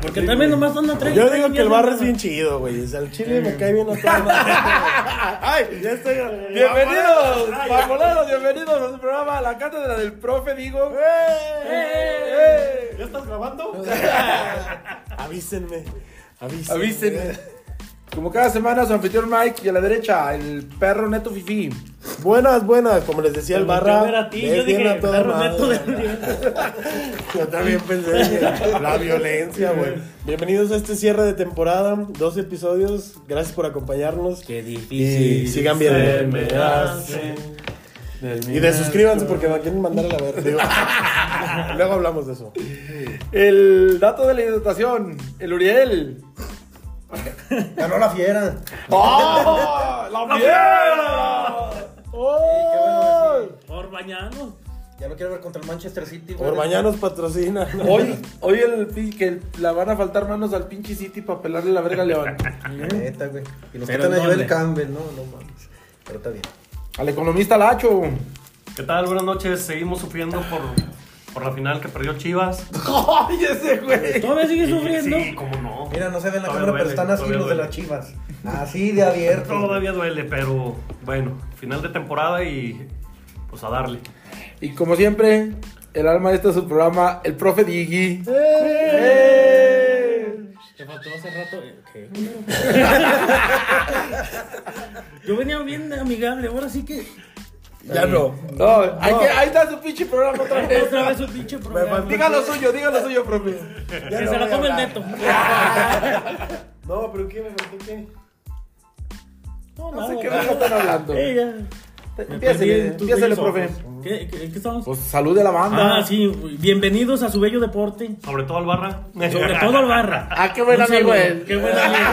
Porque también nomás anda tres. Yo digo que el barrio es bien chido, güey. O sea, el chile me cae bien a toda madre. ¡Ay! Ya estoy. Bienvenidos, Pamolanos, bienvenidos a su programa, la cátedra del profe, digo. ¡Eh! ¿Ya estás grabando? Avísenme. Avísenme. Avisen. Como cada semana, su anfitrión Mike y a la derecha, el perro neto Fifi. Buenas, buenas. Como les decía el barra. Yo a ti, es yo bien dije, a toda perro madre. neto de Yo también pensé que la violencia, güey. Bienvenidos a este cierre de temporada, dos episodios. Gracias por acompañarnos. Qué Y sigan viendo. Se me hace. Y de suscríbanse porque me quieren mandar a la verga. Digo, Luego hablamos de eso. El dato de la hidratación, el Uriel. Ganó la fiera. ¡Oh! ¡La fiera! ¡Oh! Por bañarnos. Ya no quiero ver contra el Manchester City. güey. Por mañana nos patrocina. Hoy, hoy el, pi- que el- la van a faltar manos al pinche City para pelarle la verga a León. Neta, güey. Y nos Pero quitan a ¿dónde? Joel Campbell, no, no mames. Pero está bien. Al economista Lacho. ¿Qué tal? Buenas noches. Seguimos sufriendo por, por la final que perdió Chivas. ¡Ay, ese güey! Todavía sigue sufriendo. Sí, cómo no. Mira, no se ve en la Todavía cámara, pero duele, están así todavía los de duele. las chivas. Así de abierto. Todavía duele, pero bueno, final de temporada y pues a darle. Y como siempre, el alma de este es su programa, el profe Diggy. Te faltó hace rato. eh, ¿Qué? Yo venía bien amigable, ahora sí que. Ya no. No, ¡Eh! hay que- ahí está su pinche programa otra vez. Otra vez un pinche programa. Diga lo suyo, diga lo suyo, profe. Ya Que no se la voy a come el hablar. neto. No, pero ¿qué me faltó qué? No sé qué me están hablando. Ella. Empiésele, Perdí tus empiésele, bellos profe. ojos. ¿Qué, qué, qué estamos? Pues salude a la banda. Ah, sí, bienvenidos a su bello deporte. Sobre todo al barra. Sobre todo al barra. Ah, qué buen Un saludo. amigo es. Qué buen amigo.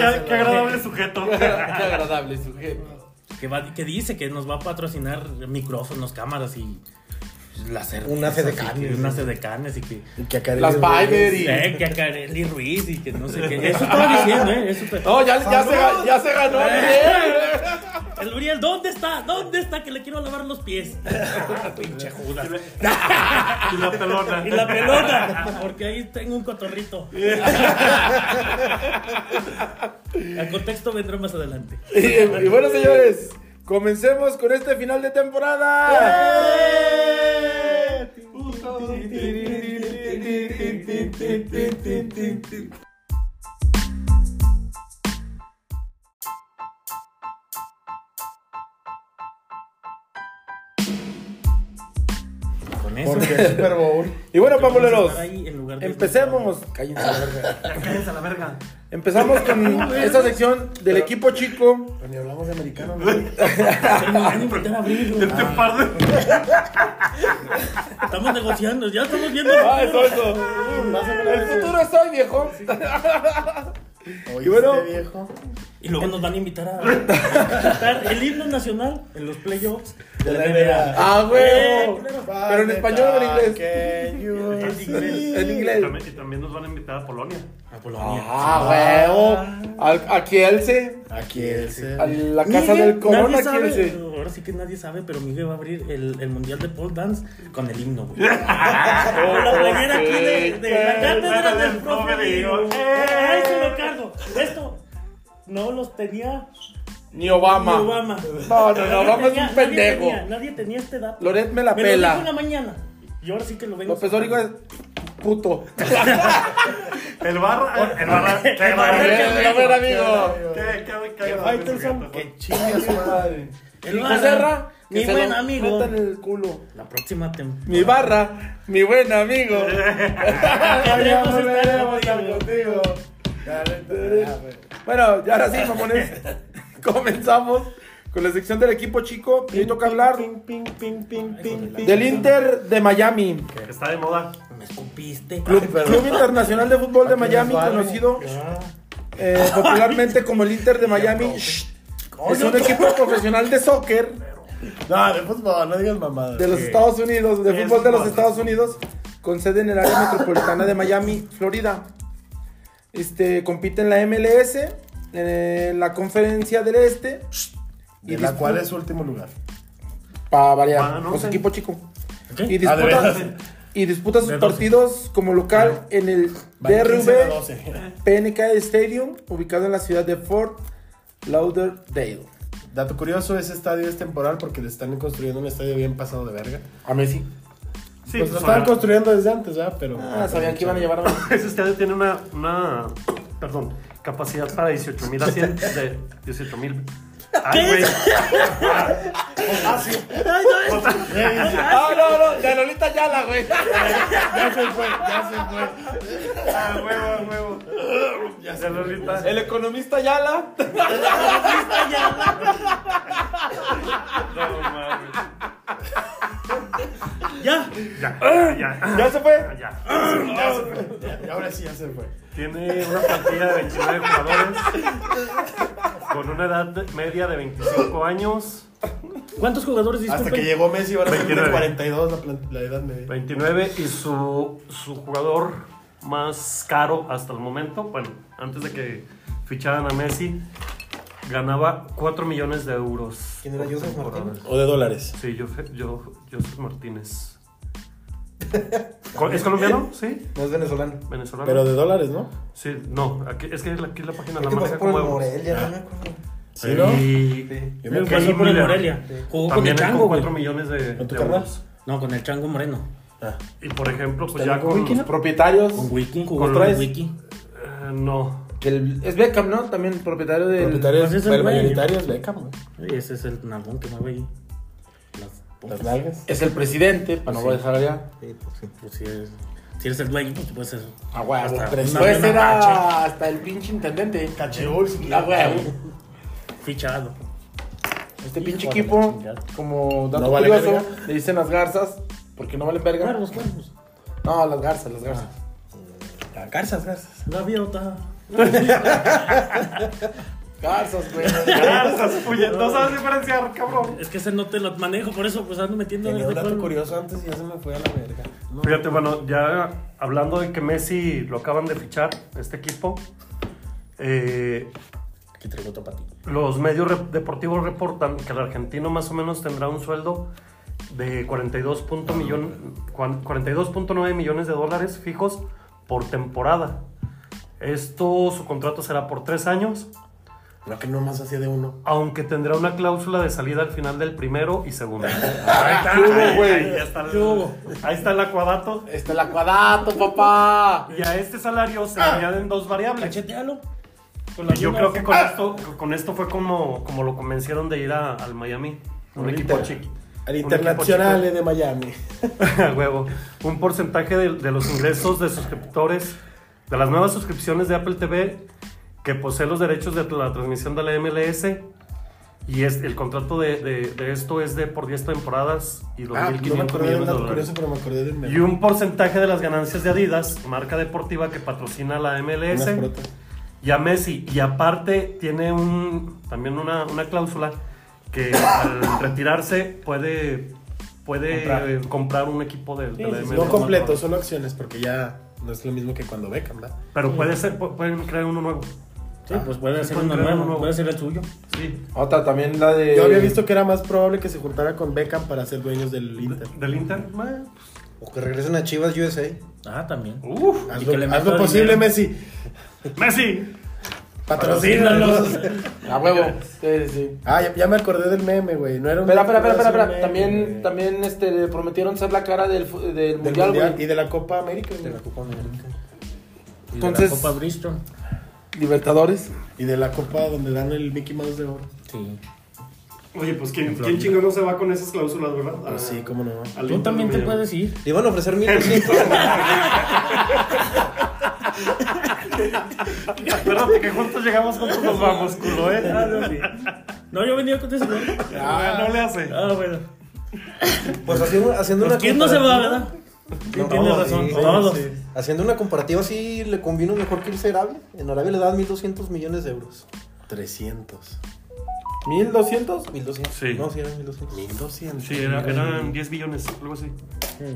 Qué, qué agradable sujeto. Qué agradable sujeto. que, va- que dice que nos va a patrocinar micrófonos, cámaras y la cerveza. Una sede y canes, que sí. Una sede canes y que. Y que acá Las Piper y. Eh, que a Kareli Ruiz y que no sé qué. Eso estaba diciendo, ¿eh? Eso está- No, ya, ya, se, ga- ya se ganó. bien. El Uriel, ¿dónde está? ¿Dónde está que le quiero lavar los pies? Pinche Judas. Y la pelona. Y la pelota, porque ahí tengo un cotorrito. El contexto vendrá más adelante. Y, y bueno, señores, comencemos con este final de temporada. Con eso. Porque es Super Bowl. Y bueno, pamuleros, Estar ahí en lugar de- empecemos. Cállense, la verga. Cállense a la verga. Empezamos con esta sección del equipo chico. Ni hablamos de americano, güey. Tengo ganas de invitar a abrir, güey. Este par de. Estamos negociando, ya estamos viendo. Ah, eso, eso. El futuro es hoy, viejo. Oíste, Y bueno- viejo. Y luego nos van a invitar a cantar el himno nacional en los playoffs de la NBA. Ah, Eh, huevo. culero. Pero en español o en inglés. En Y inglés. también, y también nos van a invitar a Polonia. A Polonia. Ah, huevo. Al- A Kielce. Aquí él se. A la casa Miguel, del Corona nadie sabe, Kielce. Ahora sí que nadie sabe, pero Miguel va a abrir el, el mundial de pole dance con el himno, güey. Con Ah, Ah, la playera aquí de, de la cátedra del profe. Diego. Ay, Eh. se lo cargo. Esto no los tenía Ni Obama. ni Obama. No, no, no, Nadie Obama es tenía- un nadie pendejo. tenía- Nadie tenía este dato. Loret me la me pela. Lo dijo en la mañana. Y ahora sí que lo vengo. López Origo es puto. El barra. El barra. Qué A ver, barra. a ver, amigo. Qué, qué, qué, Faitelson, que chinga su madre. El Y barra, Joserra, Mi buen amigo. el culo. La próxima temporada. Mi barra, mi buen amigo. Ya Queremos volveremos estar a contigo. contigo. Ya, vete, ya, güey. Bueno, ya ahora sí, mamones. Comenzamos con la sección del equipo chico. Y hoy toca hablar Ping, ping, ping, ping, ping, ping. del Inter de Miami. Está de moda. Me escupiste. Club, Club Internacional de Fútbol de Miami, vale. conocido Ah. eh, popularmente como el Inter de Miami. Es un equipo profesional de soccer No, de fútbol, no digas mamadas. de los Estados Unidos, de Es fútbol de los fútbol. Estados Unidos, con sede en el área metropolitana de Miami, Florida. Este compite en la MLS, en la Conferencia del Este, Y la cual es su último lugar. para variar, Ah, no pues sé. equipo chico. Ok. Y Ah, de disputa, veras. Ah. y disputa sus De 12. partidos como local en el Va en 15 a DRV 12. PNK Stadium, ubicado en la ciudad de Fort Lauderdale. Dato curioso, ese estadio es temporal porque le están construyendo un estadio bien pasado de verga. A Messi. Sí, pues lo pues, estaban ahora, construyendo desde antes, ¿verdad? Pero. Ah, sabían que iban a llevar a Messi. ese estadio tiene una, una, perdón, capacidad para 18.000 asientos de 18.000. Ay, güey. Ah, no, no, de Lolita Yala, güey. Ya se fue, ya se fue. Ah, huevo, huevo. Ya se Lolita. El economista Yala. No, mames. Ya. Ya, Ah. ya, ya. Ya se fue. ya. Y ahora sí ya se fue. Tiene una plantilla de 29 jugadores con una edad de- media de 25 años. ¿Cuántos jugadores Hasta disculpen? que llegó Messi, ahora se 29. 42 la, plan- la edad media. 29 y su, su jugador más caro hasta el momento, bueno, antes de que ficharan a Messi, ganaba 4 millones de euros. ¿Quién era por Joseph temporada. Martínez? O de dólares. Sí, yo, yo, Joseph Martínez. Co- ¿Es colombiano? Sí. No es venezolano. ¿Venezolano? Pero de dólares, ¿no? Sí, no, aquí- es que aquí la página la ¿Qué te pasó por maneja como el euros. Morelia? No me acuerdo. Sí, ¿no? Y- Sí. Yo me Que acuerdo sí, por el Miller. Morelia. Jugó con el También Chango, con güey. 4 millones de, ¿Con tu de carnal? euros. No, con el Chango Moreno. Ah. Y por ejemplo, pues ¿Está ya loco, con. Wiki, los- Propietarios. Con Wiki, jugó ¿Con con tres? Wiki. Eh, no. Del- es Beckham, ¿no? También propietario del. Propietario, Pues es el el güey. mayoritario es Beckham, güey. Y ese es el nalgón que mueve ahí. Las Las putas. nalgas. Es el presidente, para no voy a dejar allá. Sí, pues sí. Pues si eres, si eres el dueño, pues puedes ser. A huevo. Hasta- Puede una ser buena a- pache. hasta el pinche intendente. Ah, Cachibulski. A huevo. Fichado. Este Hijo pinche de la equipo, chingada. como dato No vale curioso, verga. le dicen las garzas, porque no valen verga. Cuervos, cuervos. No, las garzas, las garzas. Ah, Garzas, garzas. Gaviota. Garzas, güey. no sabes diferenciar, cabrón. Es que ese no te lo manejo, por eso pues ando metiendo en Tenía un este dato cuervo. curioso antes y ya se me fue a la verga. No. Fíjate, bueno, ya hablando de que Messi lo acaban de fichar, este equipo. eh, Aquí traigo otro para ti. los medios rep- deportivos reportan que el argentino más o menos tendrá un sueldo de 42.9 millon- cuan- 42.9 millones de dólares fijos por temporada. Esto, su contrato será por tres años. No, que nomás hacía de uno. aunque tendrá una cláusula de salida al final del primero y segundo. Ah, ¿Qué hubo, Ahí güey? está, el- ¿Qué hubo? ahí está el acuadato. Este el acuadato, papá. Y a este salario se le añaden dos variables. Cachetealo. Con la Y yo misma- creo que con esto, con esto fue como, como lo convencieron de ir a- al Miami. Un Ahorita. equipo chiqui- Al un Internacional equipo de Miami. chico. A huevo. Un porcentaje de, de los ingresos de suscriptores, de las nuevas suscripciones de Apple TV, que posee los derechos de la transmisión de la MLS. Y es, el contrato de, de- de esto es de por 10 temporadas y Ah, no 2.500 me acordé de un millones de dato curioso, dólares. pero me acordé de un Y un porcentaje de las ganancias de Adidas, marca deportiva que patrocina la Unas MLS, frutas. y a Messi. Y aparte tiene un, también una, una cláusula que al retirarse puede, puede eh, comprar. un equipo de, de la MLS. No completo, son opciones porque ya no es lo mismo que cuando Beckham, ¿verdad? Pero puede ser, pu- pueden crear uno nuevo. Sí, pues puede ser pueden uno crear nuevo, uno nuevo. puede ser el suyo. Sí, Otra también la de. Yo había visto que era más probable que se juntara con Beckham para ser dueños del Inter. del Inter. eh, O que regresen a Chivas USA. Ah, también. ¡Uf! Haz Y lo, que le haz meta lo posible, dinero. Messi. ¡Messi! Patrocínalos. A huevo. Sí, sí. Ah, ya, ya me acordé del meme, güey. No era un Espera, espera, espera, era espera. un espera. meme, También, güey. también este, le prometieron ser la cara del, fu- del Del mundial, Mundial güey. Y de la Copa América. güey. De la Copa América. Y Entonces- de la Copa Bristol. Libertadores. Y de la Copa donde dan el Mickey Mouse de oro. Sí. Oye, pues ¿quién, ¿quién chingón no se va con esas cláusulas, verdad? Ah, Pues sí, cómo no. al Tú Inter también de te Miami. puedes ir. Le iban a ofrecer mil Acuérdate que juntos llegamos, juntos nos vamos, culo, ¿eh? No, yo venía con ese güey. Ah, no le hace. Ah, bueno. Pues haciendo, haciendo Pues, una ¿Quién no se va, comparativa- verdad? Sí, No, tienes no, razón. sí, Todos. sí. Haciendo una comparativa así, le convino mejor que irse a Arabia. En Arabia le daban 1.200 millones de euros. 300. 1200. 1.200. Sí. No, sí, eran 1.200. 1200. Sí, era- eran 10 billones, algo así.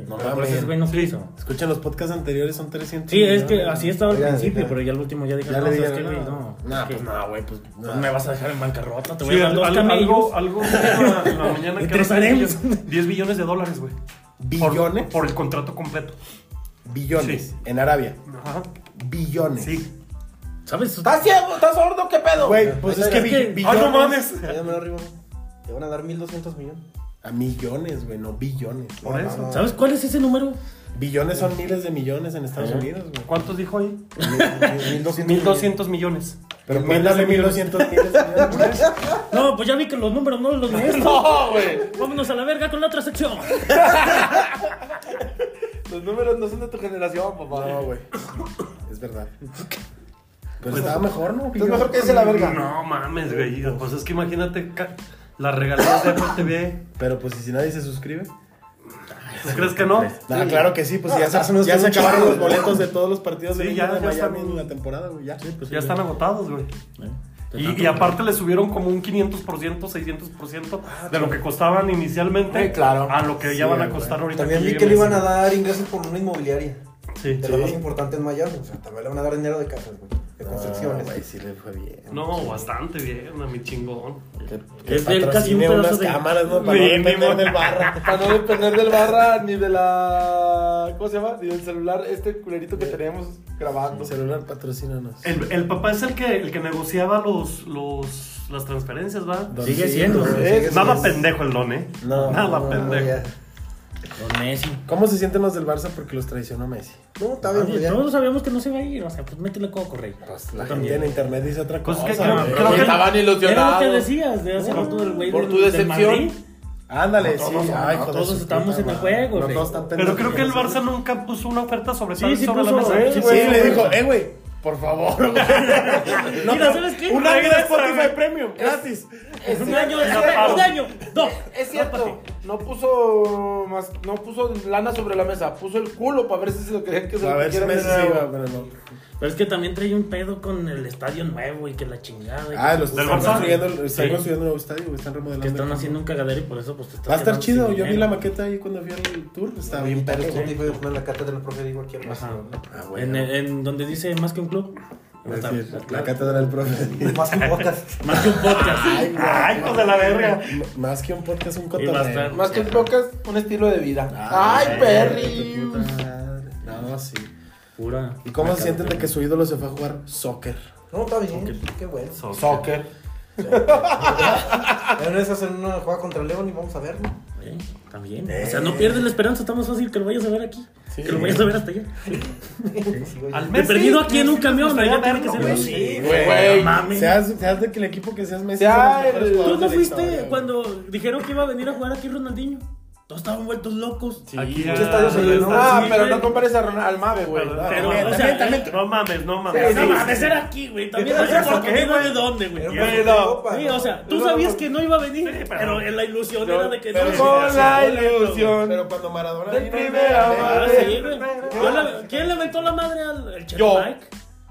No, mames. pero ese güey no Sí. quiso. Escuchen los podcasts anteriores, son 300. Sí, es que millones. así estaba al Ya, principio, ya. pero ya al último ya dije, Ya no, le ¿sabes dije, qué, güey? no. no. Nah, es que pues no, güey, pues no nah. me vas a dejar en bancarrota, te voy Sí, a dar dos al- algo, camellos. algo dijo en la, en la mañana Y que tres eran harems. 10 billones de dólares, güey. Por- Billones. Por, el contrato completo. Billones. Sí. En Arabia. Ajá. Billones. Sí. ¿Sabes? ¿Estás ciego? ¿Estás sordo? ¿Qué pedo? Güey, pues Es es que, que- bi- ¡Ah, billones. no mames! Ayúdame arriba. Te van a dar 1200 millones. A millones, güey, no billones. Por eso. ¿Sabes cuál es ese número? Billones son miles de millones en Estados Ajá. Unidos, güey. ¿Cuántos dijo ahí? 1200 millones. 1200 millones. Pero cuéntale 1200 miles de millones. güey. No, pues ya vi que los números no los maestros. No, güey. Vámonos a la verga con la otra sección. Los números no son de tu generación, papá. No, güey. Es verdad. Pero estaba Pues mejor, ¿no? Entonces mejor que ese la verga. No mames, güey. Pues es que imagínate ca- las regalías de Apple TV. Pero pues ¿y si nadie se suscribe. ¿Tú crees que no? Ah, claro que sí, pues No, ya, o sea, se, ya son se un chingo, acabaron los güey. boletos de todos los partidos Sí, de, ya- de ya están- Miami en la temporada, güey. Ya, Eh, pues, Ya están agotados, güey. Y, y aparte aparte le subieron como un 500%, 600% de lo que costaban inicialmente Sí, claro. a lo que ya Sí, van a güey. costar ahorita. También vi llegue que le Messi. iban a dar ingresos por una inmobiliaria. Sí. De lo más importante en Miami. O sea, también le van a dar dinero de casas, güey. De Ah, construcciones. güey, sí le fue bien. No, bastante bien, a mi chingón. Que Es de casi un patrocine pedazo unas de- cámaras, ¿no? Para Mínimo. no depender del barra. Para no depender del barra ni de la. ¿Cómo se llama? Ni del celular, este culerito que tenemos grabando. Celular, patrocínanos. El, el papá es el que, el que negociaba los, los, las transferencias, ¿va? Don Sigue Ciro, siendo, güey, ¿eh? sigue Nada siendo. pendejo el don, ¿eh? No, Nada no, pendejo. ya. Don Messi. ¿Cómo se sienten los del Barça porque los traicionó Messi? No, está bien, Oye, güey. pues ya. Todos sabíamos que no se iba a ir, o sea, pues métele coco, rey. Pues Yo la gente también. en internet dice otra Pues cosa. es que creo- güey. creo que- Estaban Era lo que ilusionados. decías de hace rato del güey Por del- tu del decepción. Madrid. Ándale, No, sí. todos- ay, no, joder, todos su estamos puta en el madre. juego, No güey. todos están Pero pendejos. creo que el Barça nunca puso una oferta sobre, Sí, sí sobre la puso, mesa. ¿eh? Sí, güey, sí, le güey. dijo, eh, güey, por favor, güey. No, Mira, ¿sabes qué? Un año de Regrésame. Spotify Premium, gratis. Es un año, es paro. un año, dos. Es cierto, no puso más, no puso lana sobre la mesa, puso el culo para ver si se lo querían que se A lo ver si quisieran de Messi se nuevo. iba, pero no. Pero es que también traía un pedo con el estadio nuevo y que la chingada. y Ah, los Del están Barça. construyendo, están Sí. construyendo un nuevo estadio, güey, están que remodelando. están haciendo un cagadero y por eso pues te estás Va a estar quedando chido, sin yo vi dinero. la maqueta ahí cuando fui al tour, estaba bien Pero perro. es un tipo de poner la cátedra del profe digo aquí en Ajá. Barcelona. Ah, güey. En, en donde dice más que un club. Es Está- decir, La cátedra del profe. Más que un podcast. Más que un podcast. Ay, hijo de la verga. M- Más que un podcast, un Y va a estar- cotorreo. Más que un podcast, un estilo de vida. Ah, Ay, tu Perry. puta madre. No, sí. Pura. ¿Y cómo se Acá, sienten de güey. que su ídolo se fue a jugar soccer? No, está bien. Qué bueno. So- Soccer. En esas en una jugada contra León y vamos a verlo. Eh, También. O sea, Eh. no pierdes la esperanza, está más fácil que lo vayas a ver aquí. Que lo vayas a ver hasta allá. Pues Sí, güey. Al He Messi, perdido aquí en un sí, camión, gustaría allá tiene que verlo, ser güey. así. Sí, güey. No mames. Seas, seas de que el equipo que seas Messi. Sea son los mejores el- ¿Tú jugadores no de la fuiste historia, güey. cuando dijeron que iba a venir a jugar aquí Ronaldinho? Todos estaban vueltos locos. Aquí ¿Qué estadio se llenó? Ah, Sí, pero güey. no compares a Ron- al Mave, güey. Pero, Ah, o o sea, sea, también- no mames, no mames. No Sí, mames, era aquí, güey. También Oye, había ¿por qué, oportunidad güey? de dónde, güey. Pero Sí, fue no. Europa, Sí, ¿no? o sea, tú No, sabías no. que no iba a venir, Sí, pero- pero en la ilusión era de que pero no. Con la ilusión. Pero cuando Maradona. Del vino, primera güey, Ah, madre. sí, güey. Yo le- ¿Quién le aventó la madre al el Cheto Yo. Mike?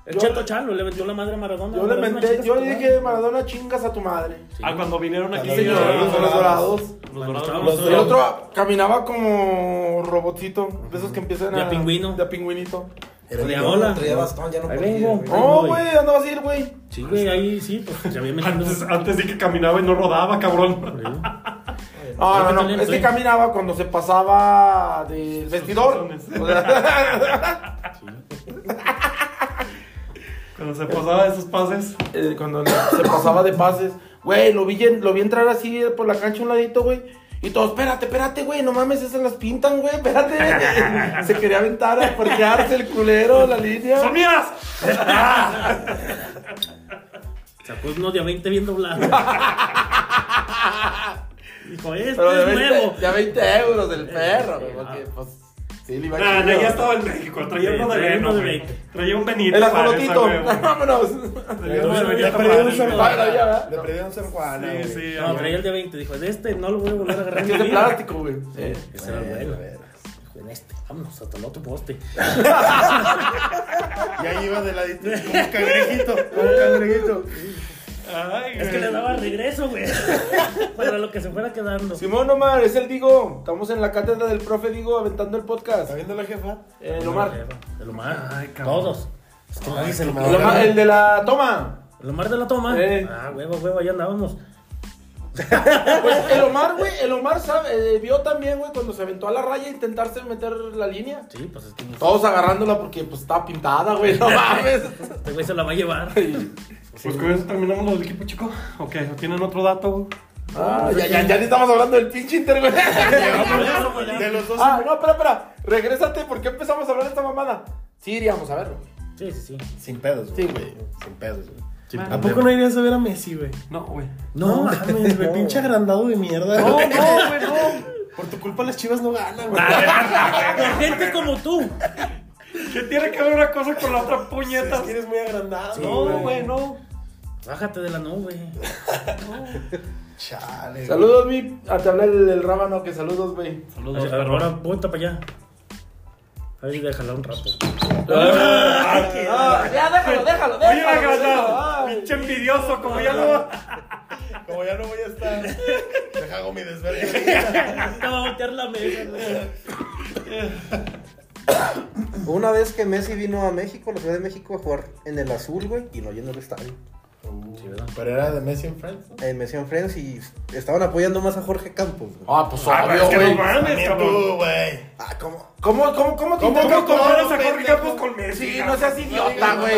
El Yo. Cheto Chalo le aventó la madre a Maradona. Yo le Maradona, menté, chicas, yo a tu le madre. dije, Maradona, chingas a tu madre. Ah, cuando vinieron aquí. Sí, Sí, señor. los los dorados. los dorados. Los El otro caminaba como robotcito, de esos que empiezan a... De a pingüino. De a pingüinito. Era De el- Hola. Traía bastón, ya no Ahí podía, vengo. güey. No, voy. güey, andaba así el güey. Sí, güey, ahí sí, pues se había metido. Antes, antes sí que caminaba y no rodaba, cabrón. Creo No, que no, no, también es soy. que caminaba cuando se pasaba del vestidor. calzones. O sea, Cuando se posaba de esos pases. eh, cuando se pasaba de pases. Güey, lo vi, en- lo vi entrar así eh, por la cancha a un ladito, güey. Y todo, espérate, espérate, güey, no mames, esas las pintan, güey, espérate. se quería aventar a parquearse el culero, la línea. ¡Son mías! Sacó uno de a 20 bien doblado. Dijo, este Pero de es 20, nuevo. de 20 euros del perro, güey, sí, porque, ah. pues, sí, le iba a Nah, nah, chido. Ah, ya estaba en México. Traía Sí, uno de traía uno Venus, de güey. Venus. Traía un Benito. El para esa, ajolotito, güey. vámonos. Traía un Le Benito le para perdí un esa, San güey. Juan. Bueno, ya, ¿verdad? Le perdí un San Juan. Sí, sí, No, ya, traía el de 20. Dijo, de este no lo voy a volver a agarrar. Es en que mi es de vida". plástico, güey. Sí. Ese era el bueno. Dijo, En este, vámonos hasta el otro poste. Y ahí iba de ladito. Como un cangrejito. Como un cangrejito. Ay, Es que güey. le daba regreso, güey. Para lo que se fuera quedando. Simón Omar, es el Digo. Estamos en la cátedra del profe Digo aventando el podcast. ¿Está viendo la jefa? El Omar. El Omar. Ay, cabrón. Todos. Es que nadie se lo El, Omar, el de la toma. El Omar de la toma. Eh. Ah, huevo, huevo, allá andábamos. Pues el Omar, güey, el Omar sabe, eh, vio también, güey, cuando se aventó a la raya intentarse meter la línea. Sí, pues es que no- Todos agarrándola porque pues estaba pintada, güey, no mames. este güey se la va a llevar. Pues con eso terminamos lo del equipo, chico. Ok, ¿o ¿tienen otro dato? Ah, ya, ya, ya ni estamos hablando del pinche Inter, güey. Ah, De los dos. Ah, no, espera, espera. Regrésate, ¿por qué empezamos a hablar de esta mamada? Sí, iríamos a verlo. Sí, sí, sí. Sin pedos, Sí, güey. Sin pedos, güey. ¿A problema. poco no irías a ver a Messi, güey? Ah, No, güey. No mames, güey. Pinche agrandado de mierda. No, no, güey, no. Por tu culpa las chivas no ganan, güey. Con gente como tú. ¿Qué tiene que ver una cosa con la otra puñeta? Es que eres muy agrandado. No, güey, no. Bájate de la nube. Chale. Saludos, mi. Ah, te hablé del, del rábano, que saludos, güey. Saludos, Ahora, perro. Ahora ponte para allá. A ver, déjala un rato. Ah, ya, déjalo, déjalo, déjalo. Mira, déjalo. granado. Ay. Pinche envidioso, como ya lo. Como ya no voy a estar. Deja hago mi desvergüenza. Te va a voltear la mesa. Una vez que Messi vino a México, la Ciudad de México, a jugar en el azul, güey, y no yendo al estadio. Pero era de Messi en Friends. En Messi en Friends y estaban apoyando más a Jorge Campos, güey. Ah, pues Ah, es obvio, que no güey. mames, cabrón. güey. Ah, ¿cómo? ¿Cómo, cómo, cómo te ¿Cómo intentas comparas comparar a Jorge Campos pendejo? pues, con Messi? Sí, no seas idiota, güey.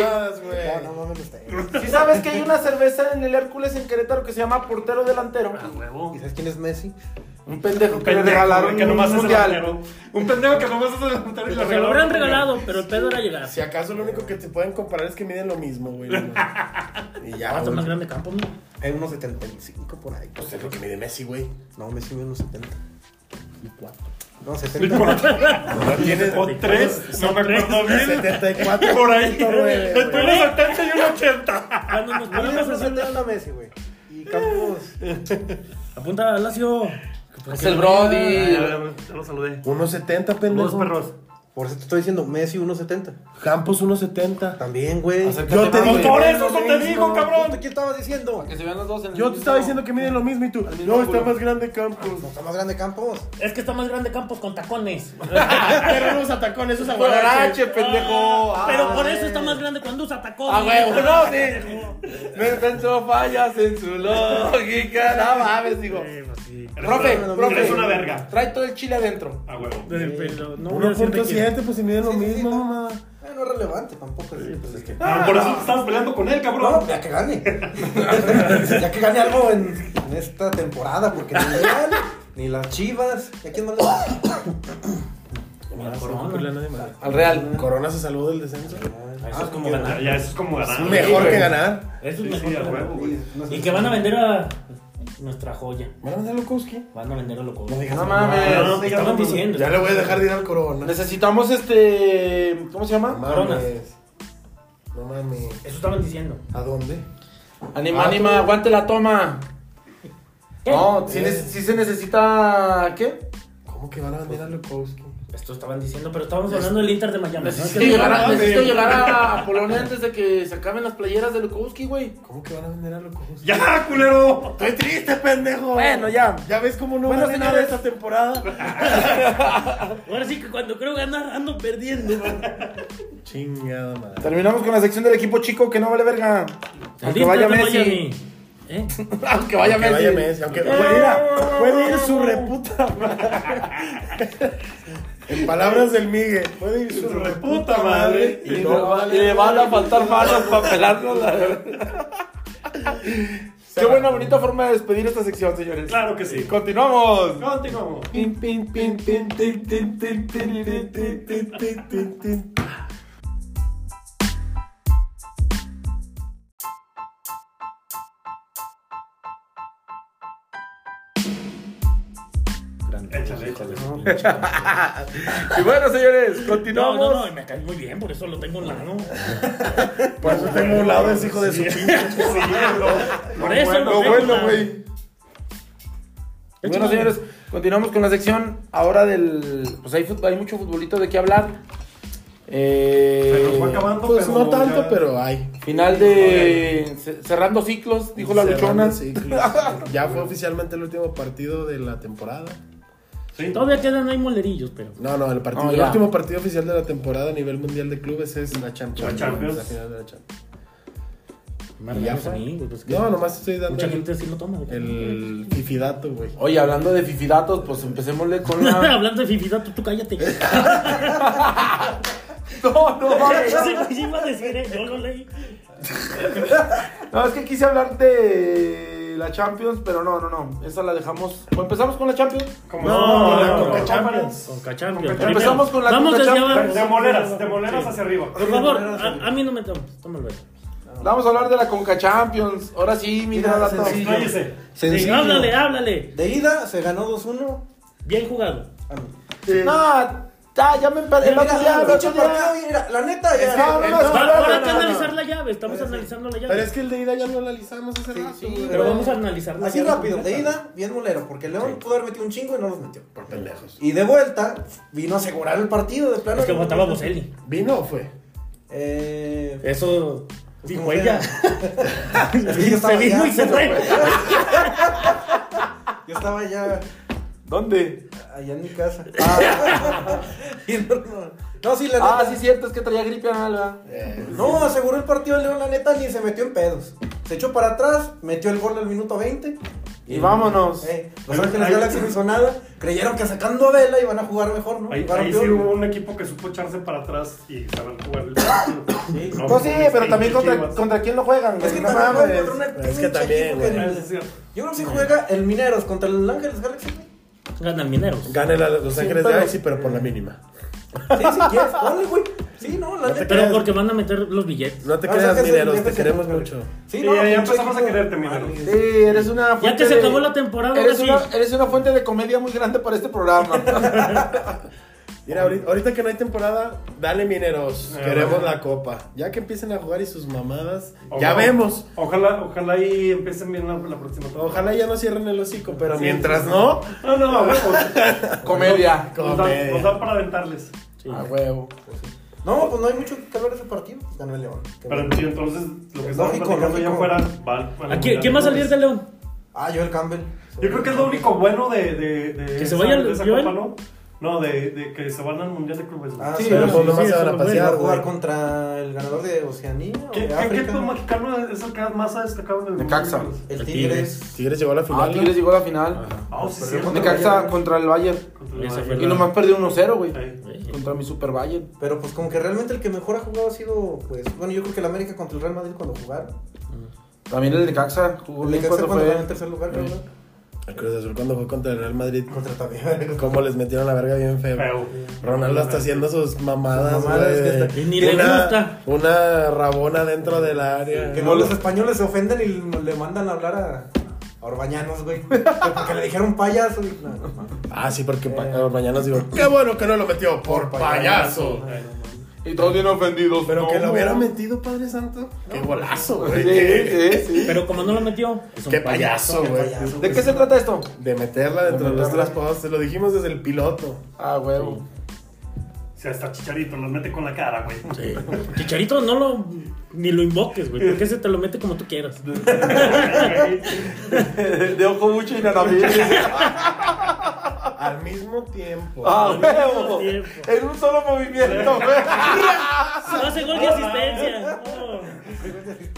No, no mames, usted. Si sabes que hay una cerveza en el Hércules en Querétaro que se llama portero delantero. A huevo. ¿Y sabes quién es Messi? Un pendejo que le Ah, Pendejo, regalaron güey, que un nomás es mundial. delantero. Un pendejo que nomás es delantero y Se le lo habrán un mundial. regalado, pero el pedo era llegar. Si acaso lo único que te pueden comparar es que miden lo mismo, güey. no mames. Y ya, Hasta más güey. grande campo, ¿no? Hay Eh, unos 75 por ahí. Pues es lo que mide Messi, güey. No, Messi mide unos 70. ¿Y cuatro? No, Y 70. por- No tiene O tres, no me acuerdo bien. 74 Por ahí. güey. Entre un 70 y un 80. Cuando nos Mide ponemos unos a hacer... 70 Messi, güey. Y Campos. Apunta a Lacio. Es el Brody. Ya lo saludé. 1.70, Los pendejo. perros. Por eso te estoy diciendo, Messi 1.70. Campos 1.70. También, güey. Acércate Yo te más, digo, güey. Por eso te digo, cabrón. ¿Qué estabas diciendo? Que se vean los dos en el Yo te mismo- estaba diciendo que miden lo mismo y tú. mismo No, está ángulo. más grande Campos. ¿No está más grande Campos? Es que está más grande Campos con tacones. pero no usa tacones, usa Guarache, pendejo. Ah, Pero por Ah, eso eh. está más grande cuando usa tacones. Ah, huevo, no, sí. No encuentro fallas en su lógica. No mames, digo. Eh, pues sí. Profe, una- profe. eres una verga. Trae todo el chile adentro. A Ah, huevo. Pero no voy a decir de quién. 1.7, pues si miden lo Sí, sí, sí, mismo, no. mamá. Eh, no es relevante tampoco. pues pues es- Ah, por eso te estabas peleando con él, cabrón. No, ya que gane. ya que gane algo en, en esta temporada, porque ni León, ni las Chivas. ¿Y a quién más le- Al Real. Corona se salvó del descenso. Ah, Eso es como ganar. Ya, ya, eso es como ganar. Mejor Sí, que güey. ganar. Eso es Sí, mejor sí, a que ganar. huevo, güey. Y que van a vender a nuestra joya. ¿Van a mandar a Lukowski? Van a vender a loco. No mames. No, pues, no, te estaban diciendo. Ya le voy a dejar de ir al Corona. Necesitamos este. ¿Cómo No se llama? mames. No mames. Eso estaban diciendo. ¿A dónde? Anima, Ah, anima, tú. aguante la toma. ¿Qué? No, si, se necesita. ¿Qué? ¿Cómo que van a vender a Lukowski? Esto estaban diciendo, pero estábamos hablando del Inter de Miami. Necesito, ¿no? llegar, a, mames. necesito llegar a Polonia antes de que se acaben las playeras de Lukowski, güey. ¿Cómo que van a vender a Lukowski? Ya, culero. Estoy triste, pendejo. Bueno, ya. Ya ves cómo no Bueno, vale nada señores. esta temporada. Ahora sí que cuando creo ganar ando perdiendo. Chingada madre. Terminamos con la sección del equipo chico que no vale verga. Aunque Al vaya Inter de Messi. Miami. ¿Eh? Aunque vaya Que vaya Messi. Messi, aunque puede ir, a- puede ir su reputa madre. En palabras del Migue, puede ir su, reputa madre. Y no va- y le van a faltar manos para pelarnos la verdad. Qué buena, bonita forma de despedir esta sección, señores. Claro que sí. Continuamos. Continuamos. Pin, pin, pin, pin, tin, tin, tin, tin, tin, tin, tin. Échale, échale. Y bueno, señores, No, continuamos. no, no, y me cae muy bien, por eso lo tengo en la mano. Por eso tengo un lado ese hijo de su pinche. Por eso Bueno, lo tengo en bueno, la- güey. Bueno, señores, continuamos con la sección ahora del... Pues hay, fut- hay mucho futbolito de qué hablar. Eh, Se nos fue acabando, Pues pero no tanto, ya- pero hay. Final de... ce- Cerrando ciclos, dijo la Cerrando luchona. ciclos. Ya fue oficialmente el último partido de la temporada. Sí. Todavía quedan ahí molerillos, pero. No, no, el, partido, No, el ya. último partido oficial de la temporada a nivel mundial de clubes es la Champions. La Champions. La final de la Champions. Más Y ya regaños a fue. mí, güey, pues, que No, nomás estoy dando Mucha el- gente sí lo toma, güey. el fifidato, güey. Oye, hablando de fifidatos, pues empecémosle con la. Hablando de fifidato, tú cállate. no, no, mames. Ese güey iba a decir, eh, yo lo leí. No, es que quise hablar de la Champions, pero no, no, no. Esa la dejamos. ¿O empezamos con la Champions? Como No, son- la como Coca son Champions. Con cachampios. Con Empezamos con la Vamos Coca desde Champions. abajo. De moleras, de moleras hacia arriba. Por favor, a, a mí no me tomes. Tómalo. güey. Vamos a hablar de la Conca Champions. Ahora sí, mi Mira, dato. sencillo. Expláyese. Sí, Sencillo. háblale, háblale. De ida se ganó 2-1. Bien jugado. Ah, no. No, Ah, ya, ya me emparé. El Mira, otro día, el el otro pinche partido, día. mira, la neta, ya. No, no, no, Va- no, Ahora hay no, que no, no. analizar la llave. Estamos analizando la Pero es llave. que el de ida ya lo analizamos hace rato, sí, güey. Pero vamos a analizar la Así llave rápido, de completa. ida, bien molero, porque León pudo haber metido un chingo y no los metió. Por pendejos. Y de vuelta, vino a asegurar el partido de plano. Es que votaba Boselli. ¿Vino o fue? Eh. Eso dijo como ella. Es que yo estaba Se vino allá. y se fue. Yo estaba allá, ¿Dónde? allá en mi casa. Ah. Y no, no. No, sí, la neta. Ah, sí, cierto, es que traía gripe anal, ¿verdad? Eh, No, aseguró el partido de León, la neta, ni se metió en pedos. Se echó para atrás, metió el gol al minuto 20. Y vámonos. Eh, Los Ángeles Galaxy no hizo nada. Creyeron que sacando a Vela iban a jugar mejor, ¿no? Ahí, Jugaron ahí sí peor. hubo un equipo que supo echarse para atrás y saber jugar el partido. No, este Pues sí, pero Chivas. también contra, contra quién lo juegan, güey. Es que no también mames. güey, contra una Es que pinche también, equipo güey. que- Ah, sí, es cierto. Yo creo que si juega el Mineros contra el Ángeles Galaxy, güey. Ganan mineros. Gana la- Los Ángeles de pero- Galaxy, pero por la mínima. Sí, si quieres, ponle, güey. Sí, no, la neta. Pero porque van a meter los billetes. No te Ah, creas, sáquense mineros, el te FC. queremos mucho. Sí, Sí, no, ya- ya pinche empezamos equipo. a quererte, Mineros. Sí, eres una fuente Ya que se de- acabó la temporada, ahora Eres sí. una, eres una fuente de comedia muy grande para este programa. Mira, ahorita, ahorita que no hay temporada, dale mineros. Ah, queremos bueno. la copa. Ya que empiecen a jugar y sus mamadas, Ojalá- ya vemos. Ojalá, ojalá y empiecen bien la, la próxima. Ojalá ya no cierren el hocico, pero Sí. mientras no, No, no, a huevo. comedia. Nos Comedia. da, nos da para aventarles. Sí. A huevo. No, pues no hay mucho que hablar de ese partido. Ganó el León. Qué Pero bueno. sí, entonces, lo que estamos Lógico, platicando allá lógico. afuera va al- al ¿A quién, quién va a salir de León? Ah, Joel Campbell. Yo creo que es lo único bueno de. de, de Que se esa- vaya el de esa Joel. copa, ¿no? No, de, de que se van al Mundial de Clubes. güey. Ah, Sí, sí, pero sí, pues sí, nomás sí, se eso van a lo Va a pasear, jugar güey. contra el ganador de Oceanía o ¿Qué, de qué, qué África. equipo mexicano es el que más ha destacado en el Mundial Necaxa. de Clubes? El El Tigres. Tigres llegó a la Ah, final. Tigres llegó a la final. Ah, sí, Perdió sí. contra Necaxa Bayern. contra el Bayern. Contra Esa el fue Y Bayern. la- nomás perdió 1-0, güey. Ahí. Contra mi Super Bayern. Pero pues como que realmente el que mejor ha jugado ha sido, pues, bueno, yo creo que el América contra el Real Madrid cuando jugaron. También el Necaxa jugó Le bien cuando cuando ganó en fue. tercer lugar, creo, ¿no? El Cruz Azul cuando fue contra el Real Madrid. Contra también. Cómo les metieron la verga bien feo. Feo. Ronaldo está haciendo sus mamadas, Sus mamadas güey. que está- Y ni le Una- gusta. Una rabona dentro del área. Que no los españoles se ofenden y le mandan a hablar a, a Orbañanos, güey. Porque le dijeron payaso. y- no, no, no. Ah, sí, porque pa- mañana os digo, qué bueno que no lo metió por payaso. Y todos bien ofendidos. Pero No, que lo hubiera güey. metido, Padre Santo. Qué golazo, güey. Sí, sí, sí. Pero como no lo metió, es un Qué payaso, qué güey. payaso. ¿De qué se trata esto? De meterla dentro de, meterla. los tres postes. Lo dijimos desde el piloto. Ah, huevo. O sea, hasta Chicharito los mete con la cara, güey. Sí. Chicharito, no lo. Ni lo invoques, güey. Porque ese te lo mete como tú quieras. De ojo mucho y nada más. Al mismo tiempo. Ah, huevo. tiempo. En un solo movimiento, güey. Ah, Hace gol de asistencia. Oh.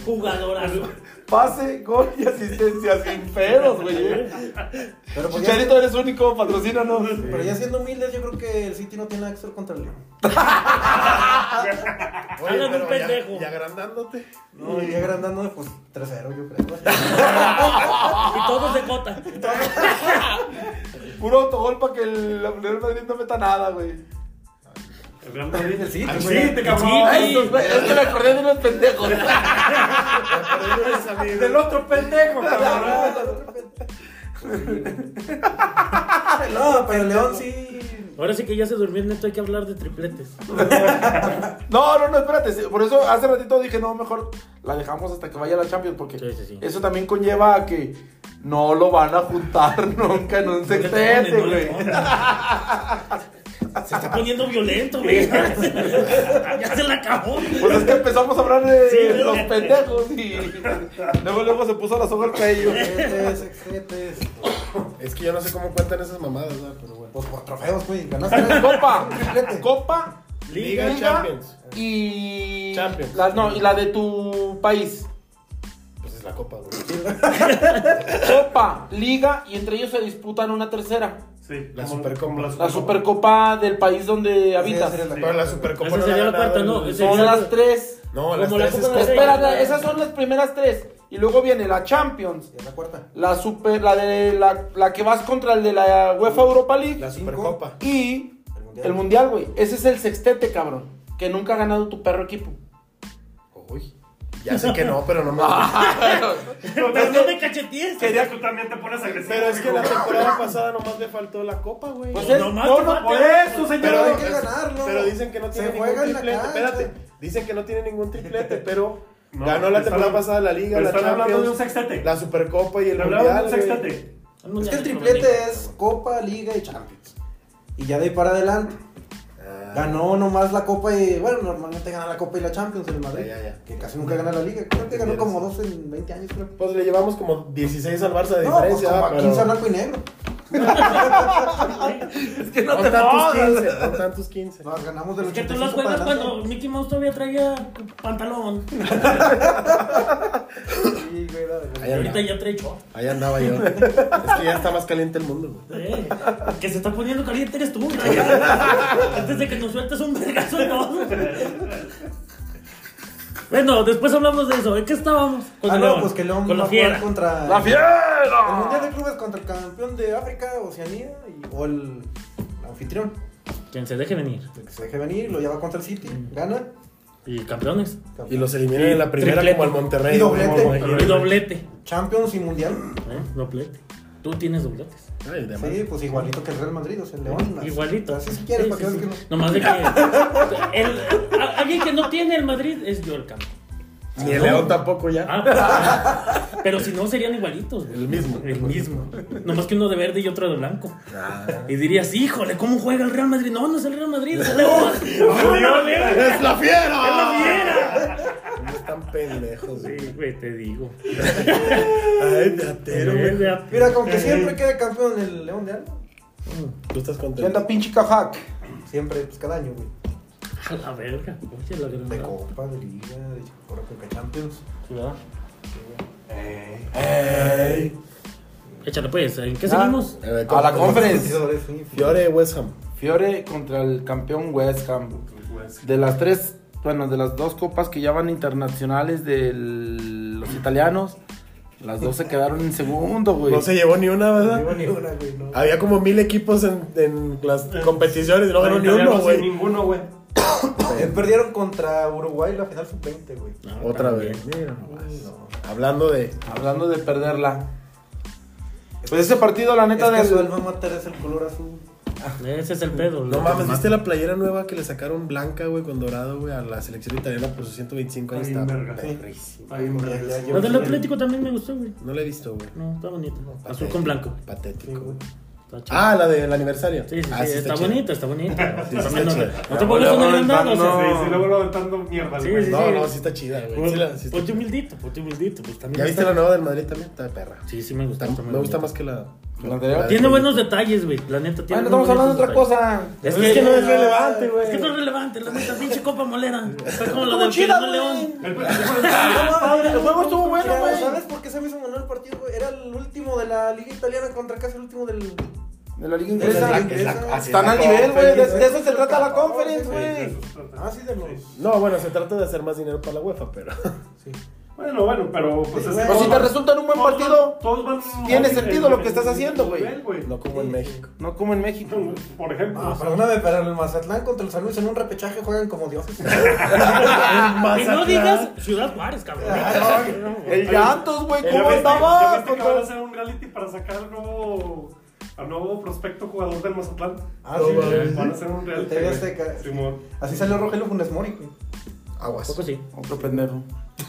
Jugadorazo. Pase, gol y asistencia sin pedos, güey. eh. Pero, pues, ya, Chicharito, eres único, patrocínanos. pero ya siendo humildes, yo creo que el City no tiene nada que hacer contra el León. Hagan un pero ya- pendejo. Y agrandándote. No, y agrandando, pues 3-0, yo creo. Y todos de cota. Puro autogol para que el Real Madrid no meta nada, güey. El Real Madrid. El City, Al güey. City, Sí, cabrón. güey. Ay, estos güey, es que me acordé de unos pendejos. Del otro pendejo, cabrón. No, pero el León sí. Ahora sí que ya se durmió el neto, hay que hablar de tripletes. No, no, no, espérate. sí, Por eso hace ratito dije, no, mejor la dejamos hasta que vaya la Champions, porque Sí, sí, sí. eso también conlleva a que no lo van a juntar nunca en No un le tomes, sextete, no le güey. tomes. Se está poniendo violento, güey. ya se la acabó. Pues es que empezamos a hablar de Sí, güey. los pendejos y luego luego se puso la soga al cuello. Este, Sextetes, sextetes. Es que yo no sé cómo cuentan esas mamadas, ¿verdad? Pero bueno. Pues por trofeos, güey. Ganaste. Copa, Triplete. Copa, Liga, Liga, Champions. y Champions. La, no, y la de tu país. pues la copa, güey. Copa, Liga y entre ellos se disputan una tercera. Sí, La como- Supercopa. como La Supercopa del país donde habitas. Pero la Supercopa Esa no sería la la ganaron. cuarta, ¿no? Esa- Son las tres. No, las Como la tres Copa es de la Reina. Copa. Espera, esas son las primeras tres. Y luego viene la Champions. Es la cuarta. La super, la de la, la que vas contra el de la UEFA Europa League. La Cinco. Supercopa. Y El mundial. el mundial, güey. Ese es el sextete, cabrón. Que nunca ha ganado tu perro equipo. Uy. Ya sé que no, pero no me Ah. Pero no me cachetees. Quería que tú también te pones agresivo. Pero es que la hijo. temporada pasada nomás le faltó la copa, güey. Pues No, es, nomás no, te no, falta- Por eso, Pero hay señor. que ganarlo. Pero dicen que no tiene Se ningún juega en la triplete. cancha. Espérate. Dicen que no tiene ningún triplete, pero No, pues ganó la están- temporada pasada la Liga, pero la están hablando de un Champions, sextete. la Supercopa y el Hablamos de Mundial. un güey. sextete. Es que el triplete es Copa, Liga y Champions. Y ya de ahí para adelante. Ah, Ganó nomás la Copa y. Bueno, normalmente gana la Copa y la Champions en el Madrid. Ya, ya, ya. Que casi nunca gana la Liga. Creo que ganó como dos en 20 años, creo. Pues le llevamos como 16 al Barça de No, pues diferencia. como a pero- 15 a blanco y negro. es que no Con te tantos jodas. 15, con tantos 15. Nos ganamos del Es que tú 85 las juegas para adelante. cuando Mickey Mouse todavía traía pantalón. Sí, güey, la verdad. Y ahorita ya trae short. Ahí andaba yo. es que ya está más caliente el mundo, güey. Eh, el que se está poniendo caliente eres tú. ya. Antes de que nos sueltes un vergazo en todo. Bueno, después hablamos de eso. ¿En qué estábamos? Con Ah, el no, León. pues que León Con va la a jugar fiera. contra. La El Mundial fiera. de Clubes contra el campeón de África, Oceanía y- o el anfitrión. Quien se deje venir. El que se deje venir, lo lleva contra el City, gana. Y campeones. Y los eliminan en la primera Triplete. como al Monterrey. Y doblete. como al Y Monterrey. doblete. Champions y Mundial. ¿eh? Doblete. Tú tienes dobletes. Ay, de Sí, pues igualito que el Real Madrid, o sea, el León. las- Igualito. Así si quieres, Sí, para que sí, veas que sí. no. Nomás de que. el- a- alguien que no tiene el Madrid es yo el campo. Ni el León tampoco ya. Ah, pues, pero si no serían igualitos. güey. El mismo. El mismo. Nomás que uno de verde y otro de blanco. Ah. Y dirías, híjole, ¿cómo juega el Real Madrid? No, no es el Real Madrid, es el León. No, no, no, es ¡Es la fiera! la fiera. Están pendejos, güey. Sí, güey, te digo. Ay, teatero, Eh, güey. vea, Mira, con que siempre quede campeón el León de algo. Tú estás ¿Qué contento. onda, pinche cajac? Siempre, pues cada año, güey. A la verga. Oye, la De verga. Copa, de Liga, de Copa, Copa Champions. Cuidado. Ey. Échale pues, ¿en qué seguimos? Eh, Ah, A la conferencia. Competidores, sí. Fiore West Ham. Fiore contra el campeón West Ham. De las tres, bueno, de las dos copas que ya van internacionales de los italianos, las dos se quedaron en segundo, güey. No se llevó ni una, No ¿verdad? llevo ni una, güey, no. Había como mil equipos en, en las competiciones y no ganó ni Italiano uno, sin güey. Ninguno, güey. Eh, Perdieron contra Uruguay la final sub-20, güey. No, Otra también. vez. Mira nomás. Hablando de. Hablando de perderla. Pues ese partido, la neta, es que del- su alma mater es el color azul. Ese es el pedo. No lo- mames, ¿viste la playera nueva que le sacaron blanca, güey, con dorado, güey, a la selección italiana Pues, por sus 125 años? Ay, Está verga. perrísimo. Ya, Ay, ya, hombre. ya. La del Atlético también me gustó, güey. No la he visto, güey. No, está bonita. Azul Patético. con blanco. Sí, Patético. güey. Está chido. Ah, la del aniversario. Sí, sí, Ah, sí, está, chida. bonita, está bonita. Sí, sí, También está no, chida. no te pongas Ya, un bueno, agrandado, o sea, no. Sí, sí, luego lo aventando mierda. Sí, güey. sí, No, sí. no, sí está chida, güey. Sí la- sí está Ponte chida. humildito, ponte humildito. Pues también ¿Ya viste está- la nueva del Madrid también? Está de perra. Sí, sí me gusta. Está- me gusta más que la. ¿La anterior? la de- Tiene buenos detalles, güey. La neta tiene. Bueno, muy estamos hablando de otra buenos cosa. detalles. Es que no es relevante, güey. Es que no es relevante, la neta, pinche copa molera. Está como la Estuvo del chida, Chile güey. León. El partido- el juego estuvo bueno, Mira, güey. Ah, ¿Sabes por qué se me hizo manual el partido, güey? Era el último de la Liga Italiana contra casi el último del. De la liga Es la- inglesa. es la- así Están es la al nivel, güey. De, conference, de eso se trata la conference, Sí, güey. Ah, sí, de los. No, bueno, se trata de hacer más dinero para la UEFA, pero. Bueno, bueno, pero pues es que O si te todos- resulta en un buen todos partido, van- todos van- tiene en- sentido en- lo que estás en- haciendo, güey. nivel, No como en México. no como en México. Por ejemplo. Ah, perdóname, pero el Mazatlán contra el San Luis en un repechaje juegan como dioses. Y no digas Ciudad Juárez, cabrón. El llantos, güey, Ya ¿cómo ves- ya ves andabas? que acaban de hacer un reality para sacar al nuevo, al nuevo prospecto jugador del Mazatlán. Ah, sí, güey. Van a hacer un reality. TV güey. Azteca. Simón. Así salió Rogelio Funes Mori, güey. Aguas. Poco sí. Otro pendejo. Sí.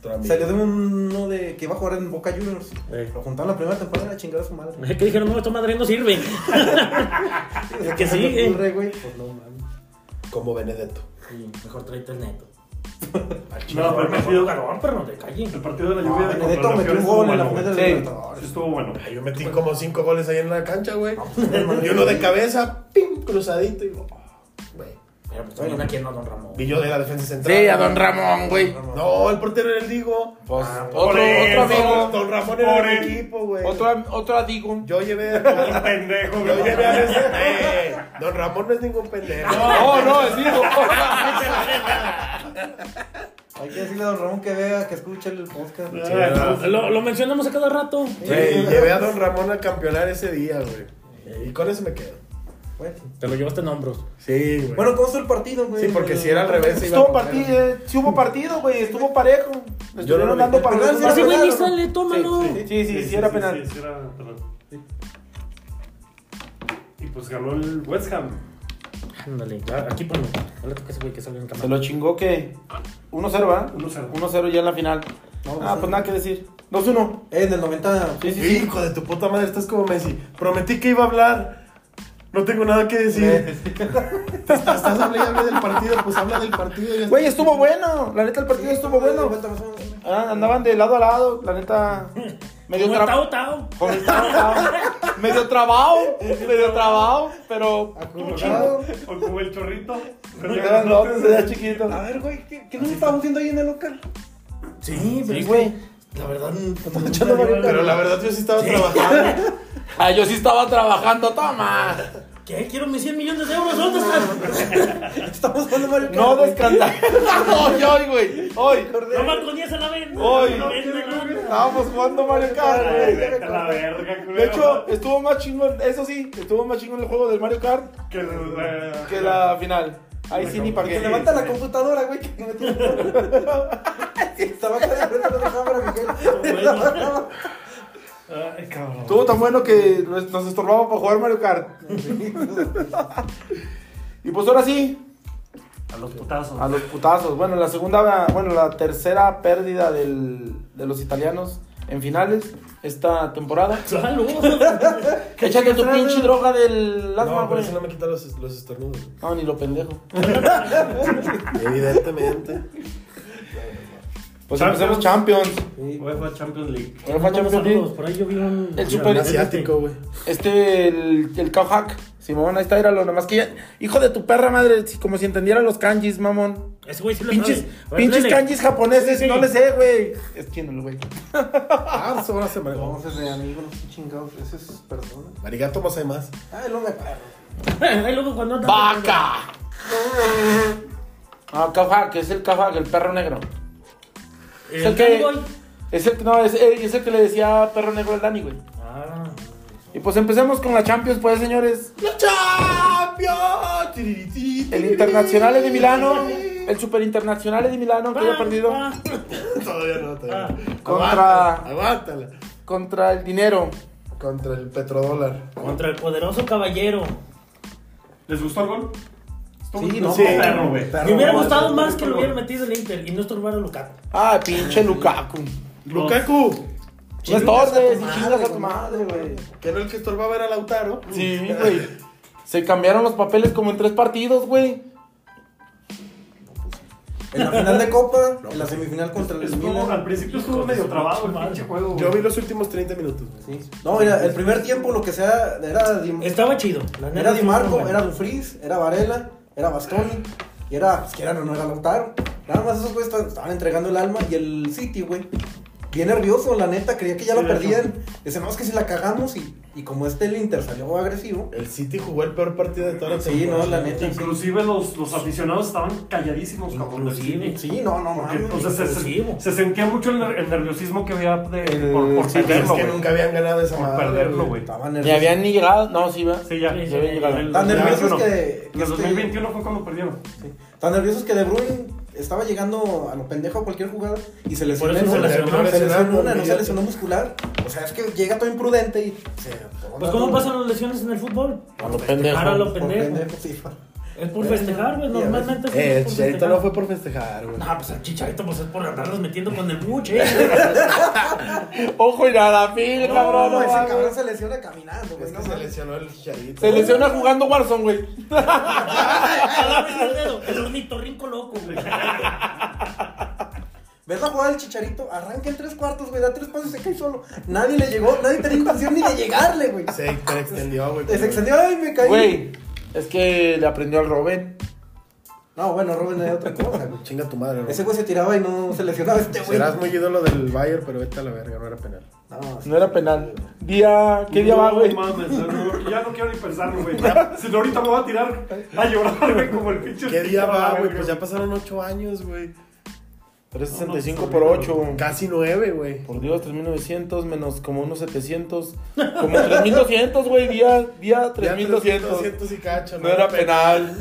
Otro amigo. Salió de uno de que iba a jugar en Boca Juniors. Eh. Lo juntaron la primera temporada y la chingada a su madre. Es que dijeron, no, esta madre no sirve. Es que sí, eh. Ocurre, güey. Pues no, mames. Como Benedetto. Sí, Mejor tráete el neto. No, pero el Mejor partido, garón, pero no te calles. el partido de la lluvia No, de Benedetto metió un estuvo gol en la bueno, final de la güey. Sí. Sí, Libertadores. Estuvo bueno. Ay, Yo metí como cinco goles ahí en la cancha, güey. no, no, no. Y uno de cabeza, pim, cruzadito. Y digo, oh, güey. Pero pues también a quién no, don Ramón. Y yo de la defensa central. Sí, a Don Ramón, güey. No, el portero era el Digo. Pues, Ah, otro, por otro eso, amigo. Don Ramón era Por del él. equipo, güey. Otro, am- otro adigo. Yo llevé a Don Un pendejo, Yo güey. llevé a ese. Eh, Don Ramón no es ningún pendejo. No, no, es digo. Hay que decirle a don Ramón que vea, que escuche el podcast. Lo, lo mencionamos a cada rato. Güey, llevé a Don Ramón a campeonar ese día, güey. Y con eso me quedo. Bueno. Te lo llevaste en hombros. Sí, güey. Bueno, ¿cómo estuvo el partido, güey? sí, porque si era al revés, se iba a Estuvo romper. partido, eh, sí hubo partido, güey. Estuvo parejo. Le Yo no lo estuvieron vi. dando para Pero Así, güey, ni Sí, sale, tómalo. Sí, sí, sí, sí, era penal. sí, sí, era penal. Y pues ganó el West Ham. Ándale, ya, aquí ponlo. Ya le toca a ese güey que sale en Se cámara. lo chingó que 1-0, ¿verdad? 1-0. 1-0 ya en la final. No, Ah, sí. pues nada que decir. 2-1. Eh, en el 90. Sí, sí, sí. Hijo de tu puta madre, estás como Messi. Prometí que iba a hablar. No tengo nada que decir. estás, estás hablando y habla del partido, pues habla del partido. y ya Güey, está. estuvo bueno. La neta, el partido estuvo bueno. Ah, andaban de lado a lado. La neta. Medio Mm. Como el trabado. Tao Tao. Medio trabado. Medio trabado. Pero. Acurruchado. O como el chorrito. Pero ya Estaban ganó. locos, era chiquito. A ver, güey, ¿qué, qué nos estábamos viendo ahí en el local? Sí, pero Sí, es güey. que, la verdad, Estamos echando varios Pero la verdad, yo sí estaba trabajando. Ah, yo sí estaba trabajando, toma. ¿qué? Quiero mis 100 millones de euros. ¿Dónde están? Estamos jugando Mario No Kart, descansar. hoy, hoy, güey. Hoy. No van con 10 a la vez. Hoy. No, es verdad. Estábamos jugando Mario Kart, Ay, güey. vete a la verga, De hecho, culero. estuvo más chingón, eso sí, estuvo más chingón el juego del Mario Kart que la- que la final. Ahí sí ni para güey. qué. Se levanta la computadora, güey, que me tiene- Estaba acá de frente de la cámara, Miguel. Ay, cabrón. Estuvo tan bueno que nos nos estorbaba para jugar Mario Kart. Y pues ahora sí, A los putazos. a los putazos. Bueno, la segunda, bueno, la tercera pérdida del- de los italianos en finales esta temporada. Salud. Échate tu pinche droga del asma, No, por güey. eso no me quita los, los estornudos. No, ni lo pendejo. Evidentemente. Pues empezamos Champions. UEFA Champions League. Ahora fue Champions League. Por ahí yo vi un. El Un super- asiático, güey. Este, el, el Cowhack. Simón, ahí está, era lo nomás que ya. Hijo de tu perra madre, si- como si entendiera los kanjis, mamón. Ese güey sí lo Pinches, sabe. A ver, pinches dale. kanjis japoneses, Sí, sí. no le sé, güey. Es chino, güey. Ah, sobra se manejó. Entonces, de amigos, no sé chingados, esa es persona. Arigato más hay más. Ah, el hombre, claro. Ahí luego cuando anda- ¡Vaca! Ah, Cowhack, es el Cowhack, el perro negro. El Es el que. Tango. Es el que, no, es, eh, es el que le decía perro negro al Dani, güey. Ah. Y pues empecemos con la Champions, pues, señores. ¡La Champions! El Internacional de Milano, el Super Internacional de Milano que había perdido Ah, Todavía no, todavía no. Ah, Contra- Aguántala, aguántala. contra el dinero. Contra el petrodólar. Contra el poderoso caballero. ¿Les gustó el gol? Sí, no, Sí. perro, güey. Perro, Me hubiera güey. gustado más que lo hubiera metido el Inter y no estorbara a Lukaku. Ah, pinche Lukaku. Lukaku. No estordes, y Chingas a tu chingas a tu madre, madre, güey. Que no el que estorbaba era Lautaro. Sí, güey. Se cambiaron los papeles como en tres partidos, güey. En la final de Copa, en la semifinal contra el Estuvo, al Milan. principio estuvo medio trabado el pinche juego. Yo güey. vi los últimos 30 minutos. güey. Sí. No, mira, el primer tiempo lo que sea era Di, Estaba chido. la neta, era Di sí, Marco, bueno. era Dufriz, era Varela, era Bastoni, y era, pues que era, no era Lautaro. Nada más esos güeyes estaban- estaban entregando el alma y el City, güey. Bien nervioso, la neta, creía que ya lo Sí, perdían. Dice, no, es que si la cagamos y, y como este el Inter salió agresivo. El City jugó el peor partido de toda la Sí, no, la neta. sí. Inclusive los, los aficionados estaban calladísimos, cabrón. del Inclusive. City. Sí, no, no, Porque, pues, mames. o sea, se, inclusivo. se- se sentía mucho el, ner- el nerviosismo que había de, El- por, por sí, Eh, Es perderlo, que güey. nunca habían ganado esa Por madre. perderlo, güey. Estaban Ni nerviosos. habían ni llegado. No, sí, va. Sí, ya. Sí, sí, ya había sí. llegado. En el Tan nerviosos 2021. que- que En el este- 2021 fue cuando perdieron. Tan nerviosos que De Bruyne estaba llegando a lo pendejo a cualquier jugada y se lesionó Por eso en se una, lesionó, se lesionó, lesionó en una, no se olvídate. lesionó muscular. O sea, es que llega todo imprudente y se Pues, ¿cómo pasan las lesiones en el fútbol? A lo pendejo. Para lo por pendejo. pendejo, sí. Es por festejar, güey. Y a veces- Normalmente es Eh, por Chicharito festejar. no fue por festejar, güey. Ah, pues el chicharito pues es por andarlos metiendo con el buche. Ojo y nada, fil, No, cabrón. no ese mames. cabrón se lesiona caminando, güey. Es pues no que se mames. lesionó el Chicharito. Se lesiona jugando Warzone, güey. el ornitorrinco loco, güey. ¿Ves la jugada del chicharito? Arranca en tres cuartos, güey. Da tres pasos y se cae solo. Nadie le llegó, nadie tenía intención ni de llegarle, güey. Se extendió, güey. Se extendió, ay, me caí. Güey, es que le aprendió al Robin. No, bueno, Robin era otra cosa, güey. Chinga tu madre, güey. Ese güey se tiraba y no se lesionaba este güey. Serás muy ídolo del Bayern, pero vete a la verga, no era penal. No, sí. No era penal. Día, ¿qué día No va, güey? mames, no, ya no quiero ni pensarlo, güey. Si no, ahorita me voy a tirar a llorar, güey, como el pinche. ¿Qué día Tito, va, la güey? verga. Pues ya pasaron 8 años, güey. 365 por 8, güey. Casi 9, güey. Por Dios, 3900 menos como unos 700. Como 3200, güey. Día, día Ya 3200. 3.200 y cacho. No era penal.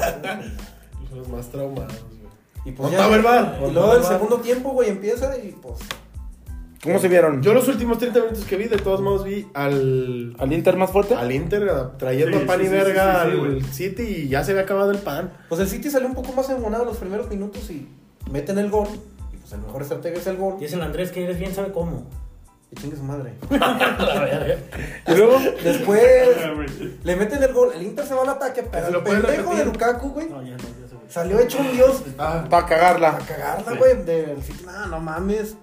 Los más traumados, güey. Y No pues ya- estaba el bar. Y luego el Normal. segundo tiempo, güey, empieza y pues. ¿Cómo se vieron? Yo los últimos 30 minutos que vi, de todos modos, vi al. ¿Al Inter más fuerte? Al Inter trayendo Sí, pan sí, y sí, verga sí, sí, sí, al güey. City y ya se había acabado el pan. Pues el City salió un poco más embonado los primeros minutos y meten el gol. Y pues el mejor estratega es el gol. Dice el Andrés que eres bien, sabe cómo. Y chingue su madre. La verga. Y luego, Después Ah, güey. le meten el gol. El Inter se va al ataque, pero ¿Se lo el pueden pendejo de repetir? Lukaku, güey, No, ya no, ya se fue. salió hecho un dios. Ah, para A cagarla. cagarla, güey. Del City, no, no mames.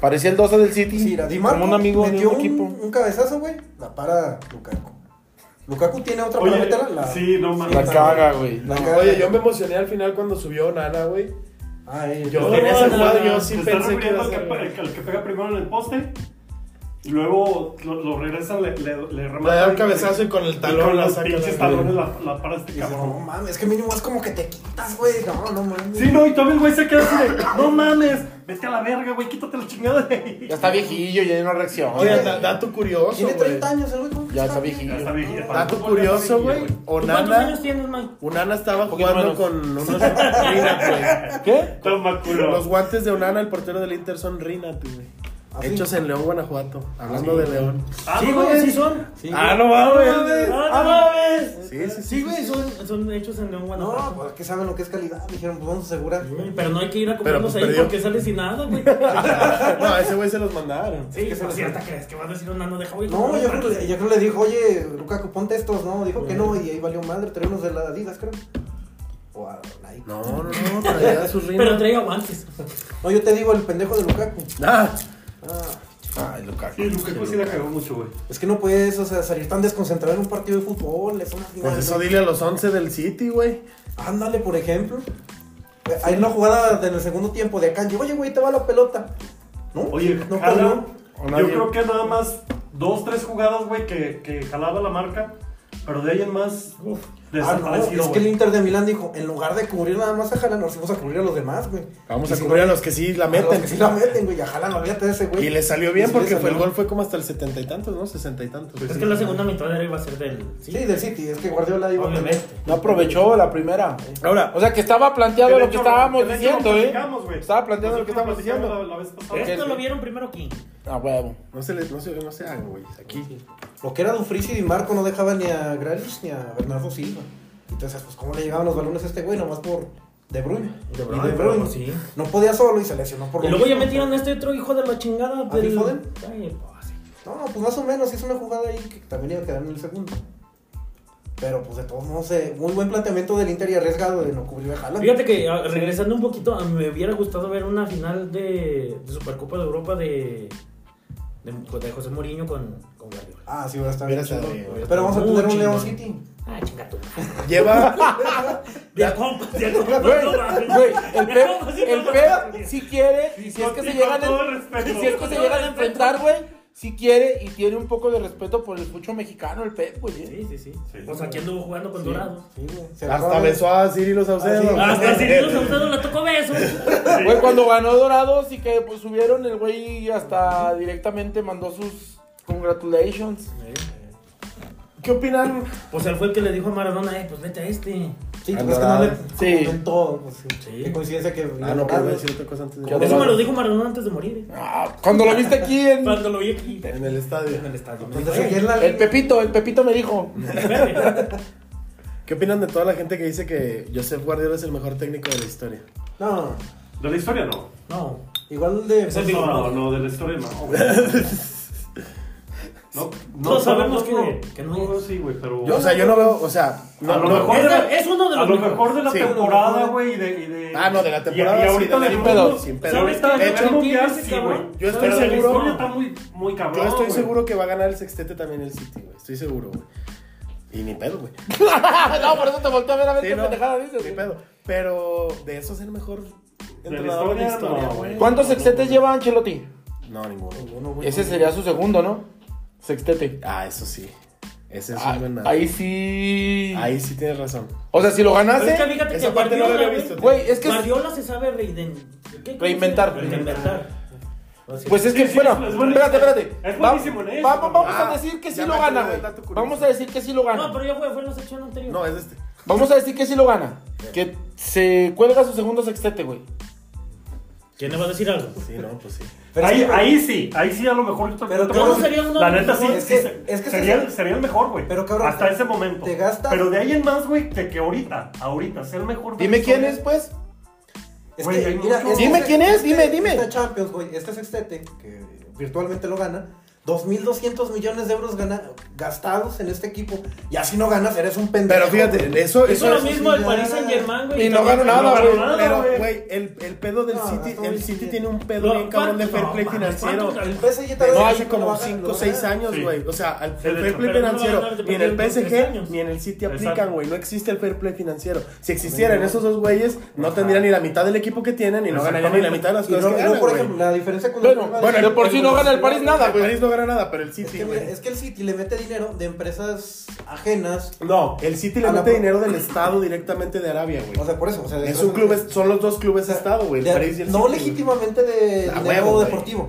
Parecía el 12 del City. Sí, Di Marco como un amigo de metió un un, equipo. un cabezazo, güey. La para Lukaku. Lukaku tiene otra para Oye, meterla. La... sí, no mames. La caga, güey. La caga. Oye, yo me emocioné al final cuando subió Nana, güey. Ay, Yo yo. en esa no, jugada no, yo no, sí Te estás pensé que iba refiriendo a al que, ser- pe- al que- al que pega primero en el poste y luego lo, lo regresa, le, le, le Le remata. da un y- cabezazo y con el y talón con la los saca. pinches la- talones la, la para este No cabrón. mames, es que mínimo es como que te quitas, güey. No, no mames. Sí, no, y todavía el güey se queda así de, no mames, vete a la verga, güey, quítate la chingada de ahí. Ya está viejillo, ya no reacciona. Oye, da- dato curioso, Tiene güey. 30 años el güey. ¿cómo Ya está Ya viejillo. está viejillo. Dato curioso, güey. ¿Tú ¿Cuántos Onana, años tienes, Mike? Onana estaba poquito jugando menos. con unos Rinat, ¿Qué? Toma güey. Los culo. guantes de Onana, el portero del Inter, son Rinat, güey. ¿Ah, sí? Hechos en León, Guanajuato. Hablando de León. Ah, Sí, no güey, mames. sí son. Sí, Ah, güey. no mames. Ah, mames. Sí, sí, sí. Sí, güey, son, son hechos en León, No, Guanajuato. pues que saben lo que es calidad. Dijeron, pues vamos a asegurar. Güey, Pero no hay que ir a Pero, comprarlos pues, ahí perdió. porque sale sin nada, güey. No, a ese güey se los mandaron. Sí, pues si hasta crees que vas a decir un nano de Hawái. No, yo creo, que- yo creo que le dijo, oye, Lukaku, ponte estos, ¿no? Dijo que no, y ahí valió madre, trae unos de la Adidas, creo. O a Nike. No, no, no, traía sus Rinat. Pero traiga guantes. No, yo te digo, el pendejo de Lukaku. Ah, Ah, Ay, Lucas. Sí, Lukaku sí la cagó mucho, güey. es que no puedes, o sea, salir tan desconcentrado en un partido de fútbol, es una final. pues eso ¿no? dile a los 11 del City, güey. Ándale, por ejemplo. Eh, Hay una jugada en el segundo tiempo de Akanji, oye, güey, te va la pelota. ¿No? Oye, no jala. corrió. O Yo nadie. creo que nada más dos, tres jugadas, güey, que, que jalaba la marca. Pero de ahí en más, uf, Ah, no, desaparecido, es que el güey. Inter de Milán dijo, en lugar de cubrir nada más a Jalan, nos vamos a cubrir a los demás, güey. Vamos Y a si cubrir a no- los que sí la a los que meten. sí la meten, güey, a Jalan, olvídate de ese, güey. Y le salió bien Sí, porque le fue- el salió. gol fue como hasta el setenta y tantos, ¿no? Sesenta y tantos. Es que la segunda mitad iba a ser del. Sí, del City, es que Guardiola iba a obviamente. tener. No aprovechó la primera. Ahora, O sea, que estaba Que planteado de lo que hecho, estábamos de hecho diciendo, lo ¿eh? platicamos, güey. Estaba planteando lo que Nosotros estábamos platicamos diciendo. La, la vez pasada. Esto Ok. lo vieron primero aquí. Ah, huevo. no se les, no se, no se hagan, güey. Aquí. Lo que era Dumfries y Di Marco no dejaba ni a Grealish ni a Bernardo Silva. Entonces, pues, ¿cómo le llegaban los balones a este güey? Nomás por De Bruyne. De Bruyne, y De Bruyne. pero pues sí. No podía solo y se lesionó por Y lo luego ya mismo. metieron a este otro hijo de la chingada. ¿A Del... Phil Foden? Ay, pues, sí. No, pues más o menos hizo una jugada ahí que también iba a quedar en el segundo. Pero pues de todos modos, eh, muy buen planteamiento del Inter y arriesgado de no cubrir a Haaland. Fíjate que a- regresando un poquito, a mí me hubiera gustado ver una final de, de Supercopa de Europa de, de, de José Mourinho con, con Guardiola. Ah, sí, hubiera estado Hubiera bien chido. estado bien, hubiera Pero vamos a estado tener muy un León chingón. City. Ah, chinga tu madre. Lleva. De a compas, de a compas, Güey, no mames. güey, el De a pedo, compas, sí, el no pedo, mames. si quiere, y si es que se llegan, todo a- el respeto. y si es que se llegan a enfrentar, güey, si quiere y tiene un poco de respeto por el pucho mexicano, el Pep, güey. ¿eh? Sí, sí, sí. Sí. O sea, aquí anduvo jugando con Dorado. Ah, Sí, güey. Se agarró Hasta a- besó a Cirilo Saucedo. Ah, Hasta si no Saucedo la tocó beso. Güey, cuando ganó Dorados y que pues, subieron, el güey hasta directamente mandó sus congratulations. ¿Qué opinan? Pues él fue el que le dijo a Maradona, eh, pues vete a este. Sí, Al pues es que no le Dorado. Sí. comentó. Pues, sí. Sí. Qué coincidencia que. Ah, no, pero voy a decir otra cosa antes Yo de. Eso me Dorado. lo dijo Maradona antes de morir. eh. Ah, cuando lo viste aquí en Cuando lo vi aquí. En el estadio. En el estadio. me dijo, Entonces, pues, aquí en la- el Pepito, el Pepito me dijo. "Eh, espérate". ¿Qué opinan de toda la gente que dice que Josep Guardiola es el mejor técnico de la historia? No, De la historia no. No. igual de. Ese pues, digo, no. No, no, de la historia no. güey. No, Todos sabemos no, que- que no no, es. sí, güey, pero Yo, o sea, yo no veo, o sea, A no, lo no. mejor- Es, de- es uno de los a lo mejor de la Sí. temporada, güey, y de, y de. Ah, no, de la y- temporada, Y, sí, ahorita pues, de del la- mundo. sin O pedo. sea, ahorita De el hecho, primer mundial, mundial, ese sí, güey. cabrón. Yo estoy Pero la seguro- historia está muy, muy cabrón. Yo estoy güey. seguro que va a ganar el sextete también el City, güey. Estoy seguro, güey. Y ni pedo, güey. no, por eso te volteé a ver a ver Sí, qué no, pendejada ni dices. güey. pedo. Pero de eso es el mejor la entrenador de la historia, historia, no, güey. güey. ¿Cuántos sextetes lleva Ancelotti? No, ninguno. Ninguno, güey. Ese sería su segundo, ¿no? Sextete. Ah, eso sí. Ese es Ah, un buen ahí sí. Ahí sí tienes razón. O sea, si lo Pero es que ganaste. fíjate Esa que parte no la Guardiola, había visto. güey, Güey, es que. Guardiola se sabe reiden- ¿qué- qué Reinventar. dice? Reinventar. Pues es que, Sí, sí, bueno, es buenísimo. espérate, espérate. Es Va- buenísimo en eso. va- va- vamos Ah, a decir que sí ya lo me gana, acordé del güey. dato curioso. Vamos a decir que sí lo gana. No, pero ya fue, fue en la sección anterior. No, es este. Vamos a decir que sí lo gana. Que se cuelga su segundo sextete, güey. ¿Quién le va a decir algo? Sí, no, pues sí. Pero ahí, es que- ahí sí, ahí sí a lo mejor. yo te- Pero yo te todo puedo- sería uno La de los neta sí, mejores. sí, Es que- se- es que sería, se- sería el mejor, güey. Pero, cabrón, Hasta ese momento. te gastas- Pero de ahí en más, güey, de que ahorita, ahorita, sea el mejor. de Dime la quién historia. es, pues. Es Güey, hay que, mira, mucho. es que Dime este- quién es, este- dime, dime. Esta Champions, güey, este sextete, que virtualmente lo gana, 2.200 millones de euros gana- gastados en este equipo. Y así no ganas, eres un pendejo. Pero fíjate, eso, Hizo eso lo mismo el Paris Saint Germain, güey. Y no ganó también- no nada, ganó güey. nada, Pero, güey. güey, el, el pedo del No, City, está el bien. City bien. tiene un pedo Lo- bien cabrón de fair ¿cuánto- play no, financiero. cuánto- El PSG Desde tardó- hace lo como bajan, lo 5 o bajan. 6 años, Sí. güey. O sea, el, el de fair hecho, play pero no lo financiero van a dar ni en el de tres PSG años. ni en el City Exacto. aplican, güey. No existe el fair play financiero. Si existieran esos dos güeyes, no tendrían ni la mitad del equipo que tienen y no ganarían ni la mitad de las Y no, cosas que y no, ganan, por güey. ejemplo, la diferencia con Bueno, el Real bueno, Madrid- de por sí no gana el París nada, El güey. París no gana nada, pero el es, City, que, mira, güey. es que el City le mete dinero de empresas ajenas. No, el City le A la mete pro- dinero del Estado directamente de Arabia, güey. O sea, por eso. O sea, Es un club, es- son los dos clubes Estado, güey. de- El París y el no City, güey. legítimamente de A dinero huevo, güey. deportivo.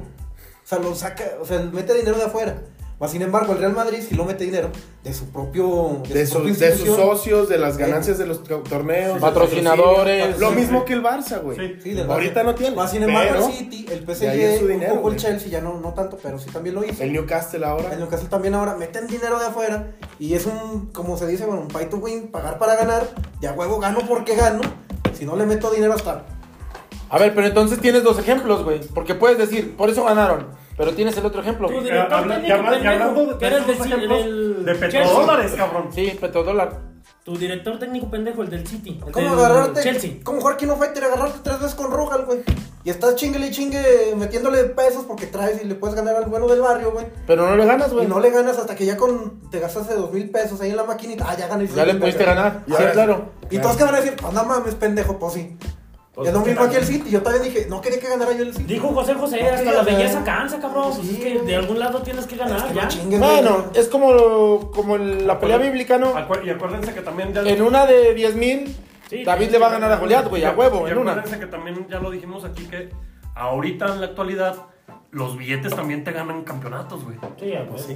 O sea, lo saca, o sea, mete dinero de afuera. Mas, sin embargo, el Real Madrid sí lo mete dinero de su propio. De, su- su propia de sus institución. socios, de las ganancias de los to- torneos. de Patrocinadores. los- Lo Sí, mismo sí. que el Barça, güey. Sí. Sí, del Barça. Ahorita no tiene. Mas, sin embargo, pero el City, el de ahí es PSG, su dinero, un poco el güey. Chelsea, ya no, no tanto, pero sí también lo hizo. El Newcastle ahora. En Newcastle también ahora meten dinero de afuera y es un, como se dice, bueno, un pay to win, pagar para ganar. Ya huevo, gano porque gano. Si no le meto dinero hasta. A ver, pero entonces tienes dos ejemplos, güey. Porque puedes decir, por eso ganaron. Pero tienes el otro ejemplo. Tu güey. Ya, director habla- ya técnico, habla- ya pendejo, hablando de, que era el esos del- ejemplos el- de Chelsea. petrodólares, cabrón. Sí, petrodólar. Tu director técnico pendejo, el del City. el ¿Cómo del agarrarte? Chelsea. ¿Cómo jugar Kino Fighter? Agarrarte tres veces con Rugal, güey. Y estás chinguele y chingue metiéndole pesos porque traes y le puedes ganar al bueno del barrio, güey. Pero no le ganas, Y güey. no le ganas hasta que ya con te gastaste dos mil pesos ahí en la maquinita. Ah, ya gané. Ya le pudiste ganar. Y Sí, ahora- claro. Y todos que van a decir, pues no mames, pendejo, pues sí. es lo mismo aquí el City. Yo también dije, no quería que ganara yo el City. Dijo José José, No hasta quería la ganar. belleza cansa, cabrón. Pues Sí, es que güey. de algún lado tienes que Es ganar, que no ya. chingues, güey. Bueno, es como, como el- la pelea bíblica, ¿no? Acuér- y acuérdense que también ya. En una de 10 mil, Sí, David sí, le va a sí, ganar a Goliat, güey, a huevo, y en una. Acuérdense que también ya lo dijimos aquí que ahorita en la actualidad los billetes también te ganan campeonatos, güey. Sí, ya, pues.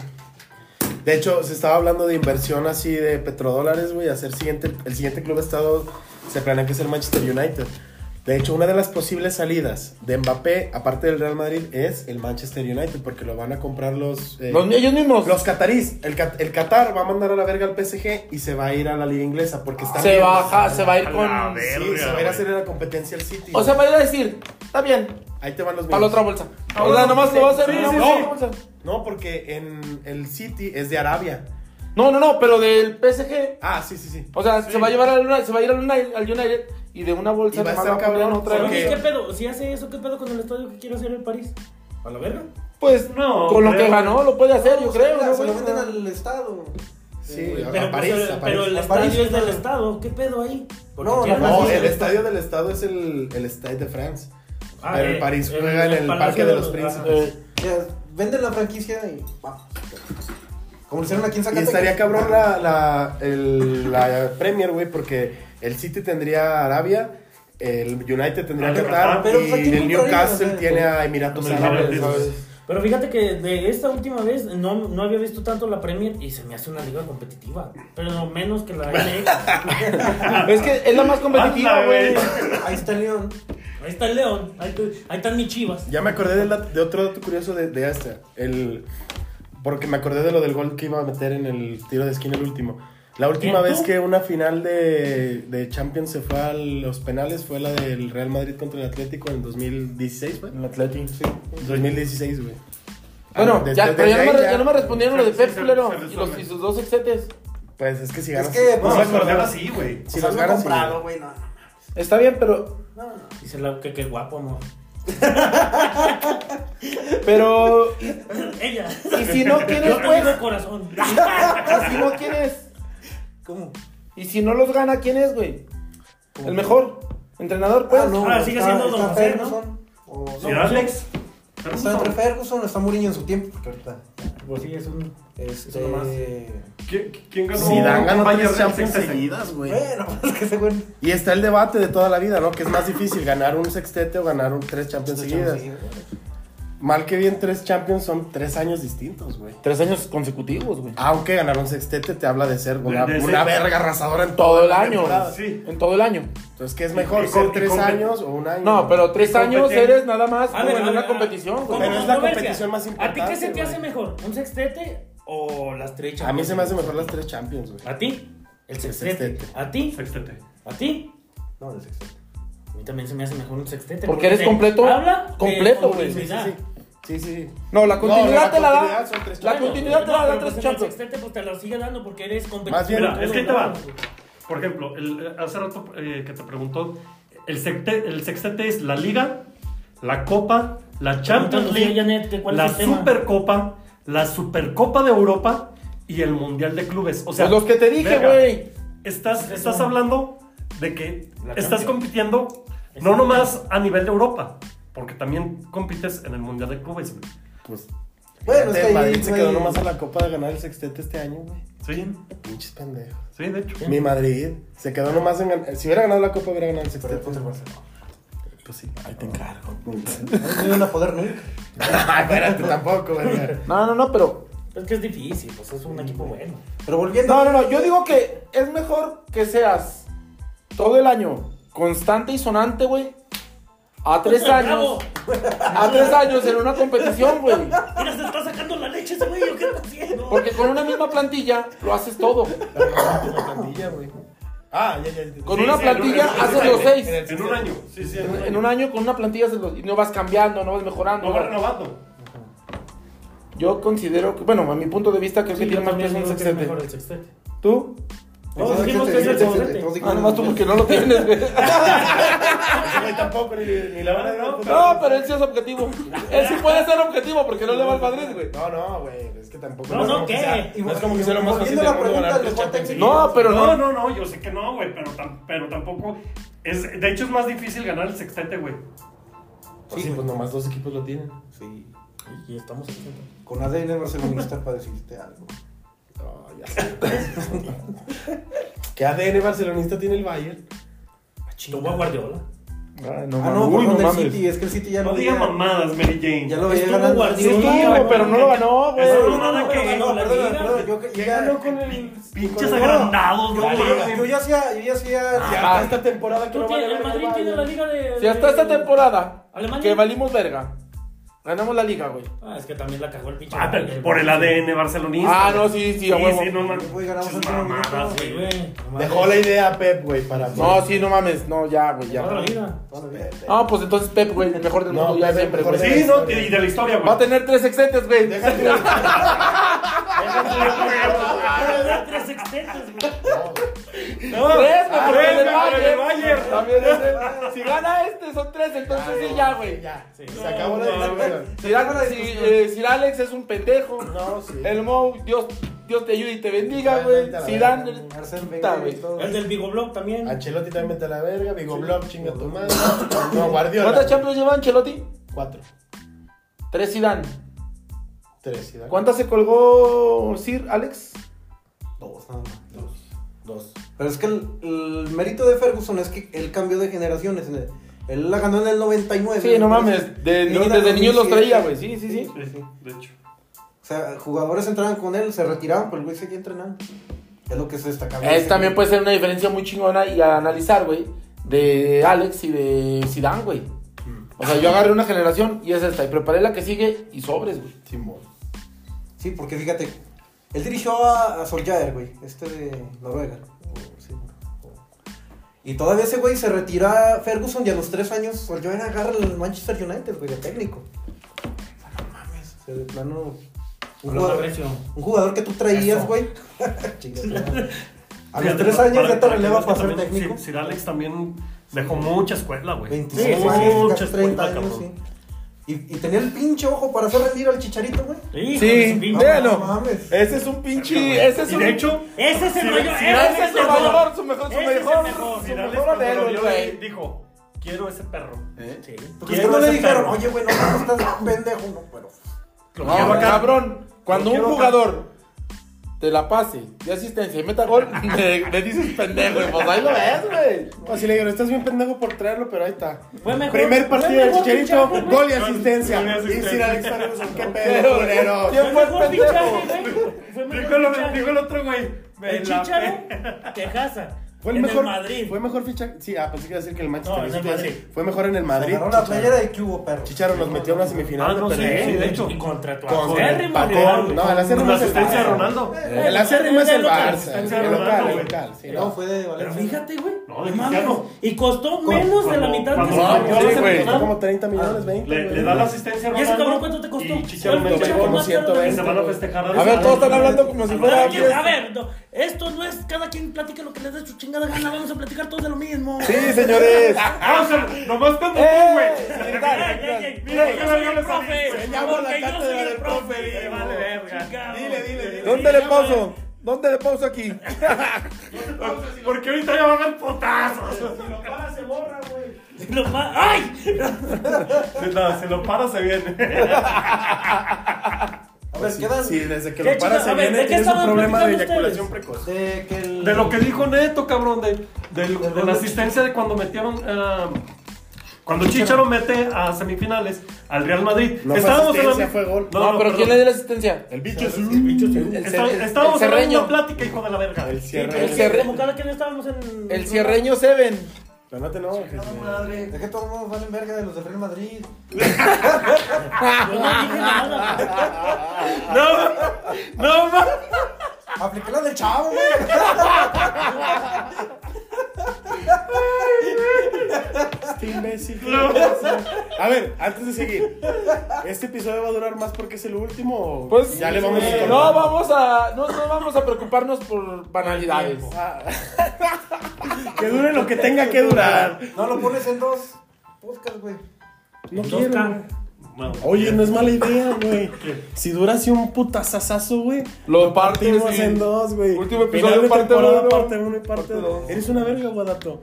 De hecho, se estaba hablando de inversión así de petrodólares, güey. Hacer siguiente, el siguiente club estado se planea que sea el Manchester United. De hecho, una de las posibles salidas de Mbappé, aparte del Real Madrid, es el Manchester United, porque lo van a comprar los. eh, Los, ellos mismos. Los catarís, el, Cat- el Qatar va a mandar a la verga al PSG y se va a ir a la liga inglesa porque está se bien. baja, se va a ir A con. ver. Sí, se Verga, va a ir güey. a hacer la competencia al City. O sea, va a ir a decir, está bien, ahí te van los para la míos. otra bolsa. Ah, O sea, bueno, nomás sí, lo va a hacer sí, una sí, sí. bolsa. No, porque en el City es de Arabia. No, no, no, pero del PSG. Ah, sí, sí, sí. O sea, se va a llevar al United, se va a ir al United, al United y de una Y bolsa va a nomás estar va a poner cabrón, otra. Pero, porque- ¿qué pedo? Si hace eso, ¿qué pedo con el estadio que quiere hacer el París? ¿A la verga? Pues No, con lo creo. que ganó lo puede hacer, yo creo. Mira, ¿no, se lo güey? venden al Estado. Sí, a- Pero, a París, pues, a París. pero el A estadio París, es del no. Estado. ¿Qué pedo ahí? No, tiene no, más No, dinero. el estadio del estado es el, el Stade de France. Ah, pero eh, el París el- juega el en el Palacio Parque de de los los- Príncipes. Eh, Ya, venden la franquicia y vamos. Como lo hicieron aquí en Y Zacatecas. estaría cabrón la, la, el- la Premier, güey, porque el City tendría Arabia, el United tendría Ah, Qatar pero, y pues, aquí el no traen, Newcastle o sea, tiene a Emiratos Emiratos Árabes. Árabes. ¿sabes? Pero fíjate que de esta última vez no, no había visto tanto la Premier y se me hace una liga competitiva. Pero menos que la NX. es que es la más competitiva, Hazla, güey. güey. Ahí está el León. Ahí está el León. Ahí, te- ahí están mis chivas. Ya me acordé de, la- de otro dato curioso de, de este. El, porque me acordé de lo del gol que iba a meter en el tiro de esquina el último. La última ¿Neta? vez que una final de, de Champions se fue a los penales fue la del Real Madrid contra el Atlético en el 2016, güey. El Atlético, sí. 2016, güey. Ah, Bueno, no, desde- ya, pero ya desde no, me, ahí ya no me respondieron lo de Sí, Pep, sí, culero. sí, sí, Y los- sí. y sus dos exetes. Pues es que si Es ganas. que, no, pues, No, me se los acordaba. gana así, güey. Si O sea, los algo ganas, sí. comprado, güey, no. Está bien, pero. No, no. Dice la que qué guapo, amor. Pero. ¿Y, Ella. y si no quieres, Yo pues? tengo corazón. ¿Y si no quieres? ¿Cómo? ¿Y si no los gana, quién es, güey? El mejor entrenador, pues. Ah, no, Ah, sigue siendo está Don José, Ferguson. O, no, ¿Sí, Alex? está entre Ferguson, está Mourinho en su tiempo, porque ahorita. Pues sí, es un. Este. Eso nomás. ¿Quién, quién ganó? Si Dan ganó Bayern tres Champions sextete? seguidas, güey. Bueno, es que ese güey. Y está el debate de toda la vida, ¿no? Que es más difícil ganar un sextete o ganar un tres Champions seguidas. Mal que bien, tres Champions son tres años distintos, güey. Ah, Tres años consecutivos, güey. Aunque ganar un sextete te habla de ser una, de ser- una verga arrasadora en Todo todo el año. Sí. En todo el año. Entonces, ¿qué es mejor? Y con- ¿Ser y tres con- años o un año? No, pero tres años Competen- eres nada más A como ver, en Ah, a una ver, competición, como güey. Pero es la controversia, competición más ¿A ti qué se te importante, hace güey. mejor? ¿Un sextete o las tres A mí se me hace Champions? mejor las tres Champions, güey. ¿A ti? El sextete. sextete. ¿A ti? Sextete. ¿A ti? No, del sexto. A mí también se me hace mejor un sextete. Porque eres te completo. Habla de Completo, güey. Sí, continuidad. sí, sí. Sí, sí. No, la No, continuidad la te la da. continuidad son tres La Champions. continuidad te la da pero tres pues en el Champions. sextete, pues te lo sigue dando porque eres competitivo. Más bien, en mira, todos es que ahí te va. lados, güey. Por ejemplo, el- hace rato eh, que te preguntó, el, secte- el sextete es la Liga, la Copa, la Champions Pregúntale, League, Janet, que cuál es la el tema. Supercopa, la Supercopa de Europa y el Mundial de Clubes. O sea, Pues los que te dije, verga, güey. Estás, Eso. estás hablando de que La estás Champions. compitiendo Es no el- nomás a nivel de Europa, porque también compites en el Mundial de Clubes. güey. Pues, Bueno, fíjate, es que Madrid ahí, se güey, quedó nomás a la copa de ganar el sextete este año, güey. ¿Sí? Pinches pendejos. Sí, de hecho. Mi Madrid se quedó nomás en gan- Si hubiera ganado la copa, hubiera ganado el Pero sextete. el contra el Barcelona. Pues sí, ahí te encargo. No iban a poder nunca. Ah, Espérate, tampoco, güey. No, no, no, pero. Es que es difícil, pues es Mm. un equipo bueno. Pero volviendo. No, no, no. Yo digo que es mejor que seas todo el año constante y sonante, güey. A tres años. Pues, Bravo. A tres años en una competición, güey. Mira, se está sacando la leche ese güey, ¿o ¿qué está haciendo? Porque con una misma plantilla lo haces todo. La plantilla, güey. Ah, ya, ya. ya. Con Sí, una sí, plantilla en un- haces los seis. en el- En un año. Sí, sí, En, en un año con una plantilla haces los. Y no vas cambiando, no vas mejorando. No va renovando. Yo considero que, bueno, a mi punto de vista, creo que Sí, tiene yo más también peso un digo que es mejor sextete. el sextete. ¿Tú? No, dijimos que es el ¿eh? sextete. Ah, nomás tú porque no lo tienes, güey. Ese güey tampoco, ni, ni la van a dar. No, No, pero él sí es objetivo. Él sí puede ser objetivo porque no le va al Madrid, güey. No, no, güey. Es que tampoco. No, es no, como que ¿qué? sea- Y No es vol- como que sea lo más fácil del volviendo a la mundo pregunta ganar del tres mejor Champions técnico. No, pero no. No, no, no, yo sé que no, güey, pero, tam- pero tampoco. Es, de hecho, es más difícil ganar el sextete, güey. Pues sí, pues nomás dos equipos lo tienen. Sí. Y estamos aquí. Con ADN barcelonista para decirte algo. No, ya sé. ¿Qué ADN barcelonista tiene el Bayern? Tu güey Guardiola. Ah, Ah, no, mames. Uy, perdón, no del mames. City. Es que el City ya No lo digas veía- mamadas, Mary Jane. Ya lo veía Estuvo ganando. Sí, Guardiola. güey, pero no lo ganó, güey. Eso No, no, no, Nada no, que- no, no, la perdona, liga. perdona, yo que- Ya ya- ganó con el. Pinches con- agrandados, güey. Yo yo ya hacía, yo ya hacía. Ya hasta Ah, Ah, esta temporada que Tú no tienes- vale el Madrid tiene la liga de. Si hasta esta temporada Alemania. que valimos verga, ganamos la liga, güey. Ah, es que también la cagó el pinche. Ah, pero por el ADN barcelonista. Ah, no, sí, sí, a huevo. Sí, no mames. Güey, ganamos Pinches el primer minuto. mamadas, Sí, ah, güey. güey. no Dejó la idea a Pep, güey, para. No, sí, no mames. No, ya, güey, mames. Toda la ya. liga. Ah, pues entonces Pep, güey, el mejor del No, mundo, ya Pep, siempre, mejor güey. de- Sí, no, y de la historia, güey. Va a tener tres exetes, güey. Déjate. Ah, tres sextetes, güey. Tres, güey, Ah, porque tres, el güey, porque del el Bayern. Bayern. También es el- Si gana este, son tres, entonces sí, ya, güey. Ya, sí, No, se acabó la no, discusión. Sir Alex, si, eh, Sir Alex es un pendejo. No, sí. El Mou, Dios, Dios te ayude y te bendiga, Ay, güey. vete a la Zidane, verga, el- Arsène puta, Wenger y güey. todo. El del Bigoblock también. Ancelotti también vete a la verga, Bigoblog, chinga tu madre. No, Guardiola. ¿Cuántas Champions lleva Ancelotti? Cuatro. Tres Zidane. Tres, ¿sí? ¿Cuántas se colgó Sir Alex? Dos, nada más. Dos. Pero es que el, el mérito de Ferguson es que él cambió de generaciones. en el- Él la ganó en el 99. Sí, no entonces, mames. de- Mira, desde niños los 2007. traía, güey. Sí, sí, sí. Sí, sí, de hecho. O sea, jugadores entraban con él, se retiraban, pero el güey seguía entrenando. Es lo que se destacaba. Es, también puede ser una diferencia muy chingona y a analizar, güey, de Alex y de Zidane, güey. O sea, yo agarré una generación y es esta. Y preparé la que sigue y sobres, güey. Simón. Sí, porque fíjate, él dirigió a, a Solskjaer, güey, este de Noruega. o- sí, o- Y todavía ese güey se retira Ferguson y a los tres años Solskjaer agarra el Manchester United, güey, de técnico. O sea, no mames, o sea, de plano. Un Hablando jugador, recio. un jugador que tú traías, Eso. güey. Chinga tu madre. a los Fíjate, tres para- años ya te para- relevas para para- ser también, técnico. Sir Sir Alex también dejó mucha escuela, güey. 25 años, mucha casi 30 escuela, años, cabrón. sí. Y, y tenía el pinche ojo para hacer rendir al chicharito, güey. Sí, Sí, véalo. No mames. Ese es un pinche. Ese es Y un. de hecho, Ese es el mayor. sí, ese, ese es el mayor, mejor. su mejor, su Ese es el mejor, mejor. su Mira, mejor Morales cuando anhelo, lo vio, güey. dijo, quiero ese perro. Sí. ¿Tú crees que no Quiero le ese dijeron, perro. oye, güey, no, no estás pendejo? No, pero. Lo No, quiero acá. cabrón. Cuando un quiero acá. jugador te la pase de asistencia y meta gol, le, le dices pendejo. y Pues ahí lo ves, güey. Así le digo, estás bien pendejo por traerlo, pero ahí está. Fue mejor- Primer partido fue del mejor Chicharito, fichaje, güey. gol y asistencia. Gol y Y asistencia. sin Alex Ferguson, qué pedo, culero. ¿Quién fue Fue el mejor pendejo? fichaje, güey. Fue mejor Dijo el, dijo fichaje. el otro güey. me El la Chicharo, pe- Tejasa. Fue el en mejor. El Madrid. Fue mejor ficha. Sí, ah, pensé que iba a decir que el Manchester No, en el City, Madrid. sí. Fue mejor en el Madrid. Agarró la Chicharo. playera de Cubo, perro. Chicharo nos metió en una semifinal. Ah, de no, sí, pelea. Sí, sí, de de hecho. hecho. Y contra tu Contra el acérrimo Pacón. rival. No, el acérrimo La es el asistencia de Barça. Ronaldo. El acérrimo es el local, Barça. el El local, Ronaldo, el güey. local. sí, No, no. fue de Valencia. Pero fíjate, güey. No, No de mames. Cristiano. Y costó Con- menos de la cuando- mitad cuando- que se Ah, pagó sí, ese güey. total. Costó como 30 millones, 20. Le, güey. le da la asistencia a ¿Y ese Ronaldo. cabrón cuánto te costó? Y Fue Chicharo el me fichaje como más caro de la 120. Se van a festejar. A ver, todos están hablando como si fuera. Cada quien- a ver, no, esto no es cada quien platica lo que les dé su chingada gana, vamos a platicar todos de lo mismo. Sí, señores. Ah, o sea, nomás cuando tú, ¡Eh! güey. Ay, ay, ay, mira, Mira, yo yo soy le el les profe, aviso. llamo la porque yo cátedra soy el del profe, profe, digo, eh, vale verga. chingado. Dile, dile, dile. ¿Dónde Sí, le ya, pauso? ¿Dónde le pauso aquí? Porque ahorita ya van a dar potazos. güey. Lo ma- ¡Ay! No, se lo para, se viene. A ver, quedan. Sí, desde que ¿Qué lo chinga- paras a se ver, viene, ¿de qué tienes un estaban problema de platicando eyaculación ustedes? precoz. De que el. De lo que dijo Neto, cabrón, de, del- De de cuando la asistencia de cuando metieron. ah, cuando Chicharo mete a semifinales al Real Madrid. No fue asistencia, fue gol. No, no, perdón. dio la asistencia? El bicho es El bicho es un- El Está- cer- el estábamos hablando de cerreño. una plática, hijo de la verga. El Pero cierre. El sí, cierre- Como cada quien estábamos en. El cierreño Seven. Pero no te enojes. güey. De que todos nos valen verga de los del Real Madrid. Yo no dije nada. No, ma- Apliqué Ah, la del chavo, güey. Este imbécil. No. A ver, antes de seguir, ¿este episodio va a durar más porque es el último? o Pues ya le vamos a eh, cortar? No vamos a no, no vamos a preocuparnos por banalidades. Que dure lo que tenga que durar. No lo pones en dos podcasts, güey. No Dos quiero. K. güey. Bueno, Oye, no es mala idea, güey. Si dura así un putazazazo, güey. Lo Partimos y- en dos, güey. Último Final episodio de parte temporada, uno. parte uno y parte, Parte dos. dos. Eres una verga, Guadato.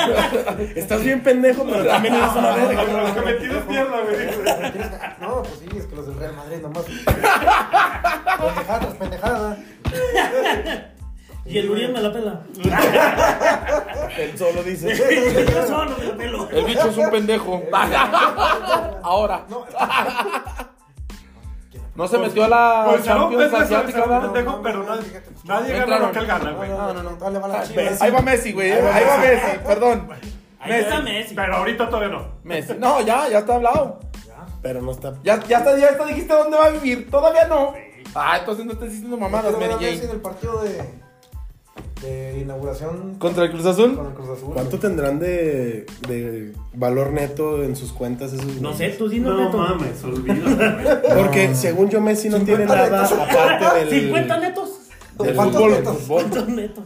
Estás bien pendejo, pero también eres una verga. lo que metí es mierda, güey. Tienes que- No, pues sí, es que los del Real Madrid nomás. pendejadas, pendejadas. Y el Uriel me la pela. Él solo dice. Yo solo me la pelo. El bicho es un pendejo. Ahora. No, No se metió a Ah, la Pues ya no Champions pendejo, Asiática, no, ¿verdad? pendejo, pero nadie, nadie No gana entraron. lo que él gana, güey. no, no, no, dale, va la Messi. chivas. Ahí va Messi, güey. Ahí va Messi, perdón. Ahí está Messi. Pero ahorita todavía no. Messi. No, ya, ya está hablado. Pero no está. Ya, ya está, ya está, dijiste dónde va a vivir. Todavía no. Ah, entonces no estás diciendo mamadas, Quiero ver Mary a Messi en Jane. el partido de. de inauguración ¿Contra el Cruz Azul? con el Cruz Azul. ¿Cuánto güey. tendrán de, de valor neto en sus cuentas esos No güeyes? sé, tú dinos, No Neto. mames, olvídate. Porque según yo Messi no tiene nada aparte del 50 Ah, netos. del ¿Cuántos fútbol. netos? fútbol. ¿Cuántos netos?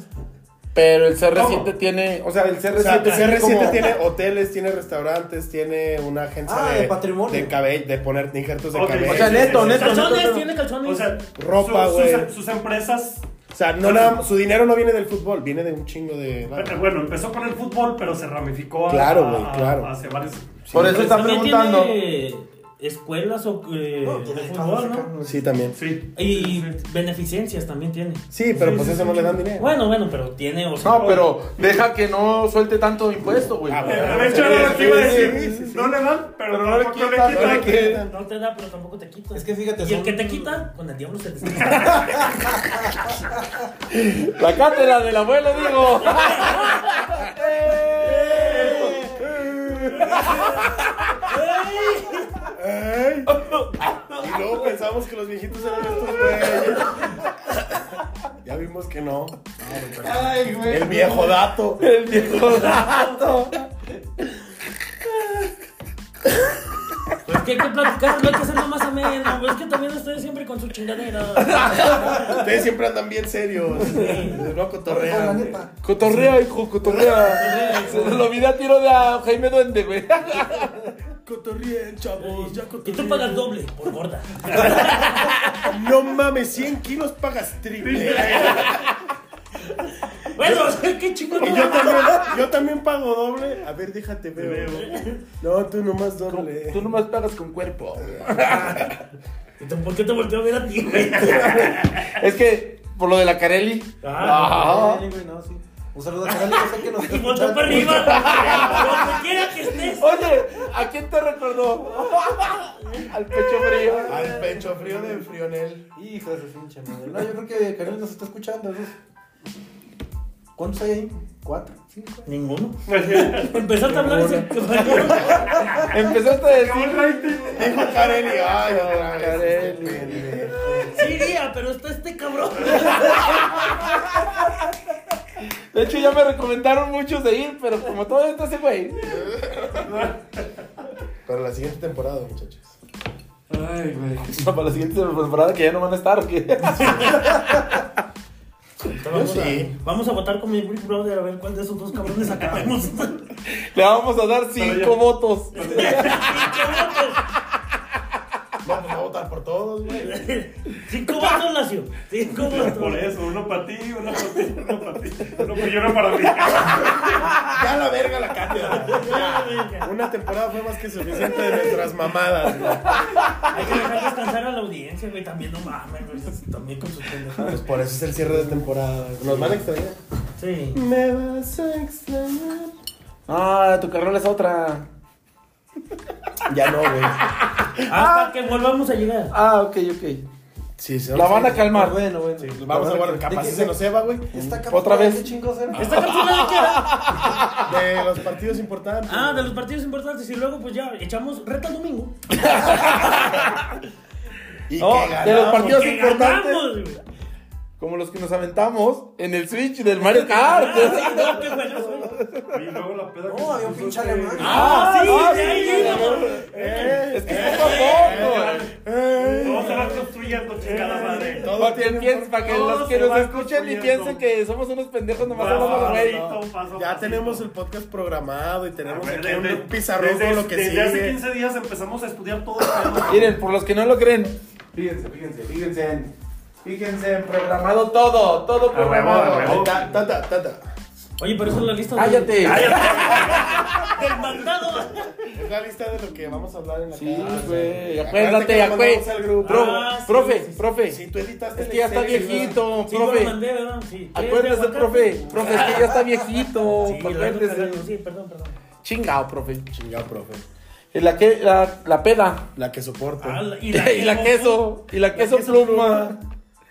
Pero el CR7 ¿Cómo? tiene. O sea, el CR7, O sea, CR7 como- tiene hoteles, tiene restaurantes, tiene una agencia Ah, de, de patrimonio. de cabello, de poner injertos de Ok, cabello. O sea, neto, neto, Calzones, neto. tiene calzones. O sea, Ropa, su- güey. sus, sus empresas O sea, no nada- su dinero no viene del fútbol, viene de un chingo de. Bueno, eh, Bueno, empezó con el fútbol, pero se ramificó a- Claro, güey, a- claro. hacia varios. Por eso está También preguntando. tiene escuelas o, eh, No, de tiene fútbol, cabrón, ¿no? cabrón. Sí, también. Sí. Y Sí. beneficencias también tiene. Sí, pero Sí, pues sí, eso no le dan dinero. Bueno, bueno, pero tiene. O sea, No, pero deja que no suelte tanto impuesto, güey. Ah, bueno. Eh, De hecho, era lo que iba a decir. No le dan, pero Pero no le tampoco quitan, no le quitan. quitan. No te da, pero tampoco te quita. Es que fíjate, Y el son- que te quita, con el diablo se desquita. La cátedra del abuelo, digo. Y luego pensamos que los viejitos eran estos güeyes. ya vimos que no. Ay, güey. El viejo dato. El viejo dato. Pues que hay que platicar, no hay que hacerlo más ameno. Pues es que también ustedes siempre con su chingadera. Ustedes siempre andan bien serios. No Con la cotorrean. neta. Cotorrea, hijo, cotorrea. Se lo olvidé a tiro de a Jaime Duende, güey. cotorrien, chavos, ya Y cotorrien. tú pagas doble por gorda. No mames, 100 kilos pagas triple. Bueno, qué chingón. Y yo también, yo también pago doble. A ver, déjate ver. No, tú nomás doble. Tú nomás pagas con cuerpo. Entonces, ¿Por qué te volteo a ver a ti, güey? Es que, por lo de la Carelli. Ah, Ah. Carelli, güey, no, sí. Un saludo a Carelli, yo sé que nos está Y volteo para escuchando. arriba. Donde quiera que estés. Oye, ¿a quién te recordó? Al pecho frío. Al pecho frío de Frionel. Hijo de su pinche madre. No, yo creo que Carelli nos está escuchando. ¿no? ¿Cuántos hay ahí? ¿Cuatro? ¿Cinco? Ninguno. Empezaste a hablar y se Empezaste a decir. Dijo Kareli. Ay, no, mames, Kareli. este pendejo. Sí, iría, pero está este cabrón. De hecho, ya me recomendaron muchos de ir, pero como todo esto se güey. Para la siguiente temporada, muchachos. Ay, güey. Para la siguiente temporada que ya no van a estar, ¿o qué? Vamos, sí. a, vamos a votar con mi Big Brother a ver cuál de esos dos cabrones acabamos. Le vamos a dar Pero cinco ya- votos. Vamos a votar por todos, güey. Cinco votos, Lacio. Cinco votos. Por eso, uno para ti, uno para ti, uno para ti. Uno para yo, uno para mí. Ya la verga la cátedra. Ah, venga. Una temporada fue más que suficiente de nuestras mamadas, güey. Hay que dejar descansar a la audiencia, güey. También no mames, güey. También con sus pendejadas. Pues por eso es el cierre de temporada. Nos van a extrañar. Sí. Me vas a extrañar. Ah, tu carrera es otra. Ya no, güey. Hasta que volvamos a llegar. Ah, ok, ok. Sí, se La van a calmar. Bueno, bueno. Vamos a guardar. Capaz ¿De si qué- se nos ceba, güey. Esta ¿Otra cámara, vez? ¿Qué chingos eh. era? ¿Esta cápsula de qué era? De los partidos importantes. Ah, de los partidos importantes. Y luego, pues ya echamos reta el domingo. Y No, que de ganamos. los partidos Que importantes. Ah, ganamos, güey. Como los que nos aventamos en el Switch del Mario Kart. No, qué bueno, güey. Y luego la peda. No, había un pinche alemán. Ah, sí, ah, de ahí sí, íbamos. Eh, Es que poco a poco. No se va construyendo, chingada Eh, madre. Todo Porque tiene piens- por- para que todo los se que nos va escuchen y construyendo. piensen que somos unos pendejos nomás Paso hablando a güey. pasito, paso a Ya pasito. tenemos el podcast programado y tenemos Desde- aquí un desde- pizarrón con lo que desde sigue. hace 15 días empezamos a estudiar todo el tema. Miren, por los que no lo creen, Fíjense, fíjense, fíjense en. Fíjense en programar. programado todo, Ah, todo huevo, a programado. huevo. Ahí está, Tata, tata. Oye, pero eso es la lista. de- Cállate. Del mandado. Es la lista de lo que vamos a hablar en la Sí, casa. güey, que acuérdate, lo mandamos acuérdate. al grupo. Pro- Ah, sí, profe, sí, sí. profe, Si tú editaste es el que ya está Excel, viejito, Sí, yo lo profe. mandé, eh, ¿verdad? Sí. Acuérdese, Sí, profe, profe, es que ya está viejito. Sí, la ando cagando, Acuérdese. sí, perdón, perdón. Chingao, profe. Chingado, profe. La, que, la, la peda. La que soporto. Ah, la- Y la queso, y la queso pluma.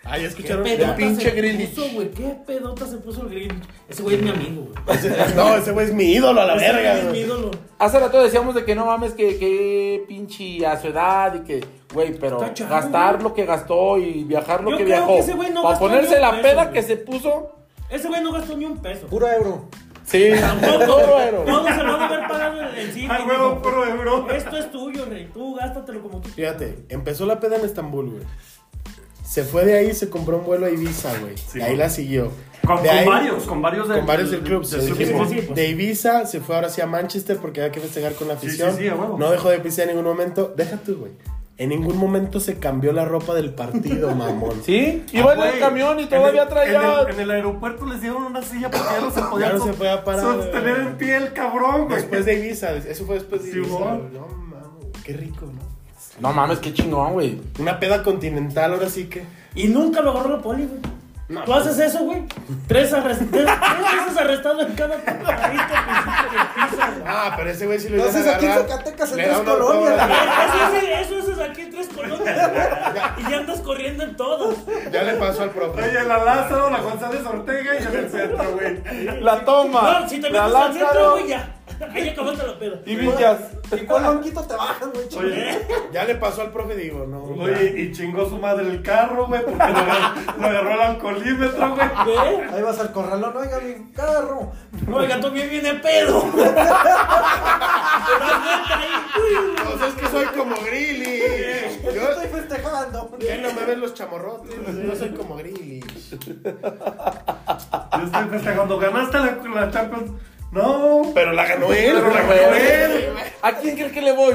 Ay, ¿Qué escucharon. pedota se pinche Grinch. puso, güey? ¿Qué pedota se puso el Grinch? Ese güey es mi amigo, güey. No, ese güey es mi ídolo a la Ese güey verga. es mi güey. ídolo. Hace rato decíamos de que no mames, que, que pinche a su edad y que, güey, pero Está chavo, gastar güey. lo que gastó y viajar lo Yo que creo viajó. que ese güey no para gastó ni ponerse un la peso, peda güey. que se puso. Ese güey no gastó ni un peso. Puro euro. Sí, todo Todo, era. todo se lo va a haber pagado el el cine. Ay, Ah, huevo, dijo, puro euro. Esto es tuyo, rey. Tú gástatelo como tú Fíjate, empezó la peda en Estambul, güey. Se fue de ahí, se compró un vuelo a Ibiza, güey. Sí, de ahí güey. la siguió. Con, De con ahí- varios, con varios del, con varios del club. sí, del sí, equipo. sí, sí, pues. De Ibiza se fue ahora sí a Manchester porque había que festejar con la Sí, afición. sí, sí, a huevo. No dejó de pisear en ningún momento. Deja tú, güey. En ningún momento se cambió la ropa del partido, mamón. Sí, iba en Ah, Güey, el camión y todavía en el- traía. En el, en el aeropuerto les dieron una silla porque ya no se podía, Ya no so- se podía parar, sostener güey. en pie el cabrón, güey. Después de Ibiza, eso fue después de Sí, Ibiza. güey. güey. No mames, qué rico, ¿no? No mames, qué chingón, güey. Una peda continental, ahora sí que. Y nunca lo agarró la poli, güey. Tú haces pues. eso, güey. Tres, arrestados tres, tres veces arrestado en cada país que pisas, güey. Ah, pero ese güey sí lo iban a Entonces aquí en agarrar. Zacatecas en Le da tres un autógrafo. colonias. Eso es, eso es aquí en tres colonias, güey. Y ya andas corriendo en todos. Ya le pasó al profe. Oye, la Lázaro, la González Ortega y en el centro, güey. La toma. No, si te la metes al centro, Lázaro güey, ya. Ahí acabaste la peda. Y Villas. ¿Y cuál lonquito te bajan, güey? chingada? Oye, Ya le pasó al profe, digo, no. oye, y chingó su madre el carro, güey, porque lo agarró, lo agarró el alcoholímetro, güey. ¿Ve? Ahí vas al corralón, oiga mi carro. Oiga, tú bien viene pedo. O sea, Pues es que soy como Grilly. Yo Yo, estoy festejando. ya no me ven los chamorrotes. Yo soy como Grilly. Yo estoy festejando. Ganaste la, la Champions. No, Pero la ganó él, Pero la la ganó ganó él. ¿A quién crees que le voy?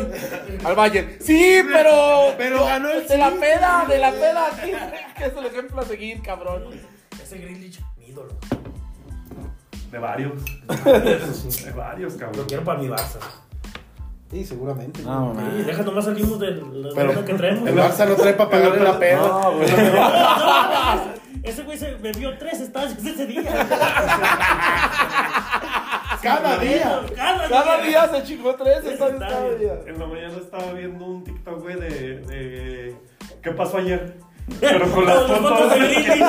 Al Bayern. Sí, pero. Pero ganó el De la sí. peda, de la peda. sí. Que es el ejemplo a seguir, cabrón. Ese Grealish, mi ídolo. De varios. De varios, Lo cabrón. quiero para mi Barça. Sí, seguramente. No, Y deja nomás salimos del del Pero lo que traemos. el Barça no trae para pagarle la peda. güey. Ese güey se bebió tres estadios ese día. Cada día. Cada, Cada día se chingó tres. Tres están estadios. cada día. En la mañana estaba viendo un TikTok, güey, de, de. ¿Qué pasó ayer? Pero con las Todos los fotos de fotos y Grealish.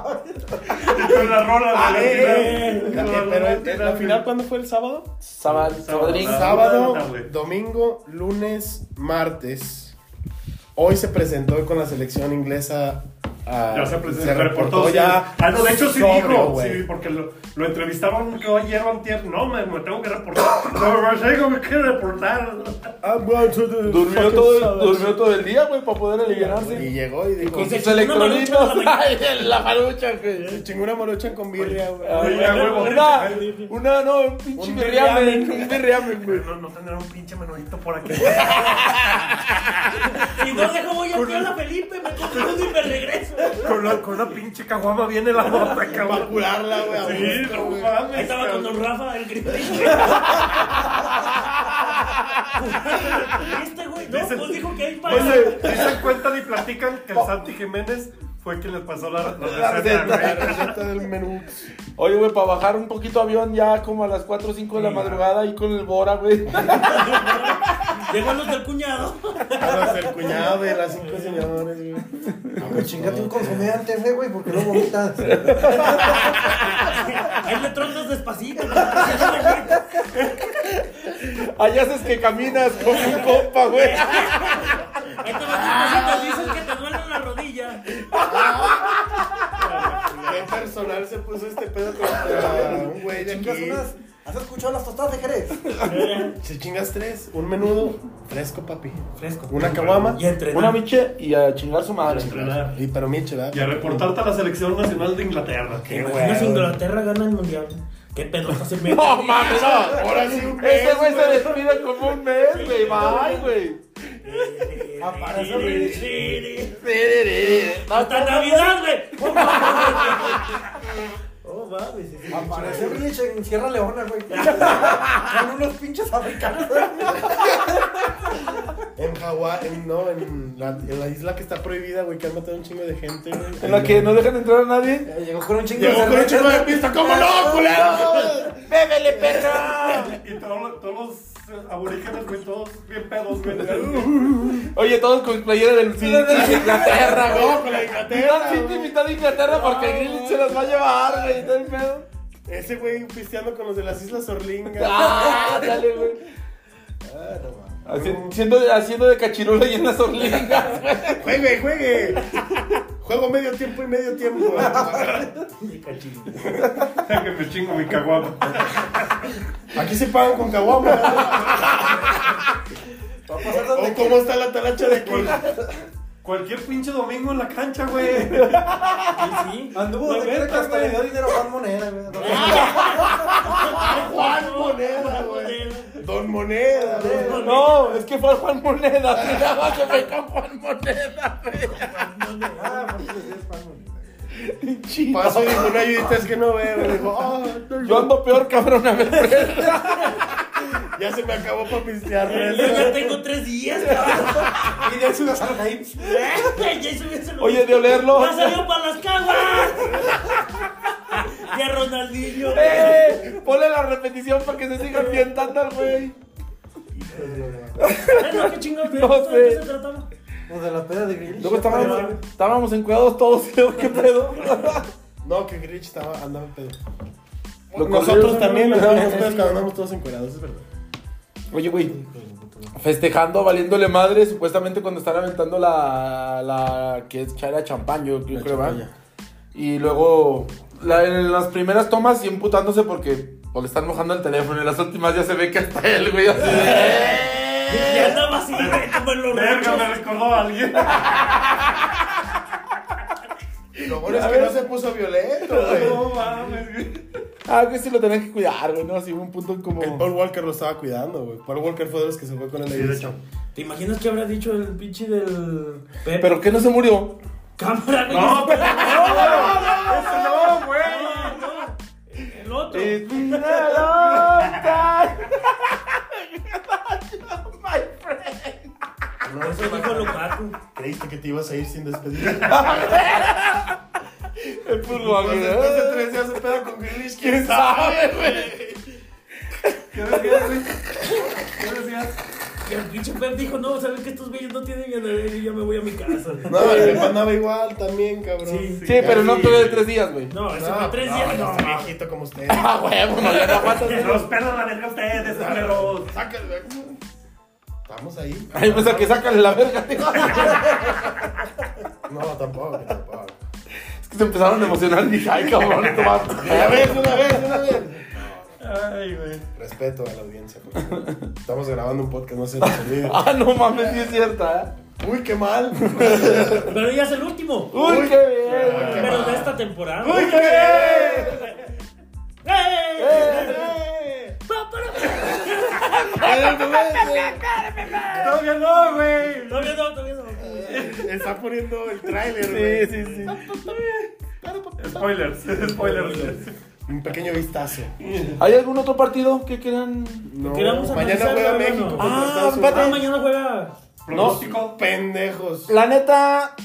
con las rolas Ah, eh, eh, de la eh, final. Pero eh, la final, ¿cuándo fue el sábado? Sábado, Sabadrín. sábado. Sábado, Ah, güey. domingo, lunes, martes. Hoy se presentó con la selección inglesa. ah, Ya se presentó, se reportó reportó, sí. ya. Ah, no, de hecho sí sobrio, dijo, güey. sí, porque lo, lo entrevistaban que ayer o antier, no, me, me tengo que reportar, no, me tengo que reportar. I'm going to the Durmió fucking todo, el, Sabadell. durmió todo el día, güey, para poder Y aliviarse. llegó y dijo: Con sus se chingó una electrolitos. marucha Ay, la marucha, güey. Se chingó una morocha con birria, güey. Oye, Una, huevo. una, una, no, un pinche Un berriamen, berriamen. un berriamen, güey. No, no tendrán un pinche menudito por aquí. Si no dejo voy a Piola Felipe, me compro uno y me regreso. Con, la- con una pinche caguama viene la bota, Para cabrón. curarla, güey. a Sí, gusto, no güey. mames. Ahí estaba con cabrón. Don Rafa, el Grealish. Este güey, no, Dice- pues dijo que hay para. Oye, dicen, cuentan y platican que el Santi Jiménez fue quien les pasó la, la La receta, receta. La güey. receta del menú. Oye, güey, para bajar un poquito avión ya como a las 4 o 5 de la Sí, madrugada y con el Bora, güey. Llegó los del cuñado. Las del cuñado de las cinco señores, güey. Pero pues chingate un consomé antes, eh, güey, porque no vomitas. Ahí le tronas despacito. Allá haces que caminas como un compa, güey. Ahí te vas despacito, dices que te duele la rodilla. ¿Qué personal se puso este pedo Ah, contra un güey de Chingas aquí? unas- ¿Has escuchado las tostadas de Jerez? Si chingas tres, un menudo fresco, papi. Fresco. Una caguama Y entrenar. Una miche y a chingar su madre. Entrenar. y pero miche, ¿verdad? Y a reportarte a la selección nacional de Inglaterra. ¿Te imaginas Inglaterra gana el mundial? ¿Qué pedo estás en medio? No mames, no. Ahora sí un mes, Ese güey se güey. despide como un mes, güey. Bye, güey. Aparece ¡Hasta Navidad, güey! ¡Oh, mames! sí, sí. Aparece Rich en Sierra Leona, güey. Con unos pinches africanos. En Hawái, en- no, en la, en la isla que está prohibida, güey, que han matado un chingo de gente, güey. En la que no dejan entrar a nadie. Llegó con un chingo Llegó con un chingo de pista, ¿cómo no, culero? ¡Bébele, perro! Y todo- todos los eh, aborígenes, güey, todos bien pedos, güey. Oye, todos con playera del City de Inglaterra, güey. No, con la Inglaterra, Mitad City, güey. mitad Inglaterra, porque el Greenwich se las va a llevar, güey. y todo el pedo. Ese güey pisteando con los de las Islas Orlingas. Ah, dale, güey. Ah, Haci- Siendo, haciendo de cachirula y en las orlingas, güey. Juegue, juegue. Juego medio tiempo y medio tiempo. Que me chingo mi caguama. Aquí se pagan con caguama. Va a pasar ¿O donde cómo está la talacha de aquí? Cualquier pinche domingo en la cancha, güey. Sí. Anduvo Lo donde quiera que inventas, hasta le güey. dio dinero a Juan Moneda, güey. Ah, Juan Moneda, güey. Don Moneda, güey. No, es que fue Juan Moneda. Se daba que fue con Juan Moneda, Ah, porque es Juan Moneda. güey. Chido. Paso y dijo una ayudita es que no veo. Y Dijo, "Ah, Yo ando peor, cabrón, a ver. ya se me acabó para pistear. Yo ya tengo tres días, cabrón. Y de eso las raíz. Jason ya se lo- Oye, de olerlo. ¡Ya salió para las caguas! ¡Ya Ronaldinho! ¡Eh! Ponle la repetición para que se siga ambientando al güey. Bueno, Ah, ¿Qué chingados de No esto? ¿De qué sé. se trataba? O de la peda de Grill. Luego estábamos, estábamos encuadrados todos, tío, ¿Qué pedo? No, que Grinch estaba andaba en pedo. Lo Nosotros corrieron. también, nosotros pedos cuando andamos todos encuerados, es verdad. Oye, güey. Festejando, valiéndole madre, supuestamente cuando están aventando la. la que es era champán, yo, yo La creo, ¿verdad? champaña. Y luego, la- en las primeras tomas y emputándose porque o le están mojando el teléfono. En las últimas ya se ve que hasta él, güey. así de- Ya andaba así, güey, como en los Verga, me ranchos. recordó a alguien. Lo bueno es que no se puso violento, güey. No mames, güey. Ah, güey, sí lo tenían que cuidar, güey, ¿no? Así hubo un punto como... El Paul Walker lo estaba cuidando, güey. Paul Walker fue de los que se fue con el Sí, de hecho. ¿Te imaginas qué habrá dicho el pinche del. Pepe? ¿Pero qué no se murió? Cámara, güey. No, pero. ¡No, no, güey! El otro. It's been a long time. My friend. Eso dijo Lukaku. Creíste que te ibas a ir sin despedir. El fútbol, Pues güey. después de tres días de pedo con Grealish, ¿Quién sabe, güey? ¿Qué decías, güey? ¿Qué decías? Y el pinche Pep dijo, no, saben que estos güeyes no tienen ganadero y ya me voy a mi casa. No, el Pepe andaba igual también, cabrón. Sí, sí. Sí, pero no tuve tres días, güey. No, eso fue No, tres no, días. no, No, está viejito como usted. Ah, huevo, no le aguantas. Los perros la verga a ustedes, perros. Sácalo. Estamos ahí. Ay, pues a que sácale la verga, tío. No, tampoco, que tampoco. Es que se empezaron a emocionar y dije, ay, cabrón, esto va. Una vez, una vez, una vez. Ay, güey. Respeto a la audiencia. por favor. Estamos grabando un podcast, no se nos olvide. Ah, no mames, sí es cierta, ¿eh? Uy, qué mal. Pero ya es el último. Uy, qué bien. Pero de esta temporada. Uy, qué bien. ¡Ey! Pa, para, para. Todavía no, güey. Todavía no, todavía no. Está poniendo el tráiler. Sí, sí, sí. Spoilers, spoilers. Un pequeño vistazo. ¿Hay algún otro partido que quieran? No, Queremos mañana analizarlo, juega hermano. México. contra Ah, Estados Unidos. Ah, espérate. mañana juega. Pronóstico, pendejos. La neta,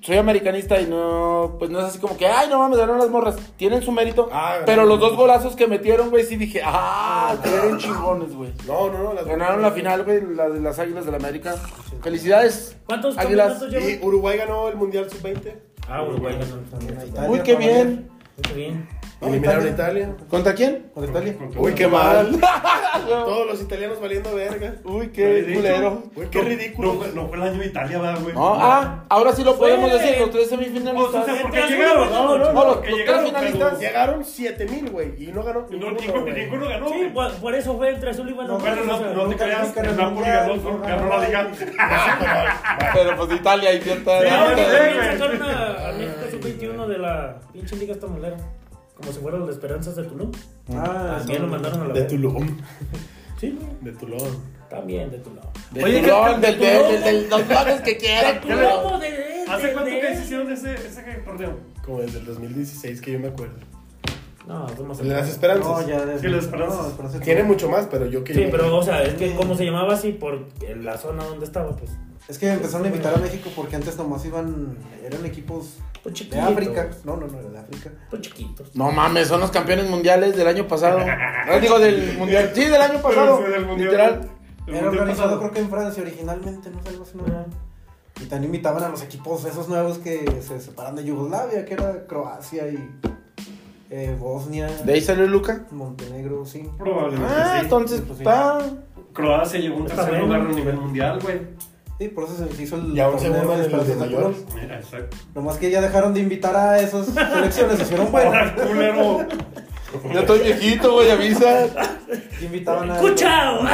soy americanista y no, pues no es así como que, ay, no mames, ganaron las morras. Tienen su mérito. Ah, pero ganaron. los dos golazos que metieron, güey, sí dije, ah, fueron chingones, güey. No, no, no. las- Ganaron la final, güey, la de las Águilas del América. Felicidades. ¿Cuántos Águilas. campeonatos llevan? Y Uruguay ganó el Mundial Sub-20. Ah, Uruguay ganó el campeonato. Italia, Uy, qué Polonia. bien. Está bien. Eliminaron a Italia. ¿Contra quién? Con Italia. Uy, qué mal. Todos los italianos valiendo verga. Uy, Lo he qué dicho. culero. Uy, qué ridículo. No, fue- no fue el año de Italia, va, güey. No, ah, ahora sí lo Fue- podemos decir, los tres semifinalistas. Pues, o sea, ¿Por ¿Por qué qué llegaron? No, no, No, no. los, que los tres llegaron, finalistas. Llegaron 7000, güey. Y no ganó. No, ninguno, ninguno, güey. ninguno ganó. Sí, güey. por, por eso fue entre azul y bueno. Bueno, no, no te nunca creas, ganó el Napoli mundial, ganó, su- no ganó la liga. Pero pues de Italia hay cierta. Sí, Ahora no, no, también güey. sacaron a a eh, México sub-21 de la pinche liga esta molera. Como si fuera los de Esperanzas de Tulum. Ah, También lo mandaron a la De verga. Tulum. Sí, güey. De Tulum. También de Tulum. Del Oye, Tulón, que- del, que del, Tulón- del, del- los dones que De quieran. Tulum, de- de- este, ¿Hace de- cuánto de- que se hicieron ese, ese torneo? Como desde el 2016 que yo me acuerdo. No, pues somos El de las esperanzas. No, ya. Sí, las esperanzas. No, esperanzas. Tiene mucho más, pero yo que Sí, pero, o sea, es que como se llamaba así por la zona donde estaba, pues. Es que empezaron a invitar a México porque antes nomás iban. Eran equipos Pues de chiquitos. África. No, no, no, era de África. Pues chiquitos. No mames, son los campeones mundiales del año pasado. No, digo del mundial. Sí, del año pasado. Pero, sí, del mundial. literal. El Era mundial organizado pasado. creo que en Francia originalmente, no sé, algo así, ¿no? Y también invitaban a los equipos esos nuevos que se separan de Yugoslavia, que era Croacia y eh, Bosnia, De ahí salió Luca. Montenegro, sí. Probablemente Ah, sí. entonces pues Pues sí. está. Croacia llegó a un Está tercer bien. lugar a nivel mundial, güey. Sí, por eso se hizo el Ya un torneo segundo en de el de Esperanza Mayor. Tulum. Mira, exacto. Nomás que ya dejaron de invitar a esas selecciones, se hicieron buenas. Ahora, culero. Ya estoy viejito, güey, avisa. Y invitaban a. ¡Cuchao!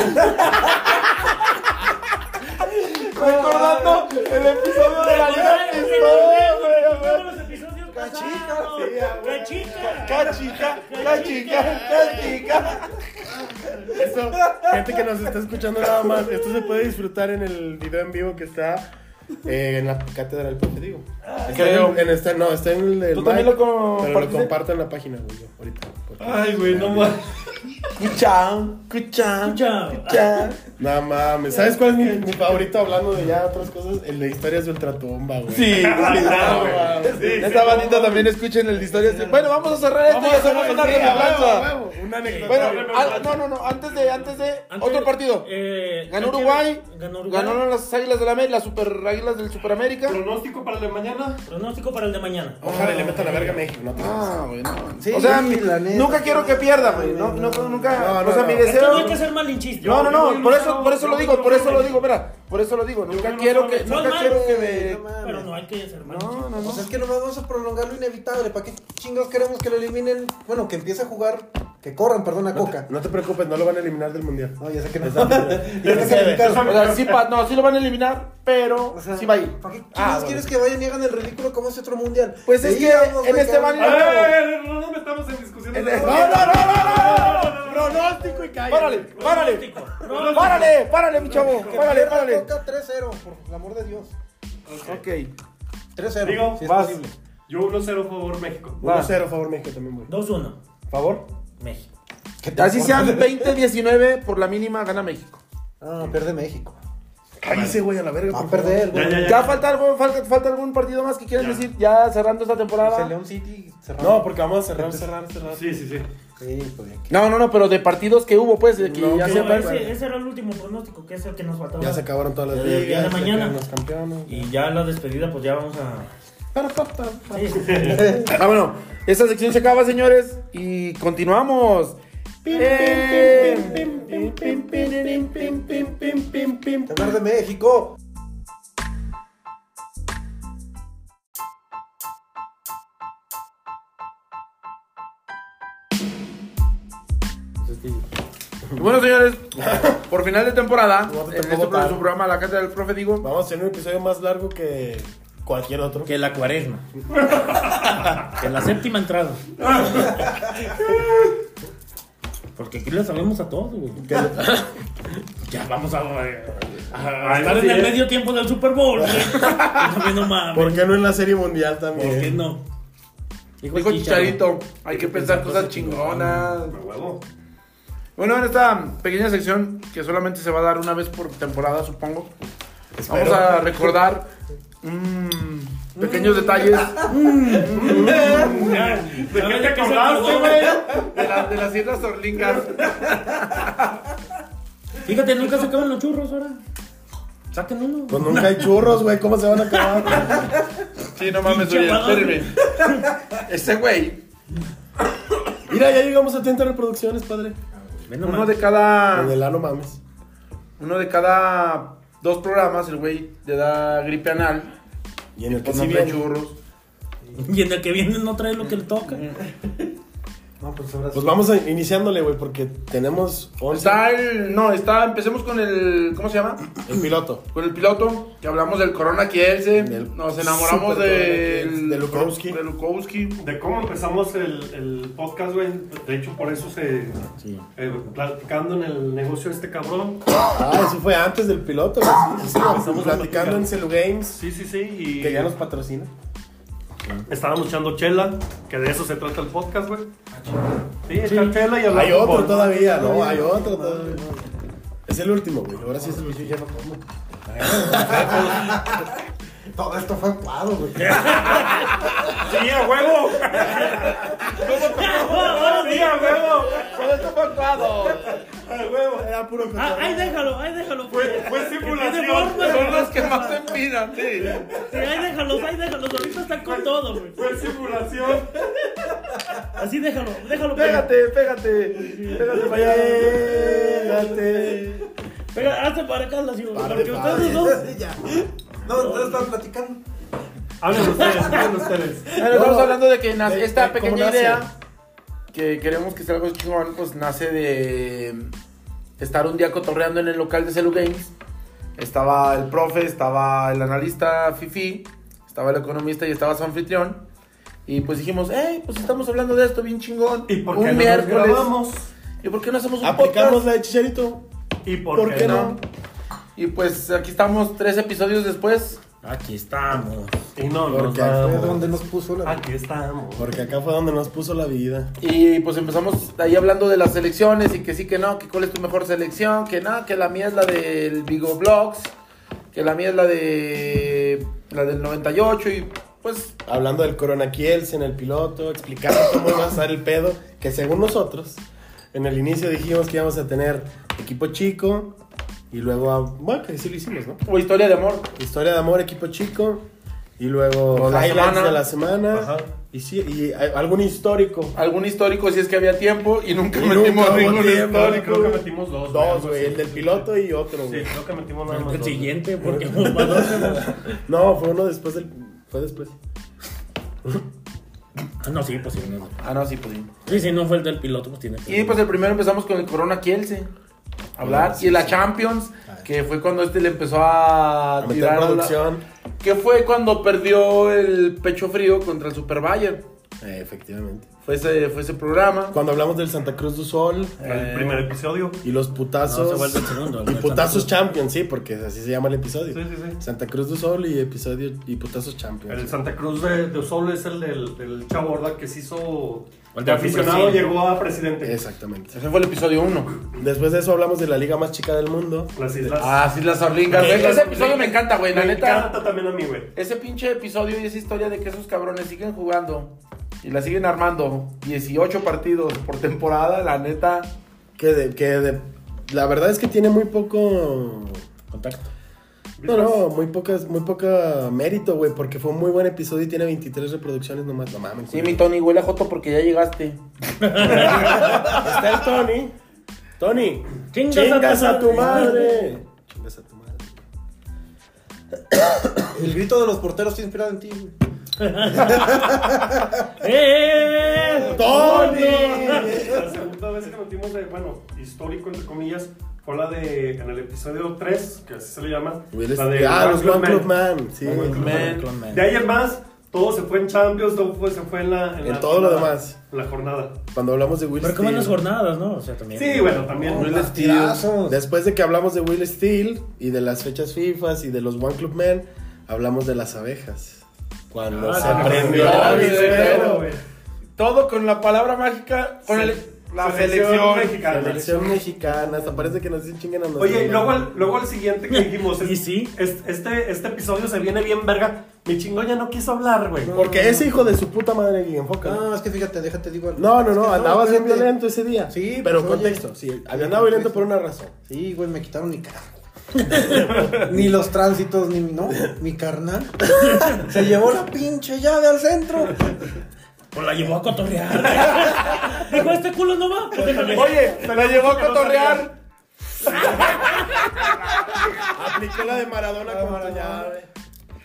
Recordando el episodio de la Liga de Pistola, güey. Los episodios Cachica, pasados. sí, ya, güey. Cachica. Cachica, cachica, cachica. Esto, gente que nos está escuchando nada más, esto se puede disfrutar en el video en vivo que está eh, en la cátedra del profe, digo. Está creo. En, en esta- no, está en el. ¿Tú también lo ¿eh? Pero lo compartiste? comparto en la página, güey, yo, ahorita. porque- Ay, güey, no más. Cuchao, cuchao, Cuchao. cuchao. No mames, ¿sabes cuál es mi, mi favorito hablando de ya otras cosas? El de historias de ultratumba, güey. Sí, No, cuidado, Ah, güey. mames. Esta bandita también escuchen el de historias. de- Bueno, vamos a cerrar esto y Vamos a hacemos hacer una una remembranza. Una anécdota. Bueno, ah, no, no, no, antes de, antes de, Antes- otro partido. eh, Ganó hay que- Uruguay, Ganó Uruguay. ganaron las Águilas del América, las Super Águilas del Superamérica. Pronóstico para el de mañana. Pronóstico para el de mañana. Ojalá le meta la verga a México, no te Ah, güey, no. Sí, o sea, sí, la neta. nunca quiero que pierda, güey. No, no, nunca. No, no, o sea, no. mi Es que deseo. no hay que ser malinchista. No, no, Yo voy no, por eso, ilusionado, por eso yo lo voy digo, por eso lo ilusionado. digo, mira, por eso lo digo, voy nunca ilusionado. quiero que, No es nunca malo, quiero güey, que no me... mames. Pero no hay que ser malinchista. No, no, Pues no. es que no vamos a prolongar lo inevitable. ¿Para qué chingados queremos que lo eliminen? Bueno, que empiece a jugar. Que corran, perdón, a No Coca. te, no te preocupes, no lo van a eliminar del mundial. No, ya sé que no. Exacto. ya sé que le quitaron. O sea, sí, pa- no, sí lo van a eliminar, pero O sea, sí va a ir. ¿Para qué Ah, chingados bueno. quieres que vayan y hagan el ridículo como ese otro mundial? Pues es que Veíamos, en güey, este que- van- A ver, no nos metamos en discusiones. No, No, no, no, no, no, no. Pronóstico y cállate. Párale, párale. Párale, párale, mi chavo. que Párale, pierda párale. Coca 3-0, por el amor de Dios. Ok. 3-0. Digo, si es vas. posible. Yo 1-0 favor México. 1-0, favor México también, güey. 2-1, ¿Favor? México. Así sean 20-19 por la mínima gana México. Ah, pierde México. Cállese, güey, a la verga. Va a por favor. perder, Ya, güey. ya, ¿Ya ya. falta, algo, falta, falta algún partido más que quieras Ya. decir ya cerrando esta Pues temporada? el León City cerrado. No, porque vamos a cerrar, cerrar, cerrar. Sí, sí, sí. Sí, pues ya que- No, no, no, pero de partidos que hubo, pues, de que No, ya que se no, verse. ese, ese era el último pronóstico, que es el que nos faltaba. Ya se acabaron todas las Ya, ya, ligas. ya, se mañana. quedan Los campeones. Y ya la despedida, pues ya vamos a. Sí, sí. Ah, bueno, esta sección se acaba, señores, y continuamos. Eh, Hablar de México. Bueno, señores, por final de temporada, No, te en este puedo pro- parar. su programa La Casa del Profe, digo, Vamos a tener un episodio más largo que cualquier otro. Que la cuaresma. que la séptima entrada. Porque aquí le sabemos a todos, güey. Ya vamos a, a- a Ay, estar así Ah, en el es. medio tiempo del Super Bowl. güey. Porque no mames. ¿Por qué no en la serie mundial ¿Por qué también? no? dijo el Chicharito, hay que pensar cosas chingonas. A huevo. Bueno, en esta pequeña sección, que solamente se va a dar una vez por temporada, supongo, vamos Espero. a recordar mm, pequeños detalles ¿De qué ver, te ya que se acordaste, acordó. güey? de, la- de las Islas Orlingas. Fíjate, nunca se acaban los churros ahora. Saquen uno. Pues nunca hay churros, güey. ¿Cómo se van a acabar? Sí, no mames, Pinche oye, madre. espérame. Ese güey, Mira, ya llegamos a 30 reproducciones, padre. Ven nomás. uno de cada... En el ano mames. Uno de cada dos programas, el güey le da gripe anal. Y en el que Pues sí no trae viene. churros. Y en el que viene no trae lo que le toca. No, pues ahora sí. Pues vamos a, iniciándole, güey, porque tenemos 11. Está el. No, está. Empecemos con el. ¿Cómo se llama? El piloto. Con el piloto. Que hablamos del Corona Kielse. Del Nos enamoramos super del. Corona Kielce, de Lukowski. De Lukowski. De cómo empezamos el, el podcast, güey. De hecho, por eso se. Sí. eh, platicando en el negocio de este cabrón. Ah, eso fue antes del piloto. güey. Sí, sí, sí, Empezamos a platicar. platicando en Celu Games, Sí, sí, sí. Y que ya nos patrocina. estábamos echando chela, que de eso se trata el podcast, güey. Sí, echar chela y hablar. Hay otro fútbol. todavía, ¿no? Hay otro todavía. Es el último, güey. Ahora sí es el último. Ya no como. Todo esto fue cuadro, güey. ¡Sí, a huevo! ¡Sí, a huevo! Era puro Ah, ahí déjalo, ahí déjalo. Fue, fue Que tiene simulación. forma, Son güey. los que más se empinan, sí. Sí, ahí déjalos, ahí déjalos. Ahorita están con todo, güey. Fue simulación. Así déjalo, déjalo. Pégate, pégate. Pégate para allá. Pégate. Pega, hazte para acá, la ciudad. Para Porque de padre. ustedes dos. Ya. No, entonces estaban platicando. Hablen ustedes, hablen ustedes. Bueno, estamos No, hablando de que nas- de- de esta cómo pequeña nace. idea que queremos que sea algo chingón, pues nace de estar un día cotorreando en el local de Celu Games. Estaba el profe, estaba el analista Fifi, estaba el economista y estaba su anfitrión. Y pues dijimos, hey, pues estamos hablando de esto bien chingón. ¿Y por un qué no nos miércoles. grabamos? ¿Y por qué no hacemos un Aplicamos podcast? la de Chicharito. ¿Y por, ¿Por qué no? no? Y pues aquí estamos tres episodios después. Aquí estamos. Y no, ¿Por nos qué? Fue vamos. donde nos puso la. Aquí estamos. Porque acá fue donde nos puso la vida. Y pues empezamos ahí hablando de las selecciones y que sí, que no, que cuál es tu mejor selección, que no, que la mía es la del Vigo Vlogs, que la mía es la de la del 98 y pues Hablando del Corona Kielce en el piloto, explicando cómo iba a estar el pedo. Que según nosotros, en el inicio dijimos que íbamos a tener equipo chico. Y luego, ah, bueno, que sí lo hicimos, ¿no? o historia de amor. Historia de amor, equipo chico. Y luego, O la highlights semana. de la semana. Ajá. Y, sí, y a- algún histórico. Algún histórico si es que había tiempo y nunca Y metimos nunca hubo ningún tiempo. histórico. Creo que metimos dos. Dos, algo güey. así. El del piloto y otro, Sí, güey. creo que metimos nada más. pues, El dos. siguiente, porque vamos para dos. No, fue uno después del. Fue después. Ah, No, sí, pues sí. No. Ah, no, sí, pues sí. Sí, sí, no fue el del piloto, pues tiene que. Y pues el primero empezamos con el Corona Kielce. a Hablar. y la Champions, que fue cuando este le empezó a, A meter tirar. la- producción. que fue cuando perdió el pecho frío contra el Super Bayern. Eh, efectivamente. Fue ese, fue ese programa. Cuando hablamos del Santa Cruz do Sol El primer episodio. y los No, putazos. se vuelve el segundo, el y del putazos Santa Champions, sí, porque así se llama el episodio. Sí, sí, sí. Santa Cruz do Sol y episodio y putazos Champions. El Santa Cruz de, de Sol es el del, del chavo, ¿verdad? Que se hizo. El De del aficionado presidente. llegó a presidente. Exactamente. Ese fue el episodio 1. Después de eso hablamos de la liga más chica del mundo. Las islas. Ah, sí, las Orlingas. Sí, Ese las episodio me encanta, güey. La Me neta. encanta también a mí, güey. Ese pinche episodio y esa historia de que esos cabrones siguen jugando y la siguen armando 18 partidos por temporada, la neta. Que de, que de- la verdad es que tiene muy poco Contacto. no, no, muy pocas, muy poca mérito, güey, porque fue un muy buen episodio y tiene 23 reproducciones nomás, no mames. Sí, mi Tony, huele a Joto porque ya llegaste. Está el Tony. Tony, Chingas chingas, a a tu tu madre. Chingas a tu madre. El grito de los porteros está inspirado en ti, güey. ¡Eh! ¡Tony! La segunda vez que metimos de, bueno, histórico entre comillas, fue la de, en el episodio 3, que así se le llama. Hubieras- la de ah, One los Club One Men. Club Man. Sí. One Club Man. Man. De ahí en más, todo se fue en Champions, todo fue- se fue en la. En la todo lo jornada, demás. en La jornada. Cuando hablamos de Will Pero como en las Este, Steel. jornadas, ¿no? O sea, también. Sí, bueno, también. Will Steel. Después de que hablamos de Will Steel y de las fechas FIFA y de los One Club Men, hablamos de las abejas. Cuando Ah, se se prendió prendió el el vivero. güey. Todo con la palabra mágica, con Se- el- la selección selección. mexicana. Selección mexicana, hasta parece que nos dicen chingan a nosotros. Oye, y luego, al- luego el siguiente que dijimos. ¿Y sí? es- este, este episodio se viene bien verga. Mi chingón ya no quiso hablar, güey. Porque ese hijo de su puta madre, Guille, enfoca. No, es que fíjate, déjate, digo algo. No, no, Es no, que andaba espérate. siendo lento ese día. Sí, pero pues, contexto, oye. sí. Sí, Había andado lento contexto. por una razón. Sí, güey, me quitaron mi carro. ni los tránsitos, ni mi, no, mi carnal. Se llevó la pinche llave al centro. O la llevó a cotorrear. Dijo, este culo no va. Pues déjame. Oye, se la llevó a cotorrear. Aplicó la de Maradona como la llave.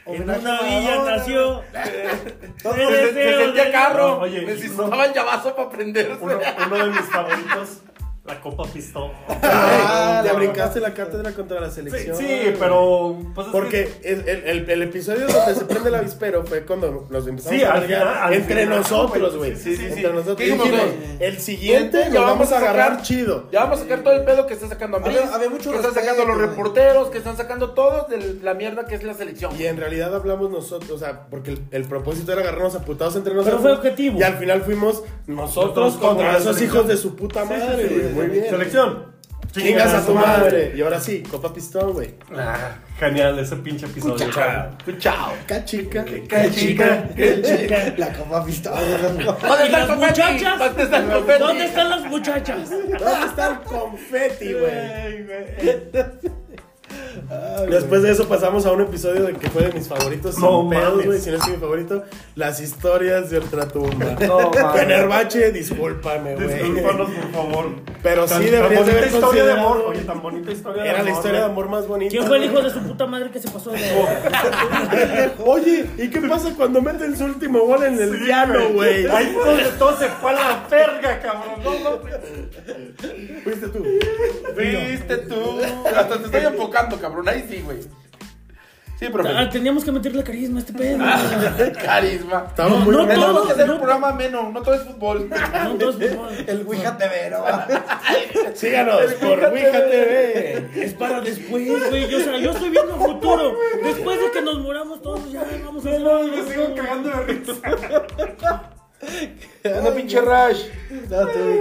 En una villa nació. Se, Te se- se deseo sentía de- carro. No, oye, Necesitaba el llavazo para prenderse. Uno, uno de mis favoritos, la Copa Pistón. Ah, le brincaste la cátedra contra la Sí, selección. sí, pero. Pues es Porque el, el- el- el episodio donde se prende el avispero fue cuando nos empezamos Sí, a al vergar final- al entre final, nosotros, güey. güey. Sí, sí, sí. Entre nosotros. ¿Qué dijimos, Dijimos, güey? el siguiente lo vamos a sacar- agarrar chido. Ya vamos a sacar todo el pedo que está sacando Ambriz, Había- había mucho que están respeto, sacando los güey. reporteros, que están sacando todos de la mierda que es la selección. Y en realidad hablamos nosotros, o sea, porque el, el propósito era agarrarnos a putados entre nosotros. fue objetivo. Y al final fuimos nosotros Nosotros como contra la esos selección. hijos de su puta Sí, sí, madre, sí, güey. sí, Muy sí. bien. Selección. Chingas a tu madre. Y ahora sí, Copa Pistón, güey. Ah, genial ese pinche episodio. Chao. chica, Cachica. qué chica. La copa pistola. ¿Dónde ¿Y está el las confeti? muchachas? ¿Dónde está el confeti? ¿Dónde están las muchachas? ¿Dónde está el confeti, güey? Ay, güey. Después de eso pasamos a un episodio de que fue de mis favoritos No sin pedos, mames. güey, si no es que mi favorito, las historias de Ultratumba. No, mames. Fenerbache, discúlpame, güey. Discúlpanos, por favor. Pero Tan- sí deberías tan de bonita haber historia de considerado- amor. Oye, tan bonita historia de amor. Era la historia de güey. amor más bonita. ¿Quién fue el güey. hijo de su puta madre que se pasó de.? Oye, ¿y qué pasa cuando meten su último gol en el Sí, llano, güey? Ahí fue donde todo se fue a la verga, cabrón. No, no, Fuiste tú. Viste tú. Hasta te estoy enfocando, cabrón. Ahí sí, güey. Sí, Ah, profe. teníamos que meterle carisma a este pedo. Ah. Carisma. Estaba No, muy no, bien. Tenemos todo, que hacer no. un programa ameno. No todo es fútbol. No, entonces, por favor. El Ouija te verá. ah, Síganos por Ouija TV. Es para después, güey. Yo, o sea, yo estoy viendo el futuro. Después de que nos muramos todos, ya vamos a hacer me sigo cagando de risa. Una pinche rash.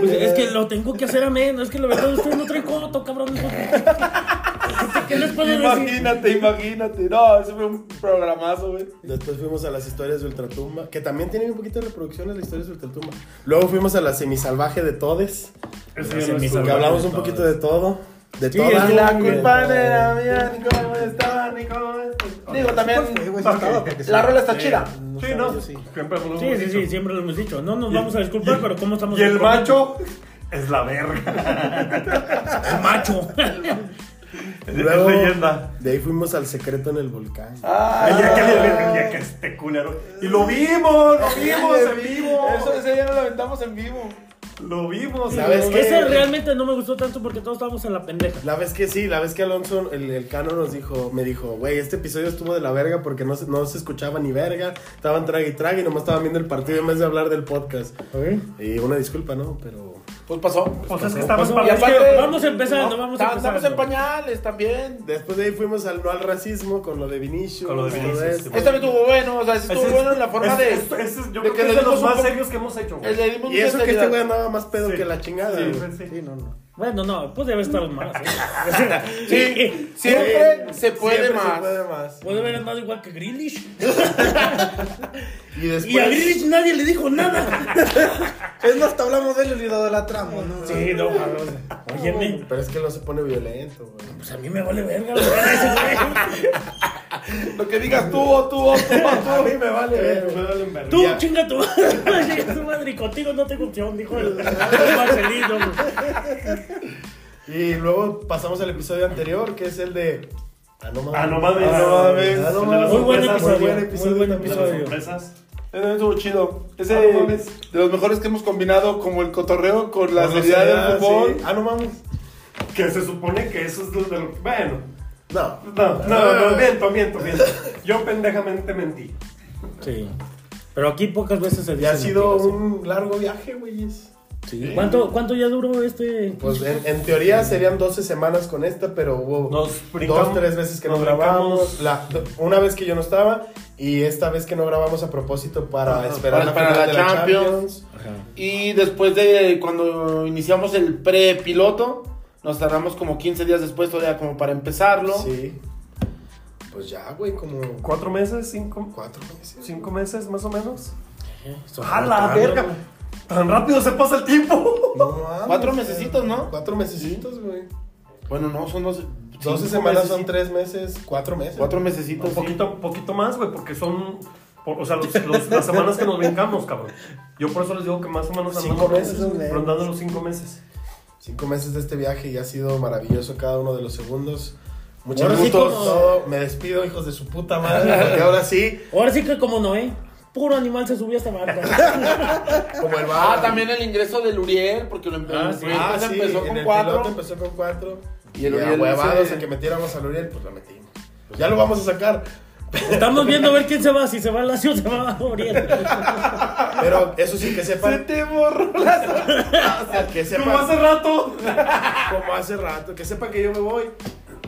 Pues es que lo tengo que hacer ameno. Es que la verdad, ustedes no traen coto, cabrón. ¿Qué les puedo decir? Imagínate, imagínate. No, ese fue un programazo, güey. Después fuimos a las historias de Ultratumba, que también tienen un poquito de reproducciones las historias de Ultratumba. Luego fuimos a la semisalvaje de Todes, Ese Ese ya no mi es que salvaje. verdad. hablamos un poquito de todo. De Sí, todo. es que la culpa era mía, ni cómo estaba, ni cómo estaba. Digo, pues, también, la rola está chida. Sí, ¿no? Siempre hablamos Sí, sí, de sí, eso. siempre lo hemos dicho. No nos vamos a disculpar, pero ¿cómo estamos? Y el disculpando? macho es la verga. El macho. Luego, Es leyenda. De ahí fuimos al secreto en el volcán. Ah, Ay, ya que, le- ya que este culero. Y lo vimos, lo vimos en vivo. Eso, ese día nos lo aventamos en vivo. Lo vimos. ¿Sabes qué? Ese realmente no me gustó tanto porque todos estábamos en la pendeja. La vez que sí, la vez que Alonso, el, el cano nos dijo, me dijo, güey, este episodio estuvo de la verga porque no se, no se escuchaba ni verga, estaban trague y trague y nomás estaban viendo el partido en vez de hablar del podcast. Y una disculpa, ¿no? Pero... Pues pasó. Pues es que estamos Y para aparte- Vamos empezando, vamos Ta- Andamos en empezando. pañales también. Después de ahí fuimos al no al racismo con lo de Vinicius. Con lo de todo Vinicius, esto. sí. Este también estuvo bueno, o sea, ese estuvo Ese- bueno en la forma ese- de. ese- ese- yo de creo que es de los dimos un más po- serios que hemos hecho, güey. le dimos Y eso que este seriedad. güey andaba más pedo Sí. que la chingada. Sí, güey. pues, sí. no, no. Bueno, no, pues debe estar más. ¿eh? Sí, siempre se puede Eh, Siempre más. Se puede más. Puede haber andado igual que Grealish. Y después... Y a Grealish nadie le dijo nada. Es más, te hablamos de él y lo idolatramos, ¿no? Sí, no, mames. Óyeme, Pero es que no se pone violento, güey. pues a mí me vale verga. la verdad, ese güey. Lo que digas tú, o tú, o tú, o tú. A mí me vale verga. Me duele en verga. Tú, Ya. chinga tu madre, chinga tu madre, y contigo no tengo opción, dijo el el Marcelino. Y luego pasamos al episodio anterior, que es el de. Ah, no mames. Ah, no mames. Ah, no mames. Ah, no Muy mames. Muy buen Sorpresa, episodio, muy muy buen buen episodio De también. las episodio. sorpresas. Ese también estuvo chido. Ese Ah, no mames. de los mejores que hemos combinado, como el cotorreo con la Con seriedad seriedad, del fútbol. sí. Ah, no mames. Que se supone que eso es lo de lo- Bueno. No. No, Ah. no, no, miento, miento, miento. Yo pendejamente mentí. Sí. Pero aquí pocas veces se dice. Ya ha sido mentiras, un largo viaje, güeyes. ¿eh? ¿Cuánto, ¿Cuánto ya duró este? Pues en, en teoría serían 12 semanas con esta, pero hubo Nos dos, brincamos- tres veces que no nos grabamos. brincamos. La- una vez que yo no estaba y esta vez que no grabamos a propósito para esperar para final de la Champions. Y después de cuando iniciamos el pre-piloto, nos tardamos como 15 días después todavía como para empezarlo. Sí. Pues ya, güey, como ¿Cuatro meses? ¿Cinco? cuatro meses. ¿Cinco meses más o menos? Ah, ¡A la verga! ¡Tan rápido se pasa el tiempo! No mames, Cuatro o sea, mesecitos, ¿no? Cuatro mesecitos, güey. Bueno, no, son 12, 12 Cinco semanas meses, son sí. 3 meses, 4 meses. 4 mesecitos. Un poquito, poquito más, güey, porque son. por- o sea, los- los- las semanas que nos brincamos, cabrón. Yo por eso les digo que más o menos Cinco andamos meses, güey. rondando los cinco meses. 5 meses de este viaje y ha sido maravilloso cada uno de los segundos. Muchas Ahora sí, gracias. como- Todo. Me despido, hijos de su puta madre. Porque ahora sí, Ahora sí que como Noé, puro animal se subió a esta barca. como el Ah, bar. también el ingreso del Uriel, porque lo empe- Ah, el sí, proyecto se sí, empezó en con el cuatro. piloto empezó con 4. Y Y el el Uriel huevados se- a que metiéramos al Uriel, pues lo metimos. Ya lo vamos a sacar. Estamos viendo a ver quién se va, si se va Lacio o se va Oriel. Pero eso sí, que sepan. te borró la que sepan. ¡Como hace rato! Como hace rato, que sepa que yo me voy.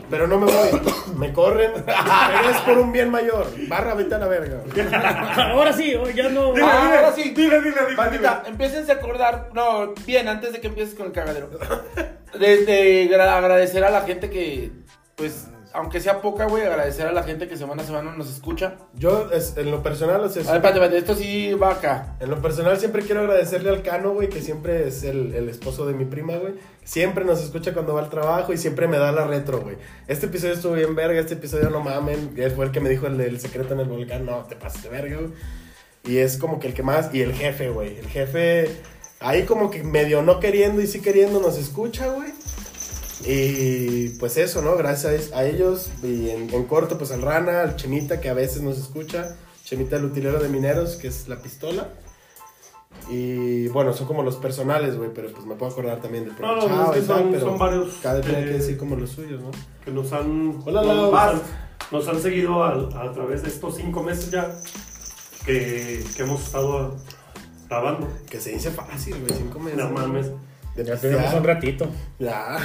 Pero no me voy. Me corren. Pero es por un bien mayor. Barra, vete a la verga. Ahora sí, oh, ya no. Dile, Ah, dile, ahora sí. dile, dile, dile, Bandita, empiecen a acordar. No, bien, antes de que empieces con el cagadero. Desde gra- agradecer a la gente que, pues, aunque sea poca, güey, agradecer a la gente que semana a semana nos escucha. Yo, es- en lo personal, o sea, A ver, espérate, espérate, esto sí va acá. en lo personal siempre quiero agradecerle al Cano, güey, que siempre es el, el esposo de mi prima, güey. Siempre nos escucha cuando va al trabajo y siempre me da la retro, güey. Este episodio estuvo bien verga, este episodio no mamen. Él fue el que me dijo el, del secreto en el volcán, no, te pases de verga, güey. Y es como que el que más, y el jefe, güey. El jefe, ahí como que medio no queriendo y sí queriendo nos escucha, güey. Y pues eso, ¿no? Gracias a ellos. Y en, en corto, pues al Rana, al Chemita, que a veces nos escucha. Chemita, el utilero de mineros, que es la pistola. Y bueno, son como los personales, güey, pero pues me puedo acordar también del No, no, Chava es que y tal, son- pero son varios, Cada quien hay que eh, decir como los suyos, ¿no? Que nos han. Hola, nos, Lau. han nos han seguido a, a través de estos cinco meses ya que, que hemos estado grabando. Que se dice fácil, güey, cinco meses. No mames. De Ya tenemos un pistear. ratito. Ya.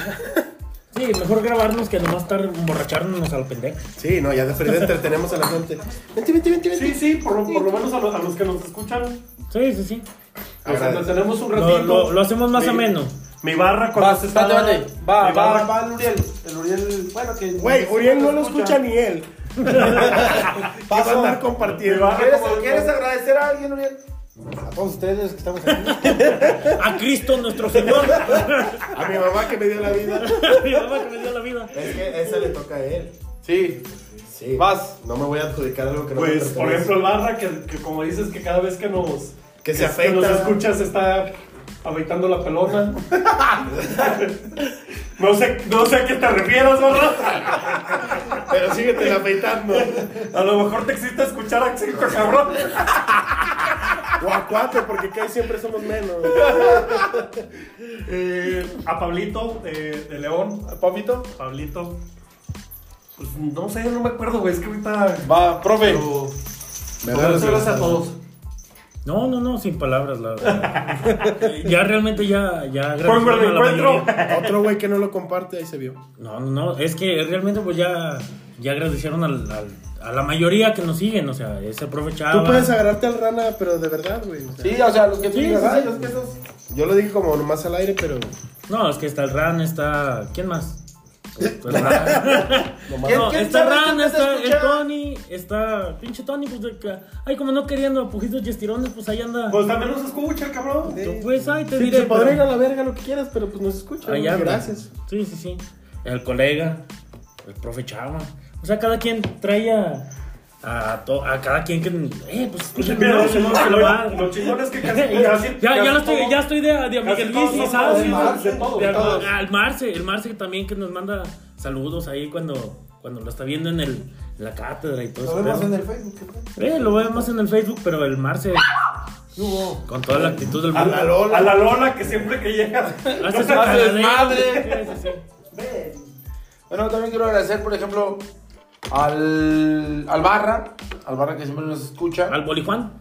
Sí, mejor grabarnos que nomás estar emborracharnos al pendejo. Sí, no, ya de perdido entretenemos a la gente. Vente, vente, vente, vente. Sí, sí, por, lo- por lo menos a, lo- a los que nos escuchan. Sí, sí, sí. Nos Agradece. entretenemos un ratito. Lo, lo- lo hacemos más Sí. ameno. Mi barra cuando Vas, se estaba- espérate, espérate. Va, mi va, barra- Va el Uriel. El Uriel, bueno, que. Güey, Uriel no lo escucha ni él. Vas a andar Mi compartiendo. barra ¿Quieres, como- quieres agradecer a alguien, Uriel? A todos ustedes que estamos aquí. A Cristo nuestro Señor. A mi mamá que me dio la vida. Mi mamá que me dio la vida. Es que esa le toca a él. Sí. Sí. Vas. No me voy a adjudicar algo que no me Pues, pertenece. por ejemplo, el barra, que, que como dices, que cada vez que nos, Que se que afecta. nos escuchas está afeitando la pelona. No sé, no sé a qué te refieres, ¿verdad? Pero síguete afeitando. A lo mejor te excita escuchar a cinco cabrón. O a cuatro, porque acá siempre somos menos. Eh, a Pablito eh, de León. Papito. Pablito. Pues no sé, no me acuerdo, güey. Es que ahorita. Va, profe. Pero. Me pero das- muchas gracias a todos. No, no, no, sin palabras, la verdad. ya realmente ya, ya Fue un agradecemos gran a la encuentro. mayoría. Otro güey que no lo comparte, ahí se vio. No, no, no, es que realmente pues ya, ya agradecieron al- al- a la mayoría que nos siguen, o sea, ese profe Chava. Tú puedes agarrarte al rana, pero de verdad, güey. o sea, Sí, o sea, los que tú Sí, digas, sí, sí. ay, los que esos. Yo lo dije como nomás al aire, pero. No, es que está el Ran, está... ¿Quién más? Pues, Ran. No, quién está sabe quién Ran, te está escucha? el Tony, está pinche Tony, pues de que- ay, como no queriendo a pujitos y estirones, pues ahí anda. Pues también nos escucha el cabrón. Tú, pues ay, te Sí, diré. se podrá pero- ir a la verga lo que quieras, pero pues nos escucha. Ahí anda. Gracias. Sí, sí, sí. El colega, el profe Chava. O sea, cada quien trae a, a, to- a cada quien que. Eh, pues. Mira, no, lo, se chingón- me va a salvar. lo- lo chingón es que casi, ya, casi- ya, casi lo estoy, todo- ya estoy de, de casi Miguel todos Luis y son Sao, de sí, Marce, todos, de al- todos. al Marce, el Marce también que nos manda saludos ahí cuando, cuando lo está viendo en, el, en la cátedra y todo Nos eso. vemos en el Facebook. ¿qué tal? Eh, lo vemos en el Facebook, pero el Marce ¿Qué hubo? con toda la actitud del A mundo. la Lola. A la Lola que siempre que llega. Hace su Hace cagadero. desmadre. Sí, sí, sí. Bueno, también quiero agradecer, por ejemplo, al, al Barra, al Barra que siempre nos escucha. Al Bolijuan.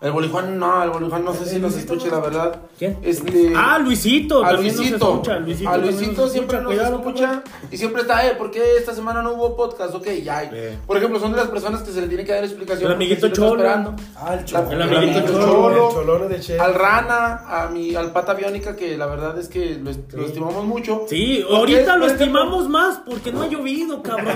El Bolijuan no, el Bolijuan no sé si nos escuche, la verdad. ¿Quién? Este, Ah, Luisito. a también nos Luisito. escucha, a también Luisito nos siempre escucha, nos cuidado, escucha. Y siempre está, eh, ¿por qué esta semana no hubo podcast? Ok, ya. Eh. Por ejemplo, son de las personas que se le tiene que dar explicación. El amiguito porque sí lo está Cholo. esperando. Ah, el La- chavo. El amiguito El Cholo. cholone de Che. Al Rana, a mi, al Pata Biónica, que la verdad es que lo, est- lo estimamos mucho. Sí, Porque ahorita es, lo por ejemplo, estimamos más porque no ha llovido, cabrón.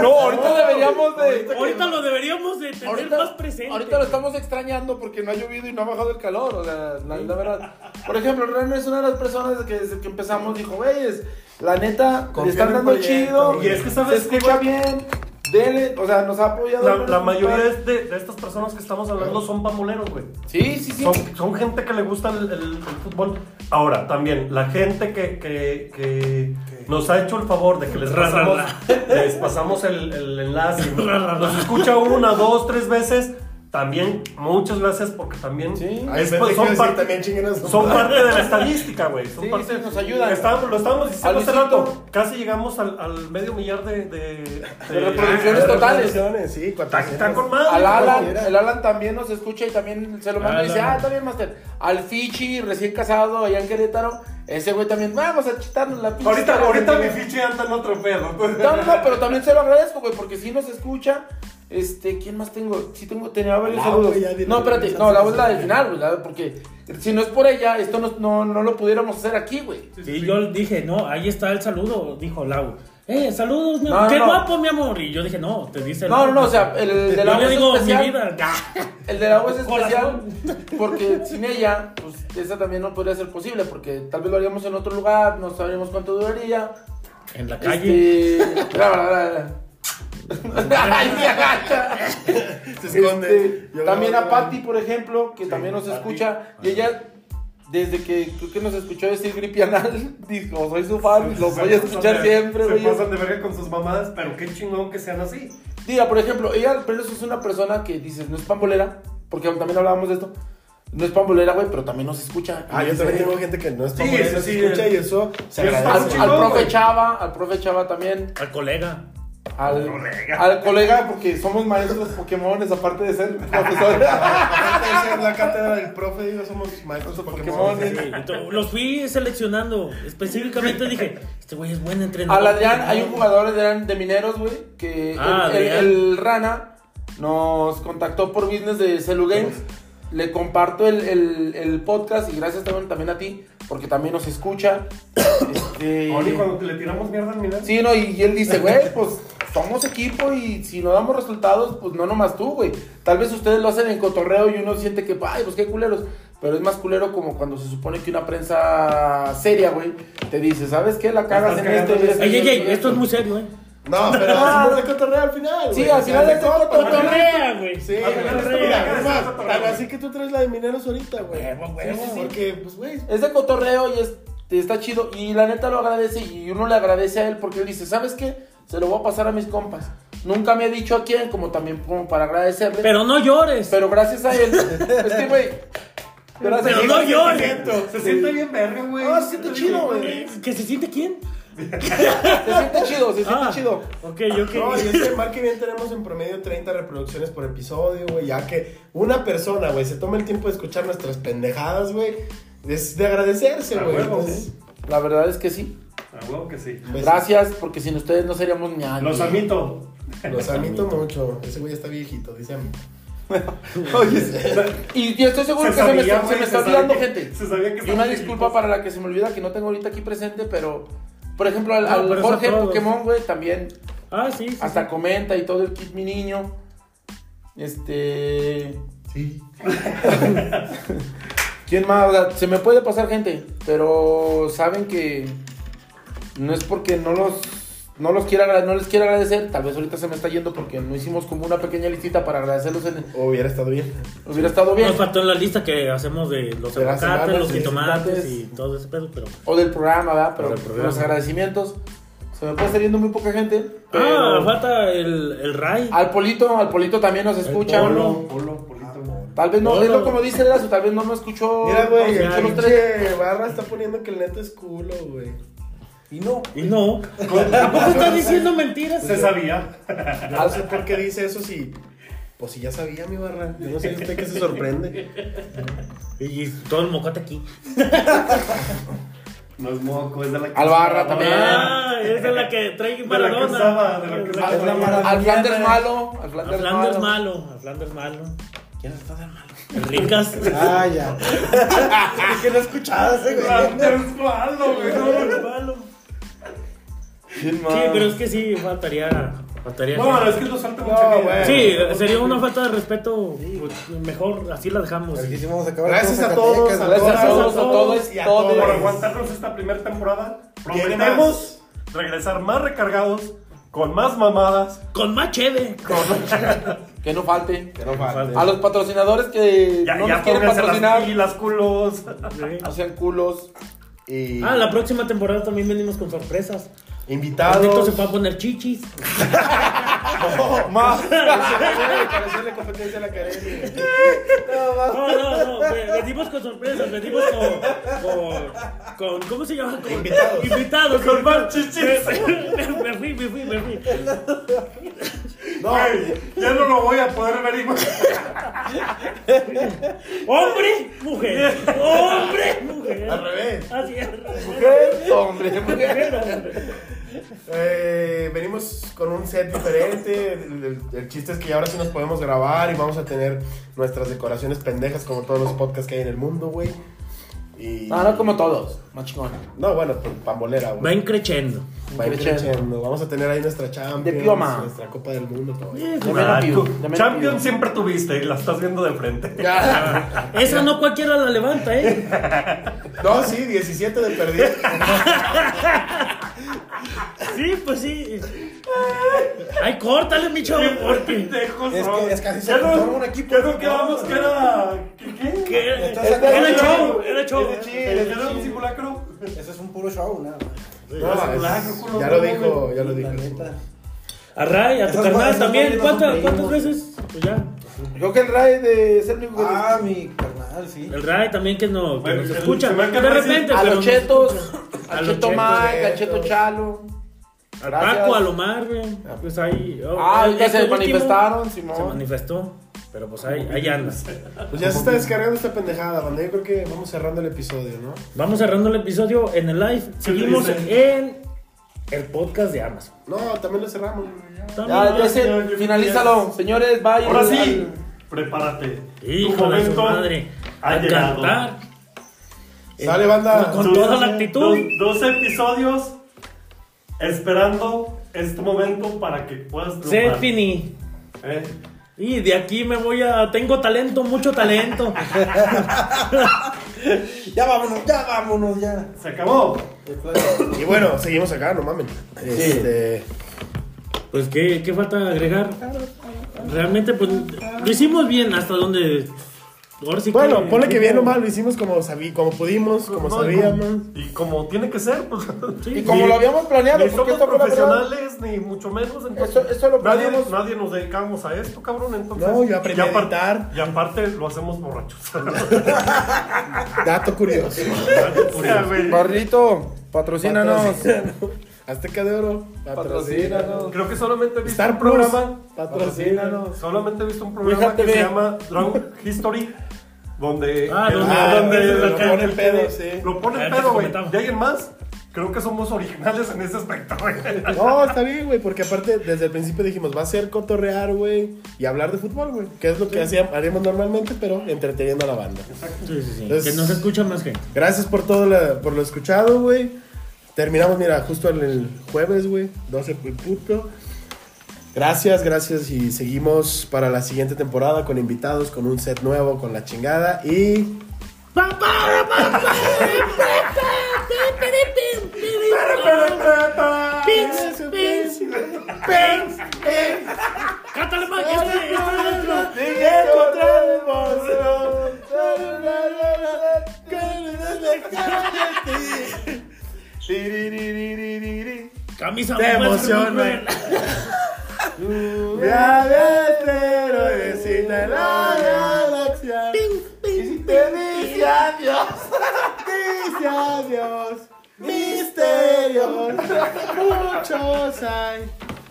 No, ahorita deberíamos de. ahorita lo deberíamos de tener más presente. ahorita lo estamos extrañando porque no ha llovido y no ha bajado el calor, o sea, la, la verdad. Por ejemplo, Reno es una de las personas que desde que empezamos dijo, güeyes, la neta, le Confía están en el dando proyecto, chido, güey. Y es que, ¿sabes se qué, escucha güey? bien, dele, o sea, nos ha apoyado. La, güey, la nos mayoría gusta. es de, de estas personas que estamos hablando son pamuleros, güey. Sí, sí, sí. Son, son gente que le gusta el, el- el fútbol. Ahora, también, la gente que, que- que nos ha hecho el favor de que les Ra, ra, pasamos, ra. les pasamos el, el enlace, Ra, ra, ra. nos escucha una, dos, tres veces. También, muchas gracias porque también Sí. Ay, es- pues, pensé que iba a son, decir, parte, también chinguen a su son madre. parte de la estadística, güey. Son Sí, parte- sí, nos ayudan. Estábamos- lo estábamos diciendo hace Luisito. rato. Casi llegamos al, al medio millar de, de- de- reproducciones totales. Sí, Está, está 400. con madre. Al Alan, cualquiera. el Alan también nos escucha y también se lo manda y dice, Alan. ah, está bien, Master. Al Fichi, recién casado allá en Querétaro, ese güey también, vamos a quitarnos la pinche Ahorita, cara, ahorita mi güey". fiche anda en otro pedo. No, no, no, pero también se lo agradezco, güey, porque si nos escucha. Este, ¿quién más tengo? Sí tengo, tenía varios La, saludos. güey, ya dile, No, espérate, ya no, la sabes. voz la del final, güey, la- porque si no es por ella, esto no, no, no lo pudiéramos hacer aquí, güey. Sí, yo dije, no, ahí está el saludo, dijo Lau. Eh, saludos, mi No, amor. Qué no. guapo, mi amor. Y yo dije, no, te dice Lau. No, no, no, o sea, el, el de la Yo le voz digo, mi especial, vida. el de la voz especial, Corazón. porque sin ella, pues, esa también no podría ser posible, porque tal vez lo haríamos en otro lugar, no sabríamos cuánto duraría. En la calle. Este, bla, bla, bla, bla. Ay, mi agacha. Se esconde. Este, Yo también no- a Patty, por ejemplo, que también nos Patty. escucha. Y ella, desde que creo que nos escuchó decir gripe anal, dijo, soy su fan, los voy a escuchar siempre, Se güey. pasan de verga con sus mamadas, pero qué chingón que sean así. Mira, por ejemplo, ella, pero eso es una persona que dices, no es pambolera, porque también hablábamos de esto. No es pambolera, güey, pero también nos escucha. Ah, yo también tengo gente que no es Sí, famosa, eso se sí, escucha el- y eso se el Al, agradece. fan al chingón, profe güey. Chava, al profe Chava también, Al colega. al al colega, porque somos maestros Pokémones, aparte de ser profesor. Aparte de ser la cátedra del profe, digo, somos maestros de Pokémon. Pokémones. Sí, entonces, los fui seleccionando. Específicamente dije, este güey es buen entrenador. Al Adrián, hay un jugador Adrián de mineros, güey, que Ah, el, el- Adrián. el Rana nos contactó por business de Celu Games. Le comparto el, el- el podcast y gracias también, también a ti, porque también nos escucha. Este, Oli, cuando te le tiramos mierda al Milan. sí, no, y él dice, güey, pues somos equipo y si no damos resultados, pues no nomás tú, güey. Tal vez ustedes lo hacen en cotorreo y uno siente que, ay, pues qué culeros. Pero es más culero como cuando se supone que una prensa seria, güey, te dice, ¿sabes qué? La cagas Estás en esto. cagando y esto Ey, y ey, esto y ey, esto es muy serio, eh. No, pero es un cotorreo al final. Sí, güey. al final O sea, es un cotorreo. Cotorrea, güey. Sí, Al final güey. está Mira, bien. es más, tan así que tú traes la de mineros ahorita, güey. Sí, sí, Porque, pues, güey. Es de cotorreo y es está chido. Y la neta lo agradece y uno le agradece a él porque él dice, ¿sabes qué? Se lo voy a pasar a mis compas. Nunca me he dicho a quién, como también como para agradecerle. Pero, Pero no llores. gracias a él, es que, güey. gracias- Pero no llores. Se siente bien verga, güey. Ah, se siente chido, güey. ¿Que se siente quién? Se siente chido, se siente Ah. chido. Ok, yo que. No, y es que mal que bien tenemos en promedio 30 reproducciones por episodio, güey. Ya que una persona, güey, se toma el tiempo de escuchar nuestras pendejadas, güey. Es de agradecerse, A güey. huevo, Entonces, La verdad es que sí. A Ah, huevo que sí. pues, Gracias, porque sin ustedes no seríamos ni nadie. Los amito. Los amito mucho. Ese güey está viejito, dice a mí. Y, y estoy seguro Se que se me, sabía, está- se güey, me se está sabía olvidando que- gente. se sabía que pues, y una estaban disculpa chiquitos. para la que se me olvida que no tengo ahorita aquí presente, pero. Por ejemplo, al, No, al pero es a Jorge todos. Pokémon, güey, también. Ah, sí. sí, Hasta comenta y todo el kit, mi niño. Este. Sí. ¿Quién más? O sea, se me puede pasar gente, pero saben que no es porque no los no los quiera agra- no les quiero agradecer, tal vez ahorita se me está yendo porque no hicimos como una pequeña listita para agradecerlos en- Hubiera estado bien. hubiera estado sí. bien Nos faltó en la lista que hacemos de los De las aguacates, semanas, los sí, jitomates jitomates. y todo ese pedo, pero. o del programa, ¿verdad? Pero Del programa. los agradecimientos se me puede estar yendo muy poca gente, pero Ah. Ah, falta el, el Ray. al Polito, al Polito también nos escucha. Polo. Polo, polito. Tal vez no, Polo. es lo como dice Lazo, tal vez no me Oh, escuchó. Mira, güey, no el nos escuchó los tres. pinche barra está poniendo que el neto es culo, güey. Y no. Y no. Tampoco estás diciendo mentiras. Se sabía. No sé por qué dice eso si. Pues si ya sabía mi barra. Yo no sé usted que se sorprende. Y todo el mocote aquí. No es moco, es de la que. Al Barra también. Ah, esa es la que trae De la que Maradona. usaba, de la que A usaba. Al Flanders malo, al Flanders, Flanders malo. malo. A Flanders malo. ¿Quién está tan malo? Ricas. Ah, ya. es que no escuchabas, eh, güey. Antes malo, güey. Flanders malo. ¿Quién más? Sí, pero es que sí, faltaría. Faltaría. No, gente. es que nos falta mucha vida. güey. Sí, sería una falta de respeto. pues, Mejor así la dejamos. Aquí Pues sí vamos a acabar Gracias con a todos, Zacatecas, a güey. Gracias a todos, a todos, y a todos. Por todas. aguantarnos esta primera temporada, Viene prometemos regresar más recargados, con más mamadas. Con más cheve. Que no falte. Que no falte. A los patrocinadores que Ya, no ya nos quieren pónganse las patrocinar, pilas, culos. Sí. hacen culos. Y Ah, la próxima temporada también venimos con sorpresas. El Neto invitados. se va a poner chichis. Más. Hacerle competencia a la Karen, güey. No, no, no, ve- venimos con sorpresas, venimos con, con, con- ¿cómo se llama? Con invitados. Invitados, con más chichis. Me, me fui, me fui, me fui. No, Güey, ya no lo voy a poder ver igual. Hombre, mujer. Hombre, mujer. al revés. Así es. Hombre, mujer. Eh, venimos con un set diferente. El, el- el chiste es que ya ahora sí nos podemos grabar y vamos a tener nuestras decoraciones pendejas como todos los podcasts que hay en el mundo, güey. Y... Ah, No, no como todos. Más chingón. No, bueno, pues, pambolera, güey. Ven creciendo. Va ir creciendo. creciendo. Vamos a tener ahí nuestra Champions, De pioma. nuestra Copa del Mundo. todo. Ya me la pido, ya me la Champion pido. siempre tuviste y la estás viendo de frente. Ya. Esa no cualquiera la levanta, ¿eh? No, sí, 17 de perdido. Sí, pues sí. Ay, córtale, mi chavo, porque... Pendejos, Es no. que- es que así se Ya no- conforma un equipo, Ya no ¿no? quedamos que era. ¿Qué? qué? que- Estás Era acá, show, era show. ¿Era un simulacro? Eso es un puro show, nada. más. No, es- ya lo dijo, ya lo dijo. La neta. A Ray, a tu Esas carnal cosas también. no son ¿Cuántas, primos. ¿Cuántas veces? Pues ya. Yo que el Ray de es el único que- Ah, mi carnal, sí. El Ray también que, no, que Bueno, nos el- escucha. se me De acaba de decir- repente. A pero los nos chetos. escucha. A A los Cheto chetos. Mike, a Chetos. Cheto Chalo. Al Gracias. Paco, a Lomar, güey. Pues ahí. oh, Ah, eh, ya este se último manifestaron, Se Simón. manifestó. Pero pues ahí, ahí andas. Pues ya se está descargando esta pendejada, banda. Yo creo que vamos cerrando el episodio, ¿no? Vamos cerrando el episodio en el live. Seguimos dice? en el podcast de Amazon. No, también lo cerramos. güey, ya. Ya, ya ya, se, yo- finalízalo. Señores, bye. Ahora sí, Al- prepárate. Tu Hijo de su momento madre. ha A llegado. cantar. Eh, Sale, banda. Con Tus toda la actitud. Dos, dos episodios esperando este momento para que puedas Se triunfar. fini. Eh, Y de aquí me voy a. Tengo talento, mucho talento. Ya vámonos, ya vámonos, ya. Se acabó. De plano. Y bueno, seguimos acá, no mamen. Este. Pues ¿qué, qué falta agregar. Realmente, pues lo hicimos bien hasta donde Ahora sí Bueno, ponle que bien o mal, lo hicimos como, sabí, como pudimos, como No, y sabíamos. Y como tiene que ser, pues. Y como lo habíamos planeado, Ni ¿por qué somos esta fue la verdad? profesionales, ni mucho menos. Entonces, Esto- esto lo nadie, planeamos. nadie nos dedicamos a esto, cabrón. Entonces, No, yo aprendí y apar- a editar. Y aparte lo hacemos borrachos. Dato curioso. O sea, güey, Barrito, patrocínanos. Azteca de Oro, patrocínanos. Creo que solamente he visto Star un Plus, programa. patrocínanos. Solamente he visto un programa Ouija que TV. se llama Drunk History. Donde. Ah, que- donde- Ah, donde lo lo ponen pedo, sí. Lo pone A el ver, les pedo, güey. comentamos. ¿De alguien más? Creo que somos originales en ese aspecto, güey. No, está bien, güey, porque aparte desde el principio dijimos, va a ser cotorrear, güey, y hablar de fútbol, güey, que es lo que hacíamos, haríamos normalmente, pero entreteniendo a la banda. Sí, sí, sí. Entonces- Que nos escucha más gente. Gracias por todo la- por lo escuchado, güey. Terminamos, mira, justo el, el jueves, güey, 12 pu- punto. Gracias, gracias y seguimos para la siguiente temporada con invitados, con un set nuevo, con la chingada y Pins, pins, pins, Cántale más, que este, este es nuestro. Camisa Te muy fuerte, emociona. muy cruel. Diabetero de la galaxia. Y si te dice adiós, dice adiós. Misterios, muchos hay.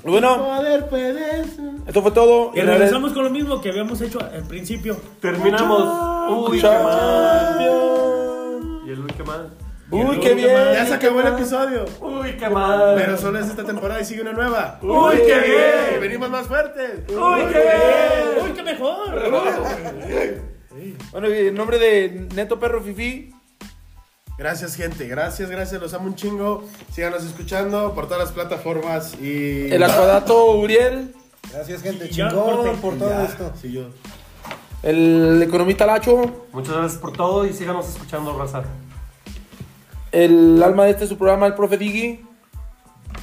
Bueno, Poder puedes. esto fue todo. Y regresamos con lo mismo que habíamos hecho al principio. Terminamos. Uy, qué mal. Y el uy, qué mal. Uy, qué bien. Ya se acabó el episodio. Uy, qué mal. Pero solo es esta temporada y sigue una nueva. Uy, qué bien. Y venimos más fuertes. Uy, qué bien. ¡Uy, qué mejor! Bueno, y en nombre de Neto Perro Fifi, Gracias, gente. Gracias, gracias. Los amo un chingo. Síganos escuchando por todas las plataformas y. el Acuadato Uriel, Gracias, gente. Y ya, Chingón corte. por todo esto. Sí, yo. el Economista Lacho, Muchas gracias por todo y síganos escuchando, raza. el alma de este su programa, el Profe Diggy.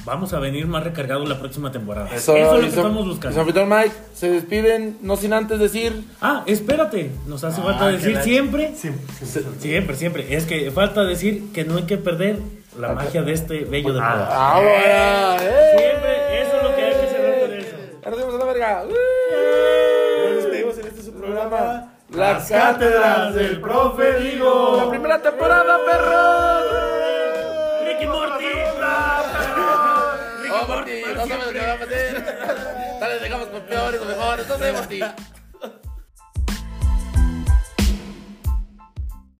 Vamos a venir más recargados la próxima temporada. Eso, Soy- es lo que soy- estamos soy buscando. anfitrión Mike, se despiden, no sin antes decir. Ah, espérate. Nos hace falta decir siempre. Siempre, siempre. Es que falta decir que no hay que perder la magia de este bello Ah. deporte. ¡Ahora! ¡eh! Siempre, eso es lo que hay que cerrar con eso. Eh, ¡Ya nos vemos en la verga! ¡Uh! Nos despedimos en este su programa. ¡Las cátedras del Profe Digo! ¡La primera temporada, perro! Ricky Morty. ¡Oh, Morty! ¡No sabes lo que va a pasar! Tal vez llegamos con peores o mejores, no sé, Morty.